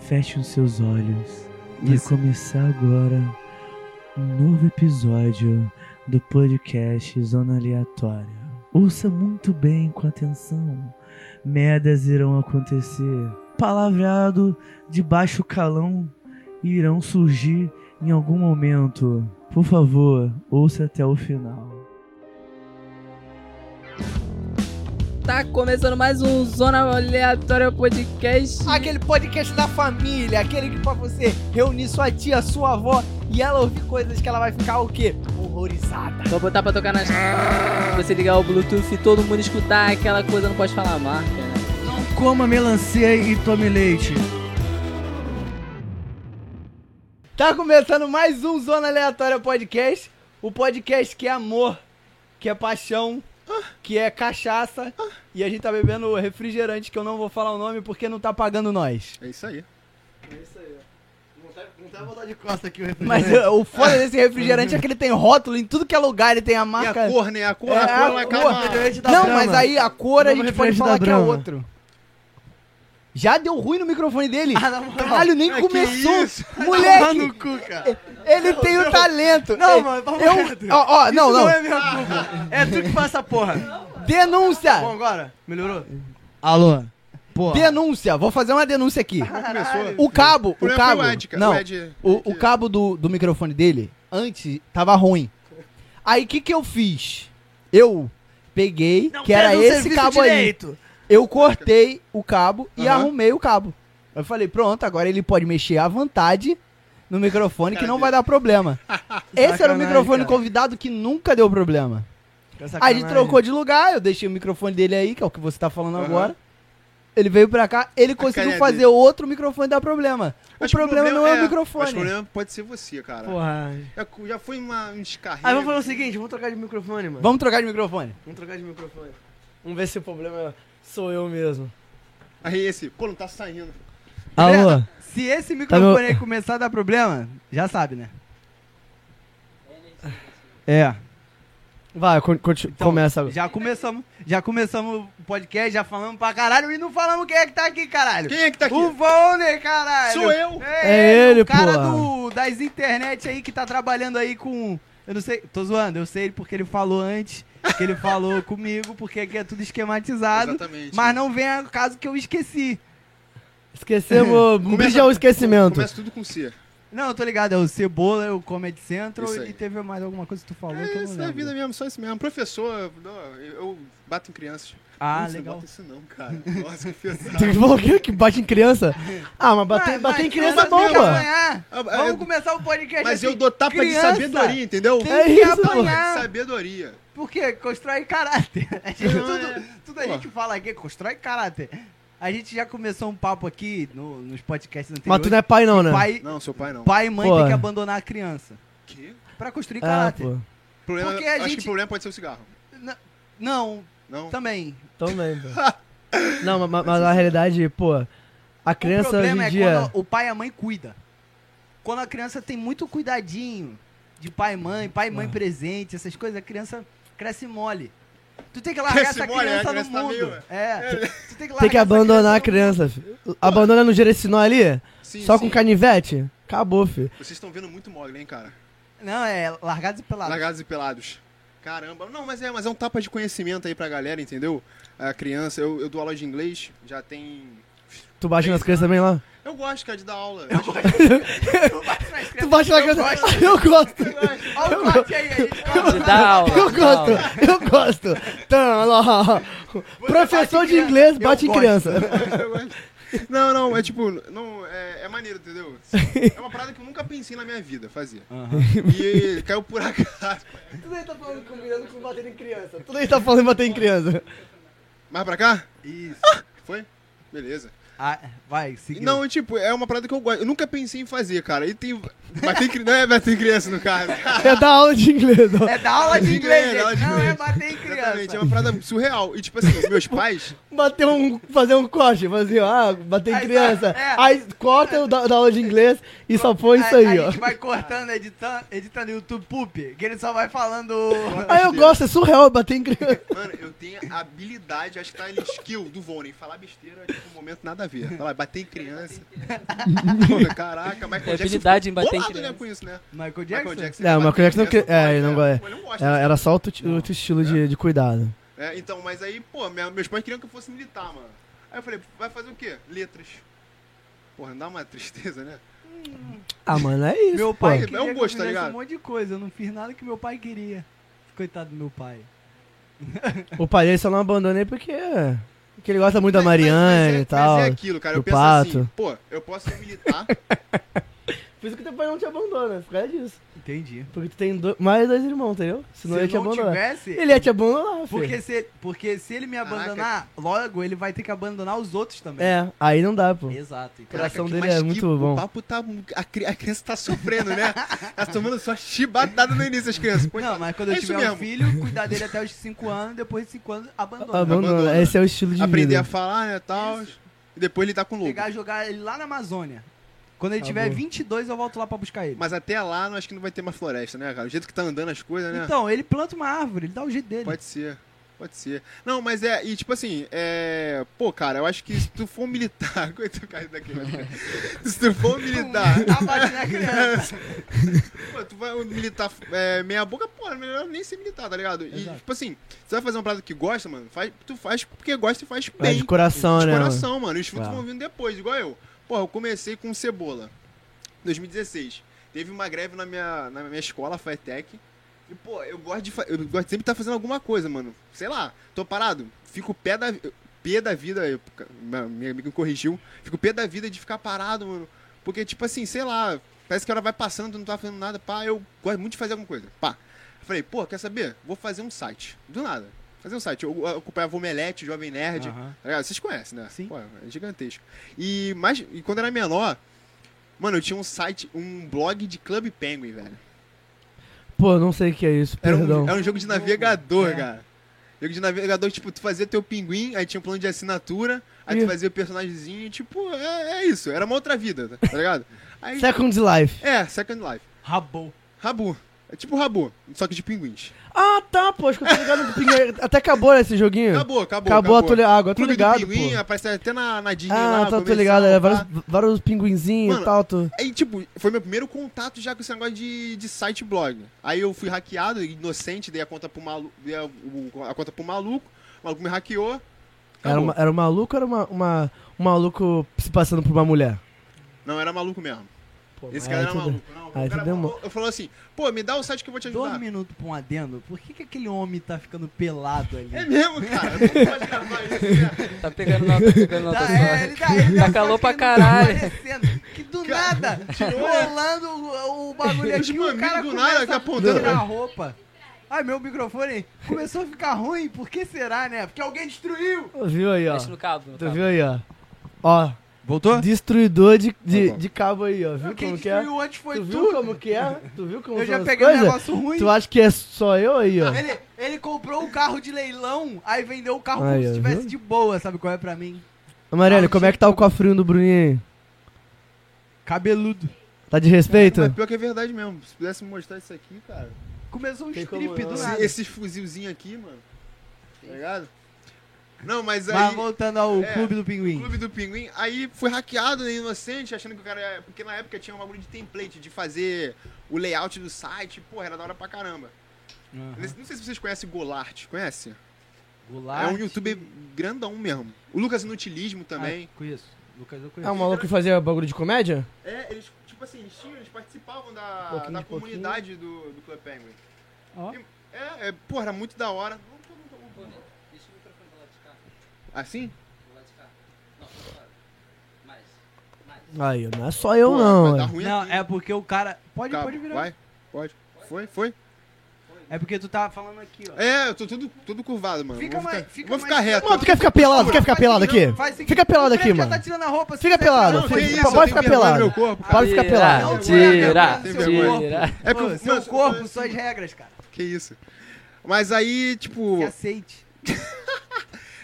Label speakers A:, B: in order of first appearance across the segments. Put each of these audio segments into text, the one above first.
A: feche os seus olhos. Vai
B: Isso.
A: começar agora um novo episódio do podcast Zona Aleatória. Ouça muito bem com atenção. Merdas irão acontecer. Palavreado de baixo calão irão surgir em algum momento. Por favor, ouça até o final.
C: Tá começando mais um Zona Aleatória Podcast.
B: Aquele podcast da família, aquele que pra você reunir sua tia, sua avó e ela ouvir coisas que ela vai ficar o quê? Horrorizada.
C: Vou botar pra tocar nas. Você ligar o Bluetooth e todo mundo escutar aquela coisa, não pode falar a marca, né?
A: Coma melancia e tome leite.
B: Tá começando mais um Zona Aleatória Podcast. O podcast que é amor, que é paixão, que é cachaça. E a gente tá bebendo refrigerante que eu não vou falar o nome porque não tá pagando nós.
D: É isso aí. É isso aí. Não tá, não tá botar de costa aqui o refrigerante.
B: Mas eh, o foda desse refrigerante é que ele tem rótulo em tudo que é lugar, ele tem a
D: E a
B: marca.
D: cor, né? A cor,
B: É,
D: a
B: a tá-
D: cor lá
B: cor.
D: acaba.
B: Não, mas aí a cor a
A: Novo
B: gente pode
A: refrigerante da
B: falar que é
A: Brahma.
B: outro. Já deu ruim no microfone dele? Caralho, nem
D: Ah,
B: começou.
D: que isso?
B: Moleque!
D: Toma no cu, cara.
B: Ele tem o talento.
E: Não,
B: É-
E: mano, vamos
B: eu, ó, ó, não,
E: Não,
B: não.
E: é
D: Ah,
E: minha culpa. É tu que faz essa porra. Bom,
B: Denúncia.
E: agora, melhorou?
B: Alô. Denúncia. Vou fazer uma denúncia aqui.
D: Começou.
B: O cabo, o
D: problema foi
B: cabo.
D: o Ed, cara.
B: Não.
D: O Ed- é
B: O, o cabo do, do microfone dele, antes, tava ruim. Aí o que que eu fiz? Eu peguei, que era
A: um
B: esse cabo aí. Eu cortei o cabo e
D: Aham.
B: arrumei o cabo. Eu falei, pronto, agora ele pode mexer à vontade no microfone que não vai dar problema. Esse era o
E: Sacanagem,
B: microfone
E: cara.
B: convidado que nunca deu problema. Aí ele trocou de lugar, eu deixei o microfone dele aí, que é o que você tá falando
D: Aham.
B: agora. Ele veio pra cá, ele conseguiu
D: carinha
B: fazer
D: dele.
B: outro microfone dar problema. O
D: Acho que
B: problema, não é, o
D: Acho que o
B: microfone.
D: problema pode ser você, cara.
E: Porra.
D: Já, cu- já foi uma, um descarrego.
E: Aí vamos
B: assim,
E: fazer o seguinte, vamos trocar de microfone, mano.
B: Vamos trocar de microfone.
E: Vamos trocar de microfone. Vamos ver se o problema é- sou eu mesmo.
D: Aí esse, pô, não tá saindo.
A: Alô.
E: Se
D: Tá
E: esse
A: microfone
E: aí começar a dar problema, já sabe, né? É.
B: Vai,
D: Então,
B: começa.
E: Já começamos, já começamos o podcast, já falamos pra caralho e não falamos quem é que tá aqui, caralho.
D: Quem é que tá aqui?
E: O Volner, caralho.
D: Sou eu.
B: É ele,
E: o cara
B: porra.
E: do das internet aí que tá trabalhando aí com. Eu não sei, tô zoando, eu sei ele porque ele falou antes, que ele falou comigo, porque aqui é tudo esquematizado.
D: Exatamente.
E: Mas não vem a caso que eu esqueci.
B: Esquecemos,
D: Começa-
B: o esquecimento.
D: Começa tudo com C.
E: Não, eu tô ligado, é o Cebola, é o Comedy Central
D: Isso aí.
E: e teve mais alguma coisa que tu falou que eu
D: É
E: não
D: isso, é
E: lembro.
D: vida mesmo, só isso mesmo. Professor, não, eu bato em crianças.
E: Ah,
D: Nossa, Não
E: legal.
D: bota isso não, cara. Nossa, que pesado.
B: Tu falou que, que bate em criança? Ah, mas bater,
E: Mas-
B: bater em
E: mas
B: criança é
E: criança
B: bom,
E: tem que
B: mano.
E: apanhar.
D: Ah, ah,
E: Vamos
D: eu-
E: começar o podcast
D: Mas eu
E: assim.
D: dou tapa de
E: criança
D: sabedoria, entendeu?
E: Tem
B: É
E: que
B: isso, pô.
E: apanhar.
D: Sabedoria.
E: Porque constrói caráter. A gente-
D: Não,
E: tudo,
D: é.
E: tudo a
D: Pô.
E: gente fala aqui, constrói caráter. A gente já começou um papo aqui no- nos podcasts
B: Mas tu
E: anteriores.
B: não é pai, não, né?
E: pai,
D: Não, seu pai não.
E: pai e mãe
B: Pô.
E: tem que abandonar a criança.
D: Que?
E: Pra construir
B: Ah,
E: caráter.
B: pô.
D: Problema,
E: Porque a
D: acho que
E: gente- Tá
D: o problema pode ser o cigarro.
E: Não,
D: Não?
E: também.
B: Também, pô. Não, ma- ma- mas, na realidade, pô, a
E: o
B: criança hoje
E: problema
B: em
E: é
B: dia.
E: quando o pai e a mãe cuida. Quando a criança tem muito cuidadinho de pai e mãe, pai e mãe presente, essas coisas, a criança cresce mole. Tu tem que largar
D: Cresce
E: essa
D: mole, é, a
E: criança no
D: criança tá
E: mundo.
D: meio-
E: É. Tu tem que, largar
B: Tem que
E: essa
B: abandonar a
E: no-
B: criança, filho. Abandona no Gerecinó ali,
D: Sim,
B: só
D: sim.
B: com canivete. Acabou, filho.
D: Vocês estão vendo muito mogli, hein, cara?
E: Não, é largados e pelados.
D: Largados e pelados. Caramba. Não, mas é, mas é um tapa de conhecimento aí pra galera, entendeu? A criança, eu, eu dou aula de inglês, já tem.
B: Tu bate nas crianças também lá?
D: Eu gosto, cara, de dar aula. Eu gosto.
B: Tu bate na criança. Eu gosto,
E: Olha o corte aí, a gente corta.
C: Te dá aula.
B: eu
C: te dá aula.
B: gosto, eu gosto. Então, lá. Professor de inglês bate em
E: gosto.
B: criança.
D: eu gosto. Não, não, é tipo, não, é, é maneiro, entendeu? É uma parada que eu nunca pensei na minha vida fazer. E caiu por acaso.
B: Tudo aí tá falando combinando com bater em criança. Tudo aí tá falando em bater em criança.
D: Mais pra cá? Isso. Foi? Beleza.
E: Ah, vai, seguindo.
D: Não, tipo, é uma parada que eu gosto. Eu nunca pensei em fazer, cara. E tem. Bater, em cri- não é bater em criança, no caso.
B: É dar aula de inglês, ó.
E: É da aula de inglês,
D: Inglês, aula
E: gente.
D: de
E: Não, é
D: inglês.
E: bater em
D: Exatamente, é
E: criança.
D: uma parada surreal. E tipo assim, meus pais.
B: bater um, fazer um corte, fazer, ah, bater em
E: Aí,
B: criança.
E: é.
B: Aí corta o da, da aula de inglês e só põe isso aí,
E: a,
B: ó.
E: gente vai cortando, editando, editando no YouTube Poop, que ele só vai falando.
B: Aí eu gosto, é surreal bater em criança.
D: Mano, eu tenho a habilidade, acho que tá em skill do Vônei. Falar besteira, tipo, um momento nada a ver. Vai lá, bater em criança. Pô, Caraca, Michael Jackson.
C: habilidade em
D: ficou
C: bater em
D: bolado,
C: criança.
D: né, com isso, né?
E: Michael Jackson?
B: Não,
D: bateu
B: Michael Jackson
D: em
B: não
D: criança,
B: cri- é,
D: pode,
B: ele não
D: né?
B: gosta.
D: Pô, ele não gosta
B: Era,
D: disso.
B: É, era só outro, ti- outro estilo de, de cuidado.
D: É, então, mas aí, pô, minha- meus pais queriam que eu fosse militar, mano. Aí eu falei, vai fazer o quê? Letras. Porra, não dá uma tristeza, né?
B: Ah, mano, é isso.
E: Meu
B: pô.
D: É um
E: pai queria que eu
D: gosto, tá
E: fizesse
D: ligado?
E: um monte de coisa. Eu não fiz nada que meu pai queria. Coitado do meu pai.
B: O pai dele só não abandonei porque. Porque ele gosta muito da
D: Mas- mas- mas é-
B: Marianne e tal.
D: Mas é aquilo, cara. Eu
B: do
D: penso assim,
B: pato.
D: pô, eu posso ser militar.
B: Por isso que teu pai não te abandona, por causa disso.
E: Entendi.
B: Porque tu tem do- mais dois irmãos, entendeu? Senão
E: Se
B: ele ia te
E: não
B: abandonar.
E: tivesse...
B: Ele ia te abandonar, filho.
E: Porque se, porque se ele me
D: Caraca.
E: abandonar, logo ele vai ter que abandonar os outros também.
B: É, aí não dá, pô.
E: Exato. então.
B: coração
D: que-
B: dele
D: mas
B: é
D: que
B: muito
D: o
B: bom.
D: papo tá. A, cri- a criança tá sofrendo, né? tá tomando só chibatada no início, as crianças. Pô,
E: Não, mas quando eu
D: É isso
E: tiver um
D: mesmo.
E: filho, cuidar dele até os 5 anos, depois de 5 anos, abandona.
B: Abandona.
D: Abandona.
B: Esse é o estilo de
D: aprender
B: vida.
D: a falar, né, tal. E depois lidar com o lobo.
E: Pegar e jogar ele lá na Amazônia. Quando ele tiver
B: Acabou.
E: 22, eu volto lá pra buscar ele.
D: Mas até lá, não acho que não vai ter mais floresta, né, cara? O jeito que tá andando as coisas, né?
E: Então, ele planta uma árvore, ele dá o jeito dele.
D: Pode ser, pode ser. Não, mas é, e tipo assim, é. Pô, cara, eu acho que se tu for um militar. Coitado do cara daqui, né? Se tu for um militar.
E: Abate na né, criança.
D: pô, tu vai um militar é, meia boca, pô, é melhor nem ser militar, tá ligado? E tipo assim, você vai fazer uma parada que gosta, mano, faz, tu faz porque gosta e faz
B: É
D: bem.
B: de coração,
D: de
B: né? mano?
D: coração, mano. E Os frutos
B: Claro.
D: vão vindo depois, igual eu. Porra, eu comecei com cebola. 2016. Teve uma greve na minha, na minha escola, a FETEC. E, pô, eu gosto de. fa- Eu gosto de sempre estar fazendo alguma coisa, mano. Sei lá, tô parado. Fico pé da. Pé da vida. eu- minha minha amiga me corrigiu. Fico pé da vida de ficar parado, mano. Porque, tipo assim, sei lá. Parece que a hora vai passando, tu não tá fazendo nada. Pá, eu gosto muito de fazer alguma coisa. Pá. Eu Falei, pô, quer saber? Vou fazer um site. Do nada. Fazer um site. Eu, eu acompanhava o Omelete, Jovem Nerd.
E: Aham.
D: Tá ligado? Vocês conhecem, né?
E: Sim.
D: Pô, é gigantesco. E, mas, e quando era menor, mano, eu tinha um site, um blog de Club Penguin, velho.
B: Pô, não sei o que é isso,
D: Era
B: perdão.
D: um, era um jogo de navegador,
E: É.
D: cara. Jogo de navegador, tipo, tu fazia teu pinguim, aí tinha um plano de assinatura, aí
B: Ih.
D: tu fazia o personagemzinho, tipo, é, é isso, era uma outra vida, tá tá ligado? Aí,
B: Second Life.
D: é, Second Life.
E: Rabou.
D: Rabu. É tipo Rabu, só que de pinguins.
B: Ah, tá, pô. Acho que eu tô ligado no Pinguim. Até acabou né, esse joguinho.
D: Acabou, acabou.
B: Acabou, eu tô li- ah, agora eu tô
D: Clube
B: ligado,
D: do pinguim,
B: pô.
D: aparece até na, na Disney lá.
B: Ah, tá, tô
D: comercial,
B: ligado. É,
D: pá.
B: vários, vários pinguinzinhos e
D: Mano,
B: tal. Tô...
D: Aí, tipo, foi meu primeiro contato já com esse negócio de, de site blog. Aí eu fui hackeado, inocente, dei a conta pro maluco, dei a, o- a conta pro maluco, o maluco me hackeou.
B: Era,
D: acabou.
B: uma, era um maluco ou era uma, uma- um maluco se passando por uma mulher?
D: Não, era maluco mesmo.
B: Pô, mas
D: Esse cara
B: aí
D: era
B: tudo-
D: maluco. Não,
B: aí
D: o cara
B: tudo é mo-
D: falou, eu falou assim, pô, me dá o site que eu vou te
E: Dois
B: Tá.
D: ajudar.
E: minutos pra um adendo. Por que, que aquele homem tá ficando pelado ali?
D: É mesmo, cara. Não pode gravar isso, né?
C: Tá pegando nota, tá pegando nota.
E: Tá, é, ele tá, ele
C: Tá
E: dá
C: calor
E: sorte
C: pra
E: que ele não tá
C: caralho.
E: aparecendo. Que do nada, rolando o, o bagulho
D: Os
E: aqui, o
D: mamilos
E: cara
D: do
E: começa
B: tá
D: nada, que
E: a
D: apontando
E: tirar
D: pra-
E: a roupa. Ai, meu microfone começou a ficar ruim, por que será, né? Porque alguém destruiu.
B: Viu aí, ó. Tá
C: Mexe no cabo, no
B: Tu
C: cabo.
B: viu aí, ó. Ó,
E: Voltou?
B: destruidor de, de,
D: Tá bom.
B: de cabo aí, ó. Viu
E: Quem
B: como que é?
E: destruiu antes foi
B: Tu
E: tu.
B: viu como que é? Tu viu como
E: Eu já
B: são as
E: peguei um
B: coisas?
E: negócio ruim.
B: Tu acha que é só eu aí, ó?
E: Ele, ele comprou o carro de leilão, aí vendeu o carro
B: Aí,
E: como
B: ó,
E: se tivesse
B: viu?
E: de boa, sabe qual é pra mim?
B: Ô, Mariane, como é que tá o cofrinho do Bruninho?
E: Cabeludo.
B: aí? Tá de respeito?
D: Mas pior que é verdade mesmo. Se pudesse me mostrar isso aqui, cara.
E: Começou um
B: Tem como
E: strip
B: não.
E: do
D: Esse,
E: nada.
D: esse fuzilzinho aqui, mano. Tá ligado? Não, mas aí...
E: Mas voltando ao
D: É,
E: Clube do Pinguim.
D: Clube do Pinguim. Aí fui hackeado, né, inocente, achando que o cara era... Porque na época tinha um bagulho de template, de fazer o layout do site. Porra, era da hora pra caramba.
E: Aham.
D: Não sei se vocês conhecem o Golart. Conhece?
E: Goulart.
D: É um youtuber grandão mesmo. O Lucas Inutilismo também.
E: Ah, conheço. Lucas, eu
B: É
E: conheço.
B: um maluco que fazia bagulho de comédia?
E: Ah,
D: É, eles, tipo assim, eles, tinham, eles participavam
E: Um
D: da,
B: Pouquinho
D: da
B: de pouquinho.
D: comunidade do, do Club Penguin.
E: Ó.
D: E- É, é, porra, era muito da hora. Assim?
B: Aí, ó, não é só eu
D: Pô,
B: não.
D: vai dar
B: ó.
D: ruim
E: Não,
D: aqui.
E: é porque o cara. Pode,
D: Cabo,
E: pode virar.
D: Vai, pode. Foi, foi.
E: É porque tu tava falando aqui, ó.
D: É, eu tô tudo, tudo curvado, mano.
E: Fica
D: vou ficar,
E: mais- fica
D: vou
E: mais-
D: ficar reto.
B: Mano, tu quer ficar pelado? Tu quer ficar pelado aqui?
E: Faz o seguinte,
B: Fica pelado
E: o Fred
B: aqui,
E: já
B: mano.
E: tá tirando a roupa. se
B: Fica
E: quiser
B: pelado.
E: tirar,
D: Não, que
B: Fica-
D: isso,
B: pode
D: eu
B: ficar
D: tenho vergonha
B: pelado.
D: no meu corpo, cara.
B: Pode ficar pelado.
C: Tira, tira, tira.
D: É
E: Pô,
D: porque
E: seu
D: mano,
E: corpo, suas regras, cara.
D: Que isso. Mas aí, tipo,
E: Que aceite.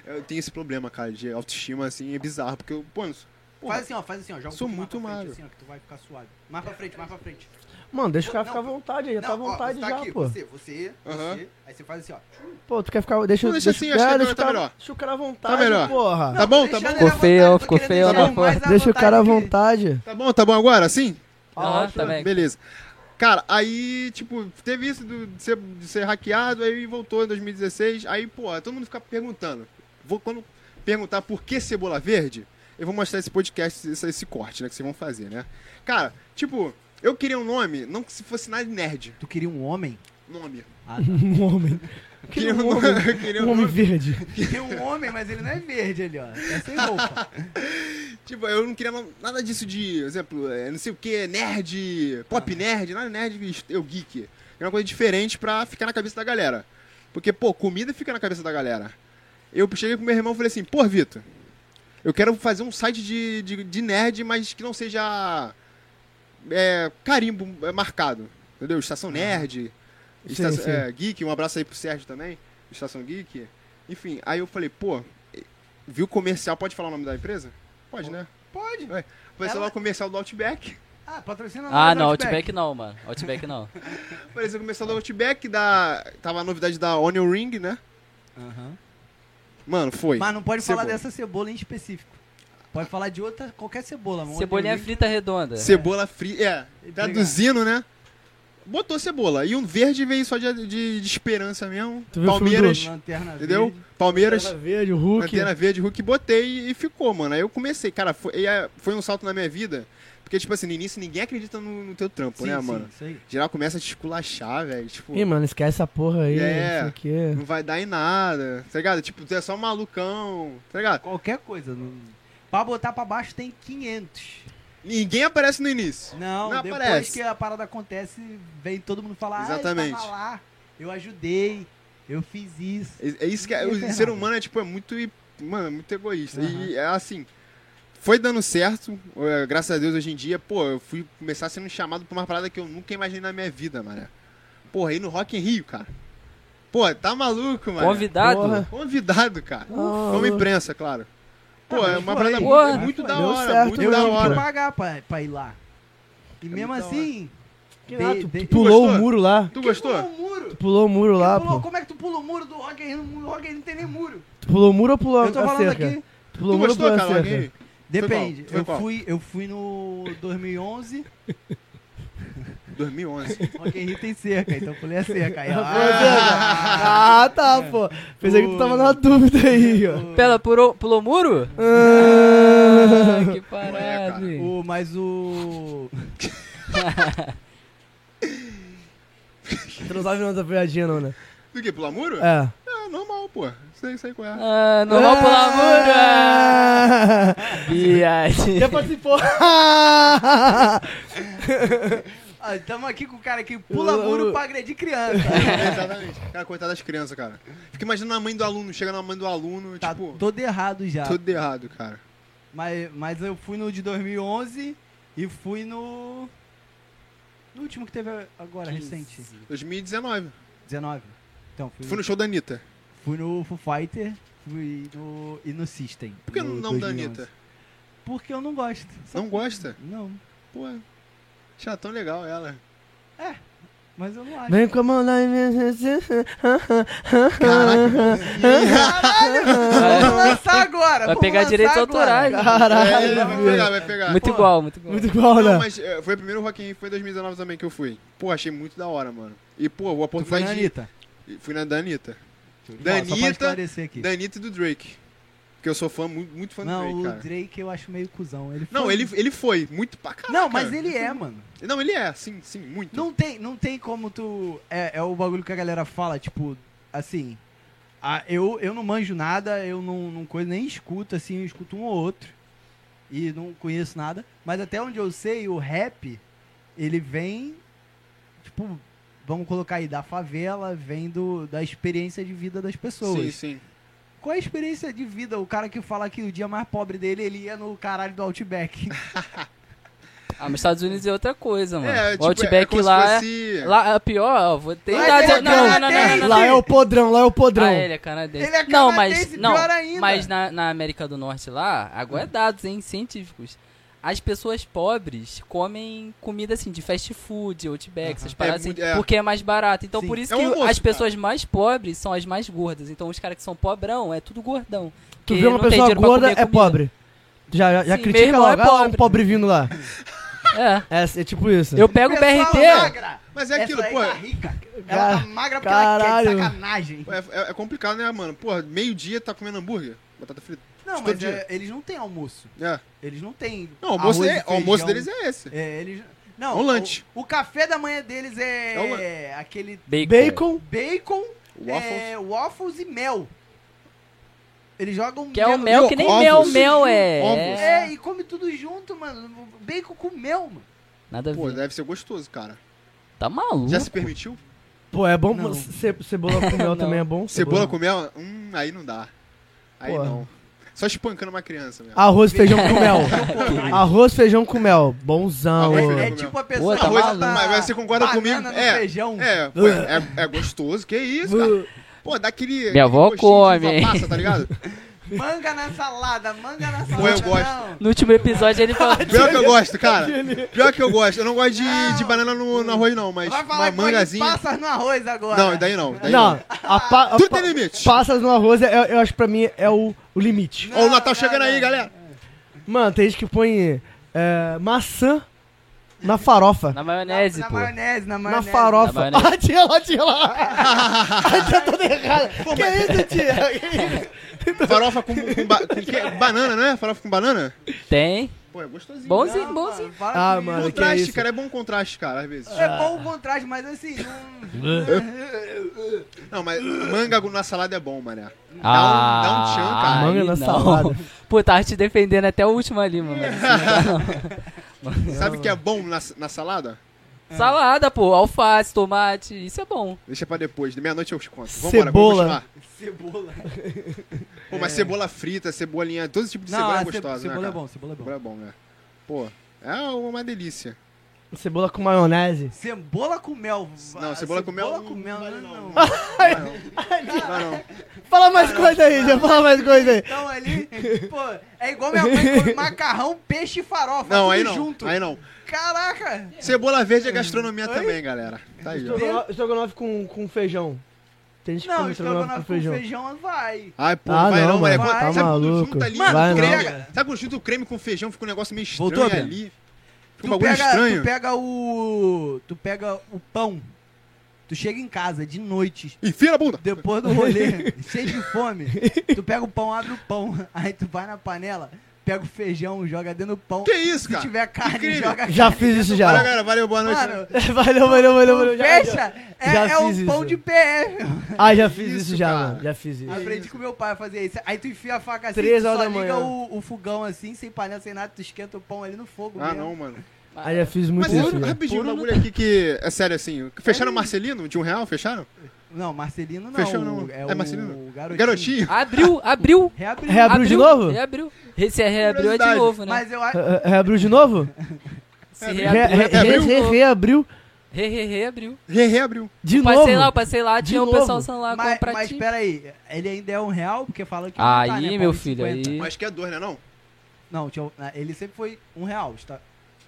D: eu tenho esse problema, cara, de autoestima, assim, é bizarro. Porque eu, pô, não sou- porra,
E: Faz assim, ó. Faz assim, ó. Joga um
D: Sou
E: pouco mais
D: muito
E: pra frente,
D: magro.
E: Assim, ó, que tu vai ficar suave. Mais pra frente, mais pra frente.
B: Mano, deixa o cara
E: Não,
B: ficar à vontade aí, já
E: Não,
B: tá à
E: ó,
B: vontade
E: você tá
B: já,
E: aqui,
B: pô.
E: Você, você,
D: Aham.
E: você. Aí você faz assim, ó.
B: Pô, tu quer ficar. Deixa,
D: Não, deixa assim, acho que
B: é,
D: agora
B: deixa o
D: tá
B: cara-
D: melhor.
B: Deixa o cara à vontade,
D: melhor.
B: porra.
D: Tá bom, tá
E: Deixa
D: bom?
E: ele à
C: Ficou feio,
E: vontade, eu tô
C: ficou
E: querendo
C: feio,
E: deixar
C: né,
E: ele mais à
B: Deixa o
E: vontade
B: cara à
E: que-
B: vontade.
D: Tá bom, tá bom agora? Sim?
C: Aham, tá bem.
D: Beleza. Cara, aí, tipo, teve isso do- de ser, de ser hackeado, aí voltou em 2016. Aí, pô, todo mundo fica perguntando. Vou, quando perguntar por que cebola verde, eu vou mostrar esse podcast, esse, esse corte, né, que vocês vão fazer, né? Cara, tipo, eu queria um nome, não que se fosse nada nerd.
E: Tu queria um homem?
D: Nome.
B: Um homem.
D: Queria um nome. queria um
B: Um homem
D: nome.
B: verde.
E: Queria um homem, mas ele não é verde ali, ó. Tá sem roupa.
D: Tipo, eu não queria não- nada disso de, por exemplo, é, não sei o que, nerd, pop nerd, nada nerd, eu geek. É uma coisa diferente pra ficar na cabeça da galera. Porque, pô, comida fica na cabeça da galera. Eu cheguei pro meu irmão e falei assim, pô, Vitor, eu quero fazer um site de, de, de nerd, mas que não seja é, carimbo é, marcado. Entendeu? Estação Nerd, esta-
B: Ah. sim.
D: é, Geek, um abraço aí pro Sérgio também, Estação Geek. Enfim, aí eu falei, pô, viu o comercial, pode falar o nome da empresa? Pode, né?
E: Pode.
D: Apareceu
E: Ela-
D: lá o comercial do Outback.
E: Ah, patrocina
C: Ah,
E: nós,
C: não, Outback não, mano. Outback não.
D: Apareceu o comercial do Outback, da... tava a novidade da Onion Ring, né?
E: Aham.
D: Mano,
C: é
D: foi.
E: Mas não pode falar
D: Cebola.
E: dessa cebola em específico. Pode falar de outra, qualquer cebola. mano.
C: Cebolinha frita redonda.
D: Cebola fria. É,
E: Obrigado.
D: traduzindo, né? Botou cebola. E um verde veio só de, de, de esperança mesmo.
B: Tu viu o filme
D: Palmeiras,
E: Lanterna
D: entendeu?
E: verde.
D: Palmeiras,
B: Lanterna verde, o Hulk.
D: Antena Verde, Hulk, botei e ficou, mano. Aí eu comecei, cara, foi, e é- foi um salto na minha vida. Porque, tipo assim, no início ninguém acredita no, no teu trampo,
E: Sim,
D: né,
E: sim,
D: mano?
E: isso aí.
D: Geral começa a te esculachar, velho. Tipo,
B: Ih, mano, esquece essa porra aí.
D: É.
B: Isso aqui.
D: não vai dar em nada, tá ligado? Tipo, tu é só um malucão, tá ligado?
E: Qualquer coisa. Não... Pra botar pra baixo tem 500.
D: Ninguém aparece no início.
E: Não,
D: Não
E: depois
D: aparece.
E: que a parada acontece, vem todo mundo falar,
D: Exatamente.
E: ah, eu tava lá, eu ajudei, eu fiz isso.
D: É é isso que é-
E: Ninguém
D: o
E: fez
D: ser
E: nada.
D: humano é tipo é muito e- mano, é muito egoísta. E é assim, foi dando certo, é, graças a Deus hoje em dia, pô, eu fui começar sendo chamado pra uma parada que eu nunca imaginei na minha vida, mano. Porra, aí no Rock em Rio, cara. Pô, tá maluco, mano.
C: Convidado?
B: Porra.
D: Convidado, cara.
B: Ah,
D: Como imprensa, claro. Pô,
B: Tá,
E: Ah,
D: é
E: mas
D: uma
E: foi.
D: parada
C: Porra.
D: muito, muito da
B: Deu
D: hora,
B: certo,
D: muito
B: deu
D: da
B: certo.
E: Tem que
D: hora. É
E: pagar pra, pra ir lá. E mesmo
D: muito da
E: assim,
B: Que nada, tu-
E: de-
B: tu pulou
D: gostou?
B: o muro lá.
D: Tu gostou?
E: pulou o muro.
B: Tu pulou o muro lá,
E: Pulou-
B: pô.
E: como é que tu pula o muro do Rock in Rio? O Rock in Rio não tem nem muro.
B: Tu pulou o muro ou pulou
E: eu tô
B: a
E: falando
B: cerca?
E: aqui.
B: Tu pulou
D: Tu
B: o muro ou
D: gostou,
B: pulou a
D: cara?
B: cerca?
D: Alguém?
E: Depende.
D: qual? Foi
E: eu,
D: qual?
E: fui, eu fui no 2011,
D: 2011.
E: Rock in Rio tem cerca, então pulei a cerca. Aí,
B: Ah, tá, pô. Pensei que tu tava na dúvida aí, ó.
C: Pela, pulou, pulou muro?
B: Ah.
C: Ah, que
D: é, cara.
C: parada. hein?
E: O, mas o.
B: Tu não sabe não essa piadinha, não, né?
D: Do que? Pular muro? É,
B: É.
D: normal, pô. Sei, sei qual é.
C: Ah, não
B: um
C: vou pular muro. ah.
B: né?
C: Viagem.
B: Já participou.
E: Ah, tamo aqui com o cara que pula
B: O-
E: muro pra agredir criança.
D: Exatamente. Cara, coitada das crianças, cara. Fica imaginando a mãe do aluno, chega na mãe do aluno,
E: tá
D: tipo,
E: todo errado já.
D: tudo errado, cara.
E: Mas, mas eu fui no de 2011 e fui no. No último que teve agora, recente.
D: 2019.
E: 19. Então, fui,
D: Fui no show da Anitta.
E: fui no Foo Fighter fui no, e no System.
D: Por que
E: no
D: o nome da
E: 2011.
D: Anitta?
E: Porque eu não gosto. Só-
D: Não gosta?
E: Não.
D: Pô, já tão legal ela.
E: Mas eu não acho.
B: Vem comandar em
C: Vai,
E: Vamos lançar agora!
C: vai
E: vamos
C: pegar
E: lançar
C: direitos
E: agora.
C: autorais.
D: Caralho,
B: Caralho,
D: É, vai pegar, vai pegar.
C: Muito
E: Pô,
C: igual, muito igual.
B: Muito igual,
D: Não,
B: né?
D: mas é, foi o primeiro Rock in Rio, foi em 2019 também que eu fui. Pô, achei muito da hora, mano. E, pô, a
E: Tu foi na
D: oportunidade...
E: Anitta.
D: de- Fui na da Anitta.
E: Não, só pra
D: Danita-
E: esclarecer aqui.
D: Da Anitta e do Drake. Porque eu sou fã, muito, muito fã
E: Não,
D: do
E: o
D: Drake, cara.
E: Drake eu acho meio cuzão. Ele
D: Não,
E: foi-
D: ele, ele foi, muito pra caralho.
E: Não, mas ele é, mano.
D: Não, ele é, sim, sim, muito.
E: Não tem, não tem como tu. É, é o bagulho que a galera fala, tipo, assim. ah, eu, eu não manjo nada, eu não, não coisa, nem escuto, assim, eu escuto um ou outro. E não conheço nada. Mas até onde eu sei, o rap, ele vem. Tipo, vamos colocar aí, da favela, vem do, da experiência de vida das pessoas.
D: Sim, sim.
E: Qual é a experiência de vida? O cara que fala que o dia mais pobre dele, ele ia no caralho do Outback.
C: Ah, mas Estados Unidos é outra coisa, mano.
D: É,
C: o Outback
D: como se
C: lá,
D: fosse-
C: é, lá é pior, ó. Vou ter
E: Lá é
C: idade- não, não, não, não, não, não.
B: Lá é o podrão, lá é o podrão.
C: Ah, ele é canadense.
E: Ele é
C: não, mas,
E: canadense,
C: não,
E: pior ainda.
D: Hum.
C: Mas na, na América do Norte lá, agora é dados, hein, científicos. As pessoas pobres comem comida assim de fast food, outback, essas paradas assim,
D: muito- é.
C: porque é mais barato. Então
E: Sim.
C: por isso
D: É um
C: que
D: almoço,
C: as
D: cara.
C: pessoas mais pobres são as mais gordas. Então os caras que são pobrão é tudo gordão.
B: Tu
C: Porque
B: vê uma
C: não tem
B: pessoa
C: dinheiro pra
B: gorda,
C: comer
B: é
C: comida.
B: pobre. Já, já, já
C: Sim, meu
B: critica
C: irmão
B: logo,
C: é
B: ah, lá, um
C: pobre.
B: pobre vindo lá.
C: É.
B: É, é tipo isso.
C: Eu pego o BRT,
D: Mas é aquilo, pô.
E: Tá
D: É,
E: rica. Ela tá magra porque ela quer
B: Caralho.
E: de sacanagem.
D: é- é complicado, né, mano? Porra, meio-dia tá comendo hambúrguer, batata frita.
E: Não,
D: Todo
E: mas
D: dia.
E: é, eles não têm almoço.
D: É.
E: Eles não têm.
D: Não, o almoço,
E: arroz
D: é-
E: e
D: o almoço
E: feijão.
D: deles é esse.
E: É, eles. Não,
D: É um lanche.
E: O, o café da manhã deles é,
D: É um
E: aquele
C: bacon.
B: Bacon,
E: bacon,
D: Waffles.
E: é, waffles e mel. Eles jogam
C: que é o
E: mel-
C: mel que nem mel,
D: Ovos.
C: mel é.
D: Ovos.
E: É, e come tudo junto, mano. Bacon com mel, mano.
C: Nada a
D: Pô,
C: ver.
D: deve ser gostoso, cara.
C: Tá maluco.
D: Já se permitiu?
B: pô, é bom.
E: Não.
B: ce- Cebola com mel também é bom.
D: Cebola com mel? Hum, aí não dá. Aí
B: Porra.
D: não. Só espancando uma criança mesmo.
B: Arroz, feijão com mel. Arroz, feijão com mel. Bonzão.
D: Ah, Arroz,
B: ô.
D: feijão.
E: é
D: com
E: tipo a pessoa
C: Pô, tá
D: Arroz-
E: bota
D: mas, mas você concorda
E: banana
D: comigo?
E: no
D: É.
E: feijão.
D: É, pô, é, é gostoso, que isso, cara. Pô, dá aquele.
C: Minha avó
D: aquele gostinho de
C: come,
D: uva
C: hein?
D: Passa, tá ligado?
E: Manga na salada, manga na salada.
D: Pô, eu gosto.
E: não.
C: No último episódio ele falou.
D: Pior que eu gosto, cara. Pior que eu gosto. Eu não gosto de, de banana no, no arroz, não, mas
E: Vai
D: uma
E: falar que
D: mangazinha.
E: passa no arroz agora.
D: Não, daí não. Daí
B: Não,
D: não.
B: a pa- a
D: Tudo
B: pa-
D: tem limite.
B: Passas no arroz, é- eu acho que pra mim é o, o limite.
D: Ó, o Natal chegando aí, galera.
B: Mano, tem gente que põe é, maçã na farofa.
C: Na
E: Na,
C: maionese,
E: na
C: pô.
E: maionese,
B: Na
E: na maionese.
C: Na
B: farofa.
C: maionese.
B: Ah, tia lá, tia lá. A tia toda errada. Que isso, tia?
D: Farofa com, com, ba- com que? banana, né? Farofa com banana?
C: Tem.
D: Pô, é gostosinho.
C: Bonzinho,
E: Não,
C: bonzinho.
E: mano, para
B: Ah,
E: comigo.
B: mano, que é
D: Contraste,
B: isso?
D: cara. É bom contraste, cara, às vezes.
E: É bom o contraste, mas assim, não...
D: Não, mas manga na salada é bom, mané. Dá,
C: Ah,
D: um, dá um tchan, cara.
B: Manga
C: aí
B: na
C: não.
B: salada.
C: Pô, tava te defendendo até o último ali, mano. mas isso não dá, não.
D: Sabe o que é bom na, na salada?
C: Salada, pô, alface, tomate, isso é bom.
D: Deixa pra depois. De meia-noite eu te conto. Vambora, vamos
B: Cebola. É.
D: continuar.
E: cebola.
D: Pô, mas cebola frita, cebolinha, todo tipo de cebola é gostosa, né,
E: cebola é
D: cara?
E: bom, cebola é bom.
D: Cebola é bom, né? Pô, é uma delícia.
B: Cebola com maionese.
E: Cebola com mel. Ah,
D: Não, cebola com mel
E: Cebola
D: não
E: com mel,
D: vale
E: não.
D: não.
E: não.
D: Não, não.
B: Fala mais coisa aí, já fala mais coisa aí.
E: Então ali, pô, é igual minha mãe come macarrão, peixe e farofa.
D: Não,
E: tudo
D: aí não.
E: junto.
D: Aí não.
E: Caraca.
D: Cebola verde é gastronomia também, galera. Tá aí, ó.
B: Estrogonofe- Estrogonofe com, com feijão. Tem gente que
E: Não,
B: come estrogonofe com
E: estrogonofe com um feijão.
B: feijão.
E: vai.
D: Ai, pô,
B: Ah,
D: vai
B: não,
D: não, mané.
B: mano,
D: Quando-
E: tá
D: sabe quando
B: maluco.
D: junta ali,
B: Mano,
D: o creme,
E: não.
D: sabe quando junta o creme com o feijão, fica um negócio meio estranho
E: Voltou, Breno?
D: ali. Fica um
E: Tu
D: bagulho
E: pega,
D: estranho.
E: tu pega o. Tu pega o pão. Tu chega em casa de noite,
D: Enfia na bunda.
E: depois do rolê, cheio de fome. Tu pega o pão, abre o pão. Aí tu vai na panela, pega o feijão, joga dentro do pão.
D: Que isso,
E: Se
D: cara?
E: tiver carne,
D: Incrível.
E: joga
B: Já fiz isso
D: Valeu,
B: já.
D: galera. Valeu, boa noite.
E: Mano,
B: Valeu, valeu, valeu, valeu. Já, já.
E: fecha! É,
B: já
E: é
B: fiz
E: um pão
B: isso.
E: de PF.
B: Ah, já fiz isso,
D: Isso,
B: já,
D: cara.
B: mano. Já fiz isso.
E: Aprendi com meu pai a fazer isso. Aí tu enfia a faca assim,
B: Três
E: tu
B: horas
E: só
B: da
E: liga
B: manhã.
E: o, o fogão assim, sem panela, sem nada, tu esquenta o pão ali no fogo.
D: Ah,
E: mesmo.
D: não, mano.
B: Ah, já fiz muito
D: Mas
B: isso.
D: eu-
B: já.
D: rapidinho, um bagulho aqui que é sério assim. Fecharam o Marcelino de um real? Fecharam?
E: Não, Marcelino não.
D: Fechou,
E: o-
D: não.
E: É,
D: É
E: o
D: Marcelino?
E: Garotinho.
D: Garotinho.
C: Abriu, abriu.
E: Reabriu.
B: Reabriu. de novo?
C: Reabriu. Re- Se reabriu é de
D: Curiosidade.
C: novo, né?
E: Mas eu acho.
B: Re- eh, Reabriu de novo?
C: Se
B: Re-
C: reabriu,
B: re-
C: é de
B: re-
C: novo.
B: re- Reabriu
C: Re, re, reabriu.
D: Re reabriu.
B: de novo.
C: Passei lá, eu passei lá,
B: De
C: tinha o
B: novo.
C: pessoal sendo lá
E: Mas,
C: comprar
E: mas
C: ti.
E: peraí, ele ainda é um real, porque fala que.
C: Aí,
E: tá, né, pau,
C: meu
E: de
C: filho,
E: 50.
C: aí.
D: Mas que é dor, né não?
E: Não, tinha- né, ele sempre foi um real. Está...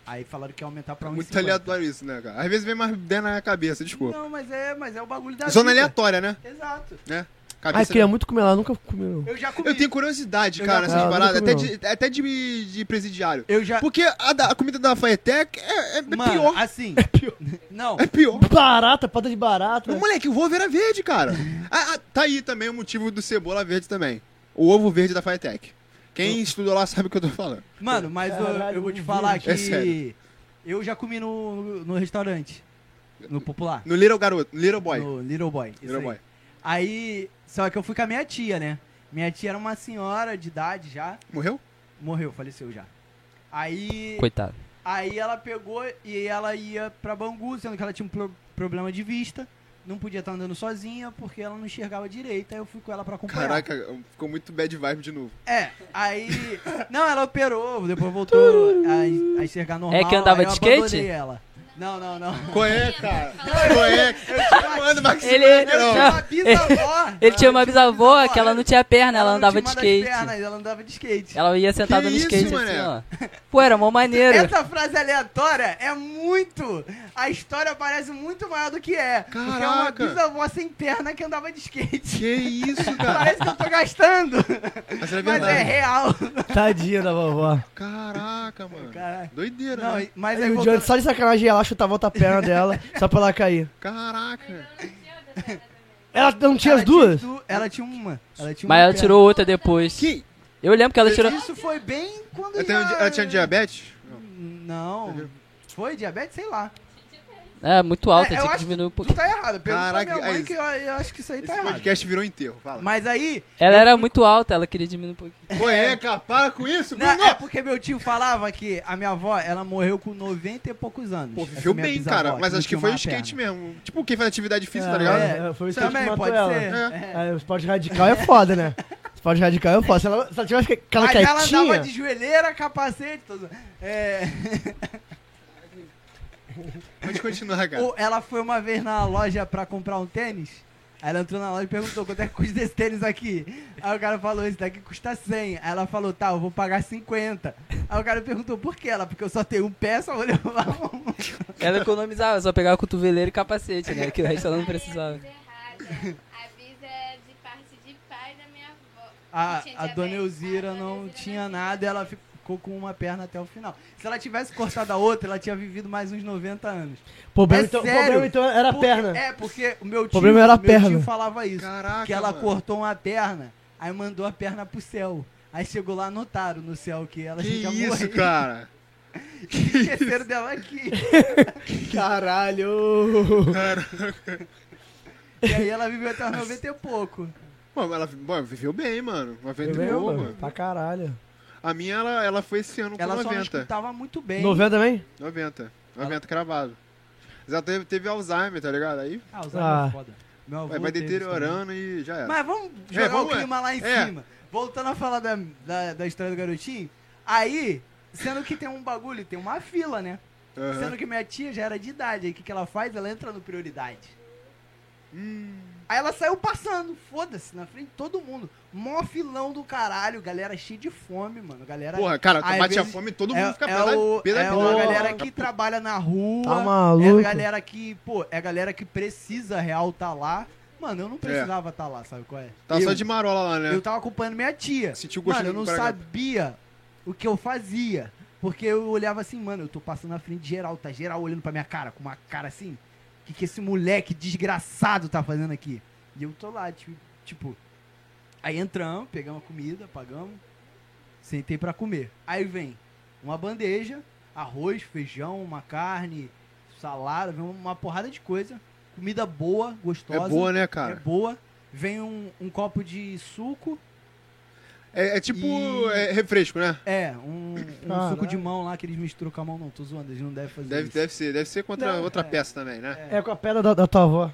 E: Aí falaram que ia aumentar pra um
D: Muito aleatório isso, né, cara? Às vezes vem mais ideia na minha cabeça, desculpa.
E: Não, mas é, mas é o bagulho da.
D: Zona
E: vida.
D: aleatória, né?
E: Exato.
D: Cabeça
B: Ai, queria muito comer lá, nunca comi. não.
E: Eu já comi.
D: Eu tenho curiosidade,
E: Eu
D: cara,
B: já-
D: essas
B: Ah,
D: paradas.
B: nunca
D: Até,
B: comi,
D: de, até de, de presidiário.
E: Eu já.
D: Porque a, da- a comida da Faetec é, é
E: Mano,
D: pior.
E: assim. Não,
D: É pior.
B: Barata, pata de barata. né?
D: Ô, moleque, o ovo era verde, cara. Ah, ah, tá aí também o motivo do cebola verde também. O ovo verde da Faetec. Quem estudou lá sabe o que eu tô falando.
E: Mano, mas eu- eu,
B: Caralho,
E: vou te
B: um
E: falar
D: vírus. É
E: que
D: sério.
E: eu já comi no, no restaurante, no Popular,
D: No Little Garoto, no Little Boy.
E: no Little Boy. isso
D: Little
E: aí.
D: Boy.
E: Aí, só que eu fui com a minha tia, né? Minha tia era uma senhora de idade já,
D: Morreu?
E: morreu, faleceu já. Aí,
C: Coitado.
E: aí ela pegou e ela ia pra Bangu, sendo que ela tinha um pro- problema de vista, não podia estar andando sozinha porque ela não enxergava direito, aí eu fui com ela pra acompanhar.
D: Caraca, ficou muito bad vibe de novo.
E: É, aí. Não, ela operou, depois voltou a, a enxergar normal.
C: É que andava
E: aí eu
C: de skate?
E: abandonei Ela. Não, não, não.
D: Qual é, cara? Qual é? Mano, Max
C: Ele-
D: Singer, né? não.
E: Ela tinha uma bisavó.
C: Ele tinha uma bisavó que ela não tinha perna, ela
E: não
C: andava
E: tinha
C: de
E: uma das
C: skate.
E: pernas, ela andava de skate.
C: Ela ia sentada no
D: isso,
C: skate assim,
D: mané?
C: ó. Pô, era mó maneiro.
E: Essa frase aleatória é muito. A história parece muito maior do que é. Porque é uma
D: Caraca.
E: bisavó sem perna que andava de skate.
D: Que isso, cara?
E: Parece que eu tô gastando,
D: Mas era
E: mas é
D: verdade.
E: real.
B: Tadinha da vovó.
D: Caraca, mano.
E: Caralho.
D: Doideira,
E: Não,
D: né?
E: mas
B: Aí
E: aí
B: o Johnny,
E: voltando,
B: só de sacanagem, ia lá chutava outra perna dela, só pra ela cair.
D: Caraca.
B: Ela não tinha
E: ela
B: as duas?
E: du- ela tinha uma. Ela tinha
C: Mas
E: uma
C: ela
E: perna.
C: tirou outra depois.
D: Que?
C: Eu lembro que ela tirou.
E: Isso foi bem quando
D: Ela tinha,
E: já-
D: ela tinha um diabetes?
E: Não. Foi diabetes? Sei lá.
C: É, muito alta,
E: É, eu
C: tinha que
E: acho-
C: diminuir um pouquinho.
E: Tu tá errado. Pergunta pra
D: Caraca,
E: minha mãe
D: aí-
E: que eu, eu acho que isso aí tá
D: Esse
E: errado.
D: podcast virou enterro. Fala.
E: Mas aí,
C: Ela era muito alta, ela queria diminuir um pouquinho.
D: Qual é, cara? Para com isso,
E: Não,
D: Bruno!
E: é porque meu tio falava que a minha avó, ela morreu com 90 e poucos anos.
D: Pô,
E: Essa
D: viveu
E: minha
D: bem,
E: bisavó,
D: cara. Mas
E: não
D: acho que
E: tinha
D: foi o
E: uma
D: skate
E: perna.
D: mesmo. Tipo, quem faz atividade física, tá ligado?
B: É, foi isso que
E: Também,
B: matou
E: pode
B: ela.
E: ser. É.
B: Aí, o esporte radical é foda, né? O esporte radical é foda. Se ela, se ela tivesse aquela
E: Mas ela andava
B: quietinha...
E: de joelheira, capacete, tudo. É,
D: Pode continuar, né, cara.
E: ou ela foi uma vez na loja pra comprar um tênis. Aí ela entrou na loja e perguntou quanto é que custa esse tênis aqui. Aí o cara falou, esse daqui custa 100. Aí ela falou, tá, eu vou pagar 50. Aí o cara perguntou, por que ela? Porque eu só tenho um pé, só vou levar um.
C: Ela economizava, só pegava cotoveleira e capacete, né? Que o resto ela não precisava.
F: A Bisa é de parte de pai da minha avó.
E: A,
F: que tinha
E: a dona
F: diabetes.
E: Elzira
F: A dona
E: não
F: Elzira
E: tinha nada e ela ficou com uma perna até o final. Se ela tivesse cortado a outra, ela tinha vivido mais uns 90 anos.
B: Problema,
E: É
B: então,
E: sério?
B: problema então era a
E: Porque-
B: perna.
E: É, porque o meu tio,
B: problema era a
E: meu tio
B: perna.
E: falava isso.
D: Caraca,
E: que ela
D: mano.
E: cortou uma perna, aí mandou a perna pro céu. Aí chegou lá, notaram no céu que ela
D: Que
E: já
D: isso,
E: morreu.
D: cara?
E: Esqueceram dela aqui.
B: Caralho!
E: E aí ela viveu até uns 90 e pouco.
D: Mano, ela bom, viveu bem, mano. 90 e
B: Meu,
D: pouco,
B: mano,
D: mano.
B: Pra caralho.
D: A minha, ela, ela foi esse ano com
E: Ela só não
D: 90.
E: escutava muito bem.
B: 90 também?
D: 90. 90 cravado. Mas ela teve, teve Alzheimer, tá ligado? Aí
E: Ah, os ah.
B: Ah.
E: foda. Meu avô
D: vai, vai
E: teve isso também.
D: deteriorando e já era.
E: Mas vamos jogar
D: É, vamos
E: o
D: lá.
E: clima lá em
D: É.
E: cima. Voltando a falar da, da, da história do garotinho, aí, sendo que tem um bagulho, tem uma fila, né?
D: Aham.
E: Sendo que minha tia já era de idade, aí o que, que ela faz? Ela entra no prioridade.
D: Hum.
E: Aí ela saiu passando, foda-se, na frente de todo mundo. Mó filão do caralho, galera cheia de fome, mano. Galera.
D: Porra, cara,
E: às
D: tu bate a
E: vezes
D: fome e todo mundo
E: é,
D: fica
E: é, o,
D: pela né?
E: é uma galera que trabalha na rua.
B: Tá maluco?
E: É a galera que, pô, é a galera que precisa real tá lá. Mano, eu não precisava tá lá, sabe qual é?
D: É. Tá
E: eu,
D: só de marola lá, né?
E: Eu tava acompanhando minha tia.
D: Sentiu o
E: Mano,
D: gostinho
E: eu não
D: do cara.
E: sabia o que eu fazia. Porque eu olhava assim, mano, eu tô passando na frente de geral, tá geral olhando pra minha cara, com uma cara assim. O que, que esse moleque desgraçado tá fazendo aqui? E eu tô lá, tipo, tipo. Aí entramos, pegamos a comida, pagamos, sentei pra comer. Aí vem uma bandeja, arroz, feijão, uma carne, salada, vem uma porrada de coisa. Comida boa,
D: É
E: gostosa.
D: boa, né,
E: É
D: cara?
E: boa. Vem um, um copo de suco,
D: É, é tipo
E: E-
D: é refresco, né?
E: é, um, um
B: Caralho.
E: suco de mão lá que eles misturam com a mão, não, tô zoando, eles não devem fazer
D: Deve,
E: isso.
D: deve ser, deve ser contra
E: Não,
D: outra
E: é.
D: peça também, né?
B: É com a perna da, da tua avó.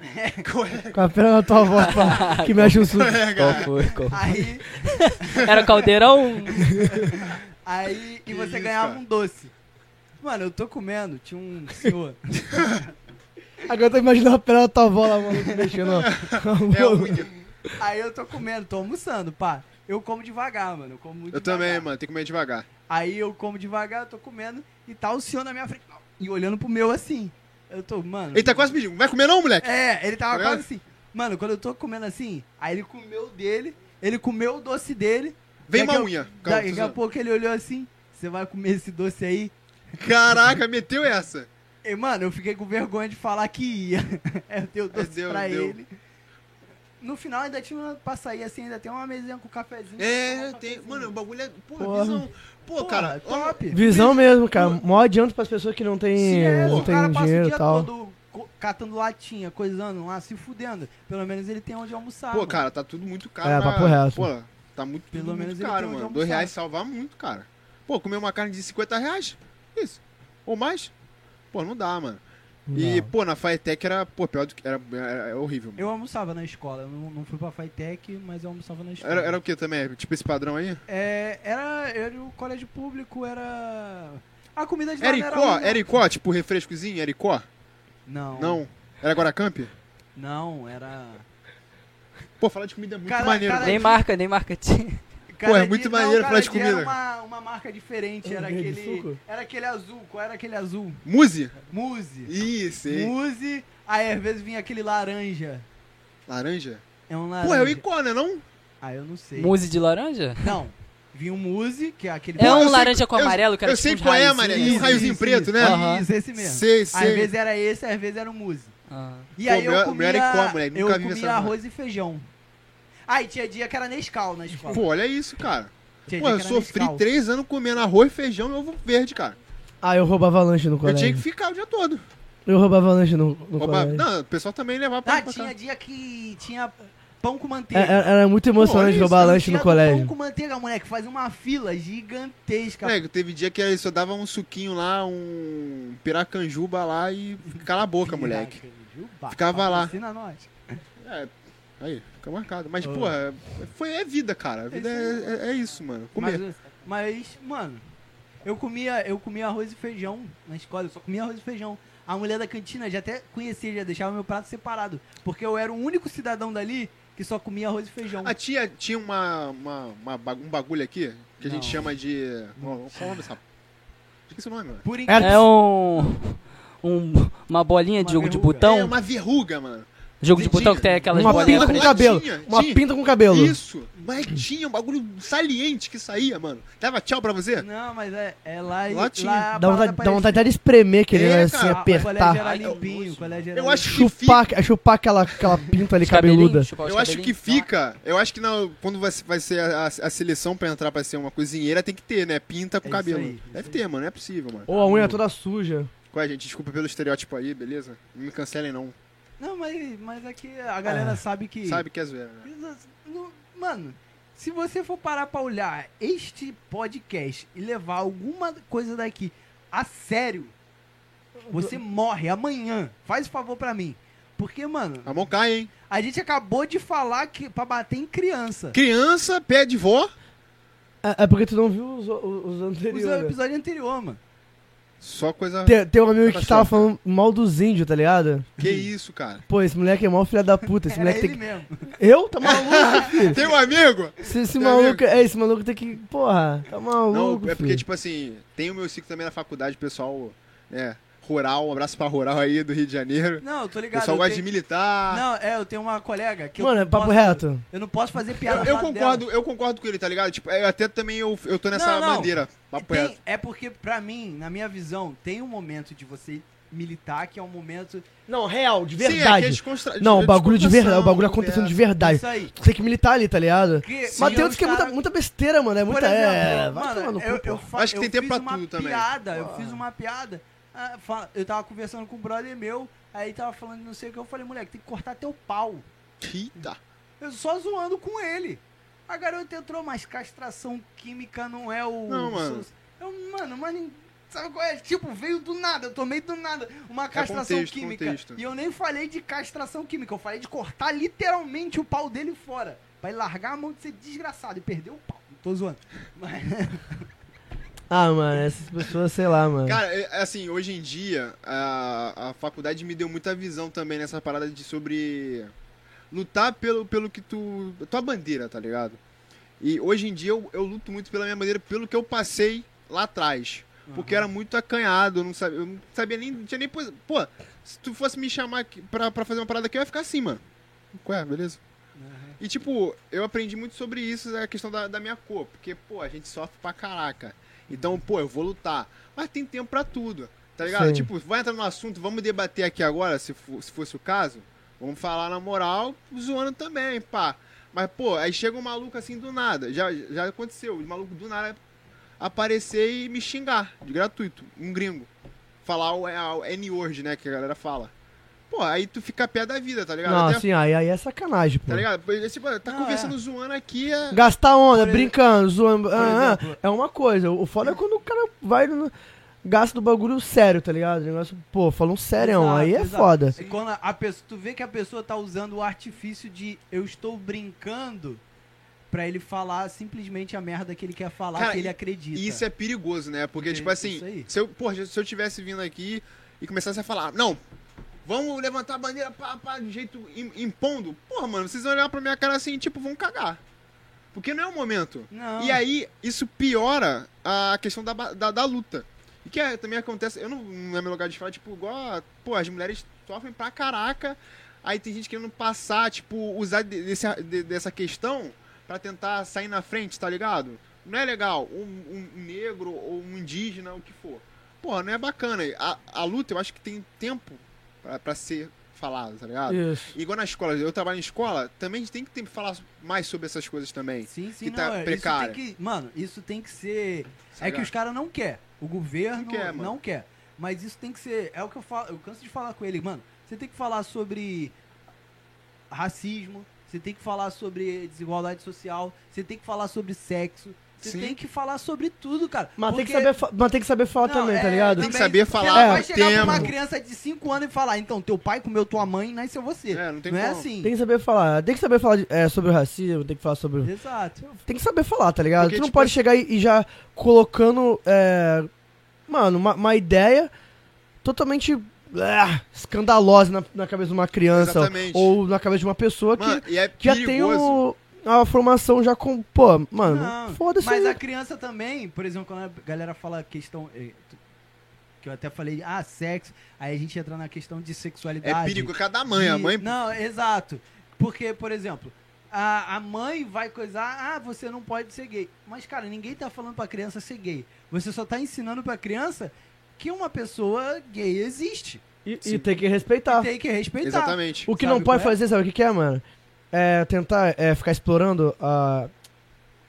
D: Qual é,
B: Com a perna da tua avó pá, que mexe o suco.
C: Qual
D: cara?
C: foi? Qual...
E: Aí,
C: Era um. caldeirão?
E: aí e
D: Que
E: você
D: isso,
E: ganhava
D: cara?
E: um doce. Mano, eu tô comendo, tinha um senhor.
B: Agora eu tô imaginando a perna da tua avó lá, maluco, mexendo. ó.
D: É ruim.
E: aí eu tô comendo, tô almoçando, pá. Eu como devagar, mano, eu como muito
D: Eu também,
E: devagar.
D: mano, tem que comer devagar.
E: Aí eu como devagar, eu tô comendo e tá o senhor na minha frente. E olhando pro meu assim. Eu tô, mano.
D: Ele tá quase pedindo, vai comer não, moleque?
E: É, ele tava
D: Tá
E: quase
D: ligado?
E: assim. Mano, quando eu tô comendo assim, aí ele comeu o dele, ele comeu o doce dele.
D: Vem
E: daqui
D: uma
E: a-
D: unha. Calma,
E: Daqui
D: tô
E: a
D: zoando.
E: pouco ele olhou assim, você vai comer esse doce aí?
D: Caraca, meteu essa.
E: E, mano, eu fiquei com vergonha de falar que ia. Eu dei o doce
D: deu,
E: pra
D: deu.
E: ele. No final ainda tinha uma pra sair assim, ainda tem uma mesinha com cafezinho. Tomar
D: É, tem.
E: um cafezinho.
D: Mano, o bagulho é. Pô,
B: Porra.
D: visão. Pô,
E: Porra, tá
D: cara, ó,
E: top.
B: Visão mesmo, cara. Mó adianto pras pessoas que não
E: Se
B: têm
E: é,
B: não
E: o cara
B: tem
E: passa o
B: dinheiro e
E: dia
B: tal.
E: todo co- catando latinha, coisando lá, se fudendo. Pelo menos ele tem onde almoçar.
D: Pô,
E: mano.
D: cara, tá tudo muito caro.
B: É, papo reto.
D: Pô, tá muito,
E: Pelo
D: tudo muito
E: menos ele tem um
D: caro,
E: onde
D: mano.
E: almoçar.
D: Dois reais salvar muito, cara. Pô, comer uma carne de 50 reais? Isso. Ou mais? Pô, não dá, mano. E,
B: Não.
D: pô, na Firetech era, pô, pior do que. Era, era- era horrível, mano.
E: Eu almoçava na escola, eu não, não fui pra Fitec, mas eu almoçava na escola.
D: Era, era o que também? Tipo esse padrão aí?
E: É, era, era o colégio público, era. A comida de lá não era
D: Ericó,
E: ruim, não.
D: Ericó, tipo refrescozinho, Ericó?
E: Não.
D: Não. Era Guaracamp?
E: Não, era.
D: Pô, falar de comida é muito
E: Cara-
D: maneiro.
E: cara-
D: né?
C: Nem marca, nem marca. tinha.
D: Pô, é
E: de-
D: muito
E: não,
D: maneiro
E: cara,
D: falar de
E: Era
D: comida.
E: uma, uma marca diferente, era
B: Um grande
E: aquele.
B: suco?
E: Era aquele azul, qual era aquele azul?
D: Muse?
E: Muse.
D: Isso, é. hein?
E: Muse, aí às vezes vinha aquele laranja.
D: Laranja?
E: É um laranja.
D: Pô, é o Icó, né? Não?
E: Ah, eu não sei.
C: Mousse de laranja?
E: Não. Vinha o Muse, que é aquele.
C: É
D: eu
C: um
D: sei-
C: laranja com
D: eu-
C: amarelo, tipo cara.
D: eu sei qual é, amarelo. um raiozinho preto, né?
C: Aham.
E: Isso, esse mesmo.
D: Sei,
E: Às
D: sei.
E: vezes era esse, às vezes era o Muse. E
D: Pô,
E: aí eu
D: melhor-
E: comia,
D: melhor é qual, moleque?
E: eu
D: Nunca vi
E: comia
D: essa
E: arroz e feijão. Aí tinha dia que era Nescau na escola.
D: Pô, olha isso, cara.
E: é Tinha
D: Pô,
E: dia
D: eu
E: que era
D: sofri
E: Nescau.
D: três anos comendo arroz, feijão e ovo verde, cara.
B: Ah, eu roubava lanche no
D: Eu
B: colégio.
E: é?
D: tinha
B: Eu,
D: que ficar o dia todo.
B: roubava lanche no, no
D: Roubar-
B: colégio.
D: Não, o pessoal também levava pra,
E: Ah,
D: pra
E: tinha
D: casa.
E: dia que tinha pão com
B: É-
E: manteiga.
B: Era, era muito
D: Pô, olha
B: emocionante
D: isso,
B: roubar
D: cara,
B: lanche
E: Tinha
B: no
E: é um do Pão
B: colégio.
E: com manteiga, moleque, faz uma fila gigantesca.
D: Nego, teve dia que eu só dava um suquinho lá, um piracanjuba lá e cala a boca, moleque.
E: Juba,
D: Ficava lá.
E: patrocina um nós.
D: É, aí, fica marcado. Mas,
E: Ah.
D: pô, é, foi, é vida, cara. A vida é, é- é isso, mano. Comer.
E: Mas, mas, mano, eu comia, eu comia arroz e feijão na escola, eu só comia arroz e feijão. A mulher da cantina já até conhecia, já deixava meu prato separado. Porque eu era o único cidadão dali que só comia arroz e feijão.
D: A tia Ah, tinha uma, uma, uma ba- um bagulho aqui que a gente
E: Não.
D: chama de. Qual qual o nome dessa. Esqueci o nome, mano.
E: Por enquanto.
C: É um, um- Uma bolinha
E: Uma
C: de jogo de
E: verruga.
C: botão.
D: é uma verruga, mano.
C: Jogo de
D: Entendi.
C: botão que tem aquelas
B: Uma
D: Bolinha
B: pinta
C: bolinhas
D: pra
B: com
D: frente.
B: cabelo.
D: Tinha,
B: Uma
D: tinha.
B: pinta com cabelo.
D: Isso! Mas tinha um bagulho saliente que saía, mano. Dava tchau pra você?
E: Não, mas é, é lá e
D: Lá tinha.
E: lá a
B: Dá vontade,
E: parada
B: dá vontade até de espremer aquele
D: É,
B: negócio,
D: cara,
B: assim,
E: parecia- Ah, O colégio é
B: apertar.
E: era limpinho, o colégio era
D: Eu acho que
B: Chupar, chupar aquela, aquela pinta ali
C: Os cabelinhos,
B: cabeluda.
C: chupar os
D: Eu acho que
E: tá?
C: cabelinhos.
D: fica. Eu acho que na- quando vai, vai ser a, a seleção pra entrar pra ser uma cozinheira, tem que ter, né? Pinta com
E: É isso
D: cabelo.
E: aí, isso
D: Deve
E: aí.
D: ter, mano. Não é possível, mano.
B: Ou a unha toda suja.
D: Qual é, gente? Desculpa pelo estereótipo aí, beleza? Não me cancelem, não.
E: Não, mas, mas é que a galera
B: Ah.
E: sabe que.
D: Sabe que é zoeira, né?
E: Não- Mano, se você for parar pra olhar este podcast e levar alguma coisa daqui a sério, você morre amanhã. Faz o favor pra mim. Porque, mano,
D: A mão cai, hein?
E: a gente acabou de falar que pra bater em criança.
D: Criança, pé de vó,
B: É, é porque tu não viu os, os
E: O
B: anteriores.
E: episódio anterior, mano.
D: só coisa.
B: Tem, tem um amigo
D: Tá
B: que tava
D: certo.
B: falando mal dos índios, tá ligado?
D: Que isso, cara?
B: Pô, esse moleque é mó filha da puta. Esse
E: Era
B: moleque
E: ele
B: tem que.
E: mesmo.
B: Eu? Tá maluco, filho?
D: Tem um amigo?
B: Esse, esse
D: Tem
B: maluco. É, esse maluco tem que. Porra, tá
D: Não,
B: maluco.
D: é porque,
B: filho.
D: tipo assim, tem o meu ciclo também na faculdade, pessoal, né? Rural, um abraço pra rural aí do Rio de Janeiro.
E: Não, eu tô ligado.
D: pessoal
E: eu
D: gosta de
E: tenho-
D: militar.
E: Não, é, eu tenho uma colega que.
B: Mano,
E: eu
B: é papo
E: posso-
B: reto.
E: Eu não posso fazer piada.
D: Eu,
E: do
D: eu
E: lado
D: concordo, eu concordo com ele, tá ligado? Tipo, eu até também eu, eu tô nessa
E: Não, não.
D: bandeira. Papo
E: Tem-
D: reto.
E: é porque, pra mim, na minha visão, tem um momento de você militar que é um momento.
B: Não, real, de
D: Sim, é que é
B: verdade.
D: desconstra-
B: Não, o
D: de-
B: bagulho de verdade. O bagulho
D: descontração,
B: acontecendo de
D: conversa.
B: verdade.
E: Isso aí.
B: Tu tem que militar ali, tá ligado?
E: Que-
B: Mas
E: Sim,
B: tem
E: eu
B: outros que é
E: estava-
B: muita, muita besteira, mano. É
E: Por
B: muita.
E: exemplo,
B: é, vai
E: mano,
B: tomar no cu,
E: eu, eu
B: porra.
E: fa-
D: Acho que
E: eu
D: tem tempo
E: fiz
D: pra
E: uma
D: tudo também.
E: piada, eu fiz uma piada. ah, fa- Eu tava conversando com um brother meu, aí tava falando não sei o que, eu falei, moleque, tem que cortar teu pau.
D: né? Eita.
E: Eu só zoando com ele. A garota entrou, mas castração química não é o.
D: Não, mano.
E: Eu, mano, mas nem- Sabe qual é? Tipo, veio do nada, eu tomei do nada uma castração
D: É contexto,
E: química.
D: contexto.
E: E eu nem falei de castração química, eu falei de cortar literalmente o pau dele fora. Pra ele largar a mão de ser desgraçado e perder o pau. Não tô zoando. Mas-
B: Ah, mano, essas pessoas, sei lá, mano.
D: Cara, é- assim, hoje em dia, a, a faculdade me deu muita visão também nessa parada de sobre lutar pelo, pelo que tu. tua bandeira, tá ligado? E hoje em dia eu, eu luto muito pela minha bandeira, pelo que eu passei lá atrás. Porque eu era muito acanhado, eu não sabia, eu não sabia nem. Não tinha nem. posi- Pô, se tu fosse me chamar aqui pra, pra fazer uma parada aqui, eu ia ficar assim, mano. Qual é, beleza? E tipo, eu aprendi muito sobre isso, a questão da, da minha cor. Porque, pô, a gente sofre pra caraca. Então, pô, eu vou lutar. Mas tem tempo pra tudo, tá ligado?
B: Sim.
D: Tipo, vai entrar no assunto, vamos debater aqui agora, se, fo- se fosse o caso. Vamos falar na moral, zoando também, pá. Mas, pô, aí chega um maluco assim do nada. Já, já aconteceu, o maluco do nada aparecer e me xingar, de gratuito, um gringo. Falar o, é, a- o N-word, né, que a galera fala. Pô, aí tu fica pé da vida, tá ligado?
B: não,
D: Até-
B: assim, aí, aí é sacanagem, pô.
D: Tá ligado? É Tipo, tá
E: Não,
D: conversando, zoando aqui, é...
B: Gastar onda, brincando, zoando. ah,
E: exemplo-
B: ah, é uma coisa. O foda é quando o cara vai no. Gasta do bagulho sério, tá ligado? O negócio, pô, falando sério,
E: Exato,
B: aí é
E: exato.
B: foda.
E: E Quando a, a pessoa, tu vê que a pessoa tá usando o artifício de eu estou brincando pra ele falar simplesmente a merda que ele quer falar,
D: Cara,
E: que ele
D: e-
E: acredita.
D: E isso é perigoso, né? Porque,
E: Entendi,
D: tipo
E: isso
D: assim,
E: aí.
D: se eu, porra, se eu tivesse vindo aqui e começasse a falar, não, vamos levantar a bandeira pá, pá, de jeito im- impondo, porra, mano, vocês vão olhar pra minha cara assim, tipo, vão cagar. Porque não é o momento.
E: Não.
D: E aí, isso piora a questão da, ba- da, da luta. E que é- também acontece, eu não, não é meu lugar de falar, tipo, igual, a- pô, as mulheres sofrem pra caraca, aí tem gente querendo passar, tipo, usar de- desse, de- dessa questão pra tentar sair na frente, tá ligado? Não é legal, um, um negro ou um indígena, o que for. Porra, não é bacana. A, a luta, eu acho que tem tempo pra, pra ser falado, tá ligado?
B: Isso.
D: Igual na escola, eu trabalho em escola, também a gente tem que ter- falar mais sobre essas coisas também.
E: Sim, sim,
D: que
E: não,
D: tá
E: é,
D: precário.
E: Isso tem que, mano, isso tem que ser.
D: tá
E: É que
D: ligado?
E: os caras não quer. O governo
D: Não
E: não
D: quer,
E: quer,
D: mano.
E: Mas isso tem que ser. É o que eu falo. Eu canso de falar com ele, mano. Você tem que falar sobre racismo. Você tem que falar sobre desigualdade social. Você tem que falar sobre sexo. Você
D: Sim.
E: tem que falar sobre tudo, cara.
B: Mas, tem que
E: Porque-
B: saber fa- mas tem que saber falar
E: Não,
B: também, tá
E: é,
B: ligado?
D: Tem que
E: também,
D: saber
E: porque
D: falar
E: ela vai
D: o
E: chegar pra uma
D: tema.
E: criança de 5 anos e falar, então, teu pai comeu tua mãe e nasceu você.
D: É, não tem
E: não é
D: como.
E: assim.
B: Tem que saber falar. Tem que saber falar de- é, sobre o racismo, tem que falar sobre.
E: Exato.
B: Tem que saber falar, tá ligado?
D: Porque,
B: tu não
D: tipo,
B: pode chegar e, e já colocando. é, mano, uma, uma ideia totalmente. é, escandalosa na, na cabeça de uma criança
D: Exatamente.
B: ou na cabeça de uma pessoa que,
D: Mano, e é
B: que já
D: perigoso.
B: tem o, a formação já com. Pô, mano,
E: Não,
B: foda-se.
E: Mas
B: aí.
E: a criança também, por exemplo, quando a galera fala questão. eh, tu- Que eu até falei, ah, sexo. Aí a gente entra na questão de sexualidade.
D: É perigo cada mãe. A
E: de-
D: mãe.
E: Não, exato. Porque, por exemplo, a, a mãe vai coisar, ah, você não pode ser gay. Mas, cara, ninguém tá falando pra criança ser gay. Você só tá ensinando pra criança que uma pessoa gay existe.
B: E, e
D: Sim.
B: tem que respeitar.
E: Tem que respeitar.
D: Exatamente.
B: então, O que
E: Sabe
B: não pode
E: qual é?
B: fazer, sabe o que, que é, mano? É tentar é, ficar explorando a,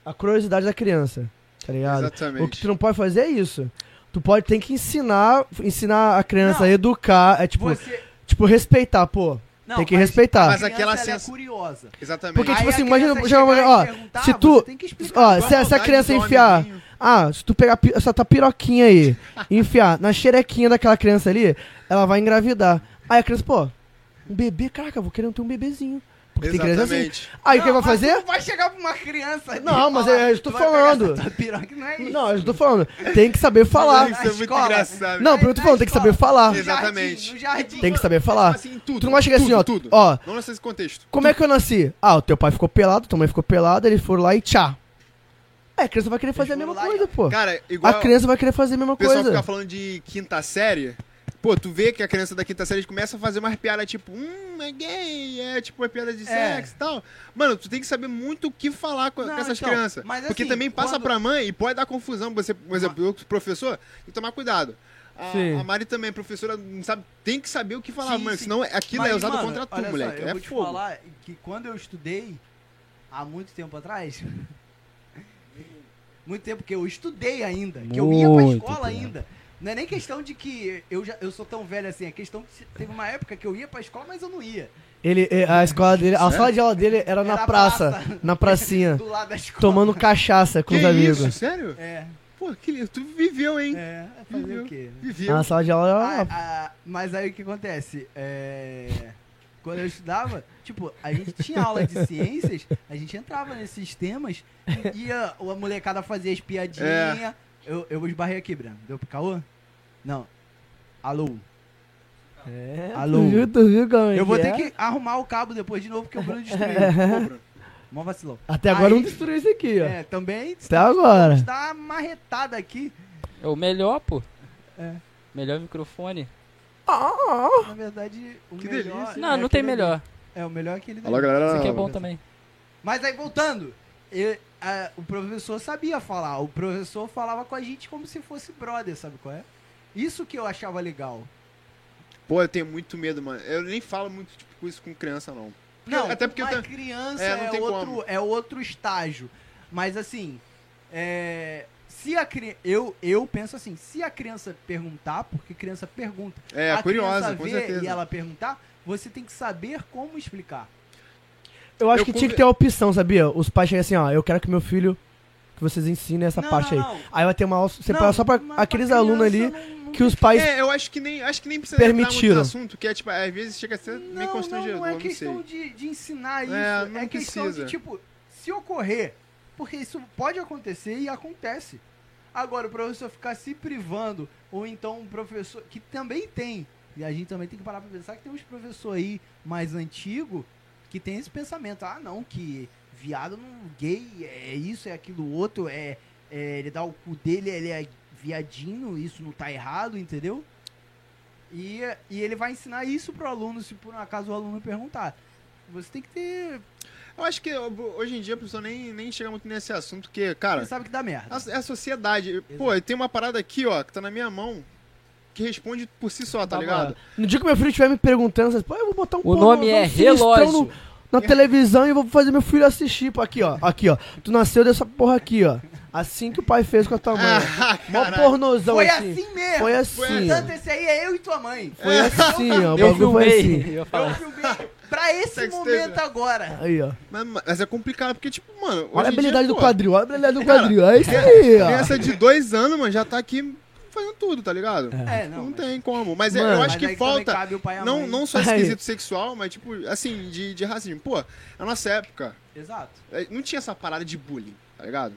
B: a curiosidade da criança, tá ligado? O que
D: Exatamente.
B: tu não pode fazer é isso. Tu pode ter que ensinar, ensinar a criança
E: Não.
B: a educar, é tipo,
E: Você.
B: tipo respeitar, pô.
E: Não,
B: tem que
E: mas
B: respeitar.
D: mas
E: a
D: aquela
E: criança, ela é
D: sensa-
E: curiosa.
D: Exatamente.
B: Porque,
E: Aí
B: tipo
E: a
B: assim, imagina-
E: criança
B: já-
E: chegar e
B: ó,
E: perguntar,
B: se
E: você
B: tu-
E: tem que explicar.
B: Ó,
D: Vamos
B: se essa
D: botar
B: criança
D: de homem,
B: enfiar,
D: menino.
B: ah, se tu pegar pi- essa tua piroquinha aí, e enfiar na xerequinha daquela criança ali, ela vai engravidar. Aí a criança, pô, um bebê, caraca, eu vou querer ter um bebezinho. Porque tem criança assim.
D: Exatamente.
B: Aí o que
E: Não,
B: vai
E: mas tu
B: fazer?
E: não vai chegar pra uma criança.
B: Não,
E: ali e
B: mas
E: falar,
B: é, eu tô
E: "Tu vai pegar
B: falando."
E: essa tua piroca", não é isso.
B: Não, eu tô falando, tem que saber falar.
D: Isso
E: Na
D: é muito
E: escola.
D: engraçado.
B: Ah, Não,
E: Aí
B: porque eu tô
E: na
B: falando, tem que
E: escola.
B: saber falar.
E: é No jardim,
D: Exatamente.
E: No jardim.
B: Tem que saber falar.
D: Assim, tudo.
B: Tu não vai chegar assim,
D: tudo,
B: ó,
D: Tudo.
B: ó.
D: Não nesse contexto.
B: Como é que eu nasci? Ah, o teu pai ficou pelado, tua mãe ficou pelada, eles foram lá e tchá. É, a criança vai querer fazer a
E: foram
B: mesma
E: lá e-
B: coisa, pô.
D: Cara, igual.
B: A criança vai querer fazer a mesma
D: O pessoal
B: coisa.
D: fica falando de quinta série. Pô, tu vê que a criança da quinta série começa a fazer umas piadas tipo, hum, é gay, é tipo, é piada de
E: É.
D: sexo e tal. Mano, tu tem que saber muito o que falar com, com
E: Não,
D: essas
E: então,
D: crianças.
E: mas
D: porque
E: assim,
D: também passa
E: quando-
D: pra mãe e pode dar confusão. Você, por exemplo, eu, que professor, tem que tomar cuidado. A,
B: Sim.
D: a Mari também, é professora, não sabe, tem que saber o que falar,
E: Sim,
D: mano,
E: sim.
D: senão aquilo
E: Mas,
D: é usado
E: mano,
D: contra tu,
E: olha só,
D: moleque.
E: Eu
D: é
E: vou te
D: fogo.
E: falar que quando eu estudei, há muito tempo atrás, muito tempo que eu estudei ainda, que eu ia pra
C: Muito tempo.
E: escola ainda. Não é nem questão de que eu, já, eu sou tão velho assim, é questão que teve uma época que eu ia pra escola, mas eu não ia.
B: Ele, eh, a escola dele, a sala de aula dele era na
E: Era
B: praça,
E: praça.
B: na pracinha,
E: Do lado da escola.
B: É. tomando cachaça com
D: Que
B: os amigos.
D: isso, sério?
E: É,
D: Pô, que lindo. Tu viveu, hein?
E: é, fazer o quê? né?
D: Viveu.
B: Na sala de aula era
E: Ah,
B: lá.
E: ah, mas aí o que acontece? É, Quando eu estudava, tipo, a gente tinha aula de ciências, a gente entrava nesses temas e ia, a molecada fazia as piadinhas. Eu, eu esbarrei aqui, Breno. Deu pro caô? Não. Alô.
B: É,
E: Alô.
B: Tu viu, tu viu como é
E: Eu vou
B: que
E: ter
B: é?
E: que arrumar o cabo depois de novo, porque o Bruno destruiu.
D: Cobra.
E: Mó vacilão.
B: Até agora
E: Aí-
B: um destruiu isso aqui, ó.
E: É, também
B: Até agora.
E: está marretada aqui.
C: É o melhor, pô.
E: É.
C: Melhor microfone.
E: Na verdade, o
D: Que
E: melhor.
D: delícia.
E: é
C: Não, não tem
E: aquele ali.
C: melhor.
E: É, o melhor é aquele
D: Alô,
E: dali.
D: galera.
C: Isso aqui é bom também.
E: Mas aí voltando, eu- a- o professor sabia falar, o professor falava com a gente como se fosse brother, sabe qual é? Isso que eu achava legal.
D: Pô, eu tenho muito medo, mano. Eu nem falo muito tipo, com isso com criança, não.
E: Não,
D: até porque eu
E: uma
D: tam-
E: criança
D: É, não
E: é,
D: tem como.
E: outro, é outro estágio. Mas assim, é, se a criança. Eu, eu penso assim, se a criança perguntar, porque criança pergunta,
D: É,
E: a
D: curiosa,
E: criança
D: com
E: vê
D: certeza.
E: e ela perguntar, você tem que saber como explicar.
B: Eu acho
D: Eu
B: que
D: conver-
B: tinha que ter a opção, sabia? Os pais chegam assim, ó, eu quero que meu filho, que vocês ensinem essa
E: Não,
B: parte aí.
E: não, não.
B: Aí vai ter uma aula separada
E: Não,
B: só pra
E: mas
B: aqueles
E: criança
B: alunos ali
E: não- não
B: que os pais...
D: É, eu acho que nem, acho que nem precisa entrar
B: Permitiram.
D: muito no assunto, que é tipo, às vezes chega a ser meio
E: não,
D: constrangedor,
E: não é
D: não sei.
E: questão de, de ensinar isso.
D: É, não
E: É, questão
D: precisa.
E: de, tipo, se ocorrer, porque isso pode acontecer e acontece. Agora, o professor ficar se privando, ou então um professor, que também tem, e a gente também tem que parar pra pensar que tem uns professores aí mais antigo que tem esse pensamento, ah não, que viado não gay, é isso, é aquilo outro, é, é, ele dá o cu dele, ele é viadinho, isso não tá errado, entendeu? E, e ele vai ensinar isso pro aluno, se por um acaso o aluno perguntar. Você tem que ter.
D: Eu acho que ho- hoje em dia a pessoa nem, nem chega muito nesse assunto, porque, cara,
E: Você sabe que dá merda.
D: a- é a sociedade. Pô, tem uma parada aqui, ó, que tá na minha mão, que responde por si só, tá
G: Tava-
D: ligado?
B: No dia que meu filho estiver me perguntando, vocês, pô, eu vou botar um
C: O nome é
B: pornozão
C: relógio.
B: sinistro no- na televisão e vou fazer meu filho assistir, pô, aqui, ó, aqui, ó. Tu nasceu dessa porra aqui, ó. Assim que o pai fez com a tua mãe.
D: Ah,
B: Mó
D: caralho.
B: pornozão
E: Foi
B: assim.
E: assim mesmo!
B: Foi
D: Foi
B: assim,
E: Tanto
B: ó.
E: esse aí é eu e tua mãe. É.
B: Foi assim, ó. O
C: Eu
B: bagulho foi assim.
C: filmei. Eu falo,
E: Eu filmei pra esse
D: Sex
E: momento
D: tape, né?
E: agora.
B: Aí, ó.
D: Mas, mas é complicado, porque, tipo, mano.
B: Olha
D: hoje
B: a
D: em
B: habilidade
D: dia,
B: do
D: pô,
B: quadril, olha a habilidade do quadril. É isso
D: assim,
B: aí, ó.
D: Criança de dois anos, mano, já tá aqui fazendo tudo, tá ligado?
E: É,
D: Não,
E: não. mas-
D: tem como. Mas é-
B: Mano.
D: eu
E: mas
D: acho
E: aí
D: que
E: também
D: falta.
E: cabe o pai e a
D: Não,
E: mãe.
D: não só
B: Aí.
D: esquisito sexual, mas tipo, assim, de, de racismo. Pô, a nossa época
E: Exato.
D: eh, não tinha essa parada de bullying, tá ligado?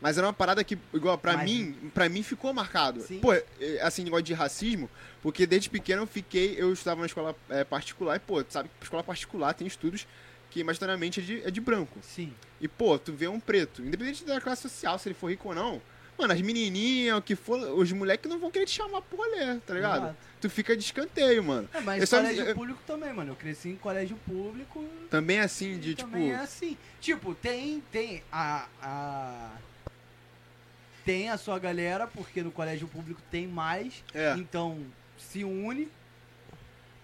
D: Mas era uma parada que, igual, pra
E: Mas-
D: mim, para mim ficou marcado.
E: Sim.
D: Pô, eh, assim, negócio de racismo, porque desde pequeno eu fiquei, eu estudava na escola eh, particular, e, pô, tu sabe que escola particular tem estudos que majoritariamente é de, é de branco.
E: Sim.
D: E, pô, tu vê um preto, independente da classe social, se ele for rico ou não, mano, as menininhas, o que for, os moleques não vão querer te chamar pro rolê, tá ligado?
E: Exato.
D: Tu fica de escanteio, mano.
E: É, mas
D: Eu só-
E: colégio
D: eu-
E: público também, mano. Eu cresci em colégio público
D: Também assim,
E: e
D: de tipo.
E: também é assim. Tipo, tem, tem a, a... Tem a sua galera, porque no colégio público tem mais.
D: É.
E: Então, se une.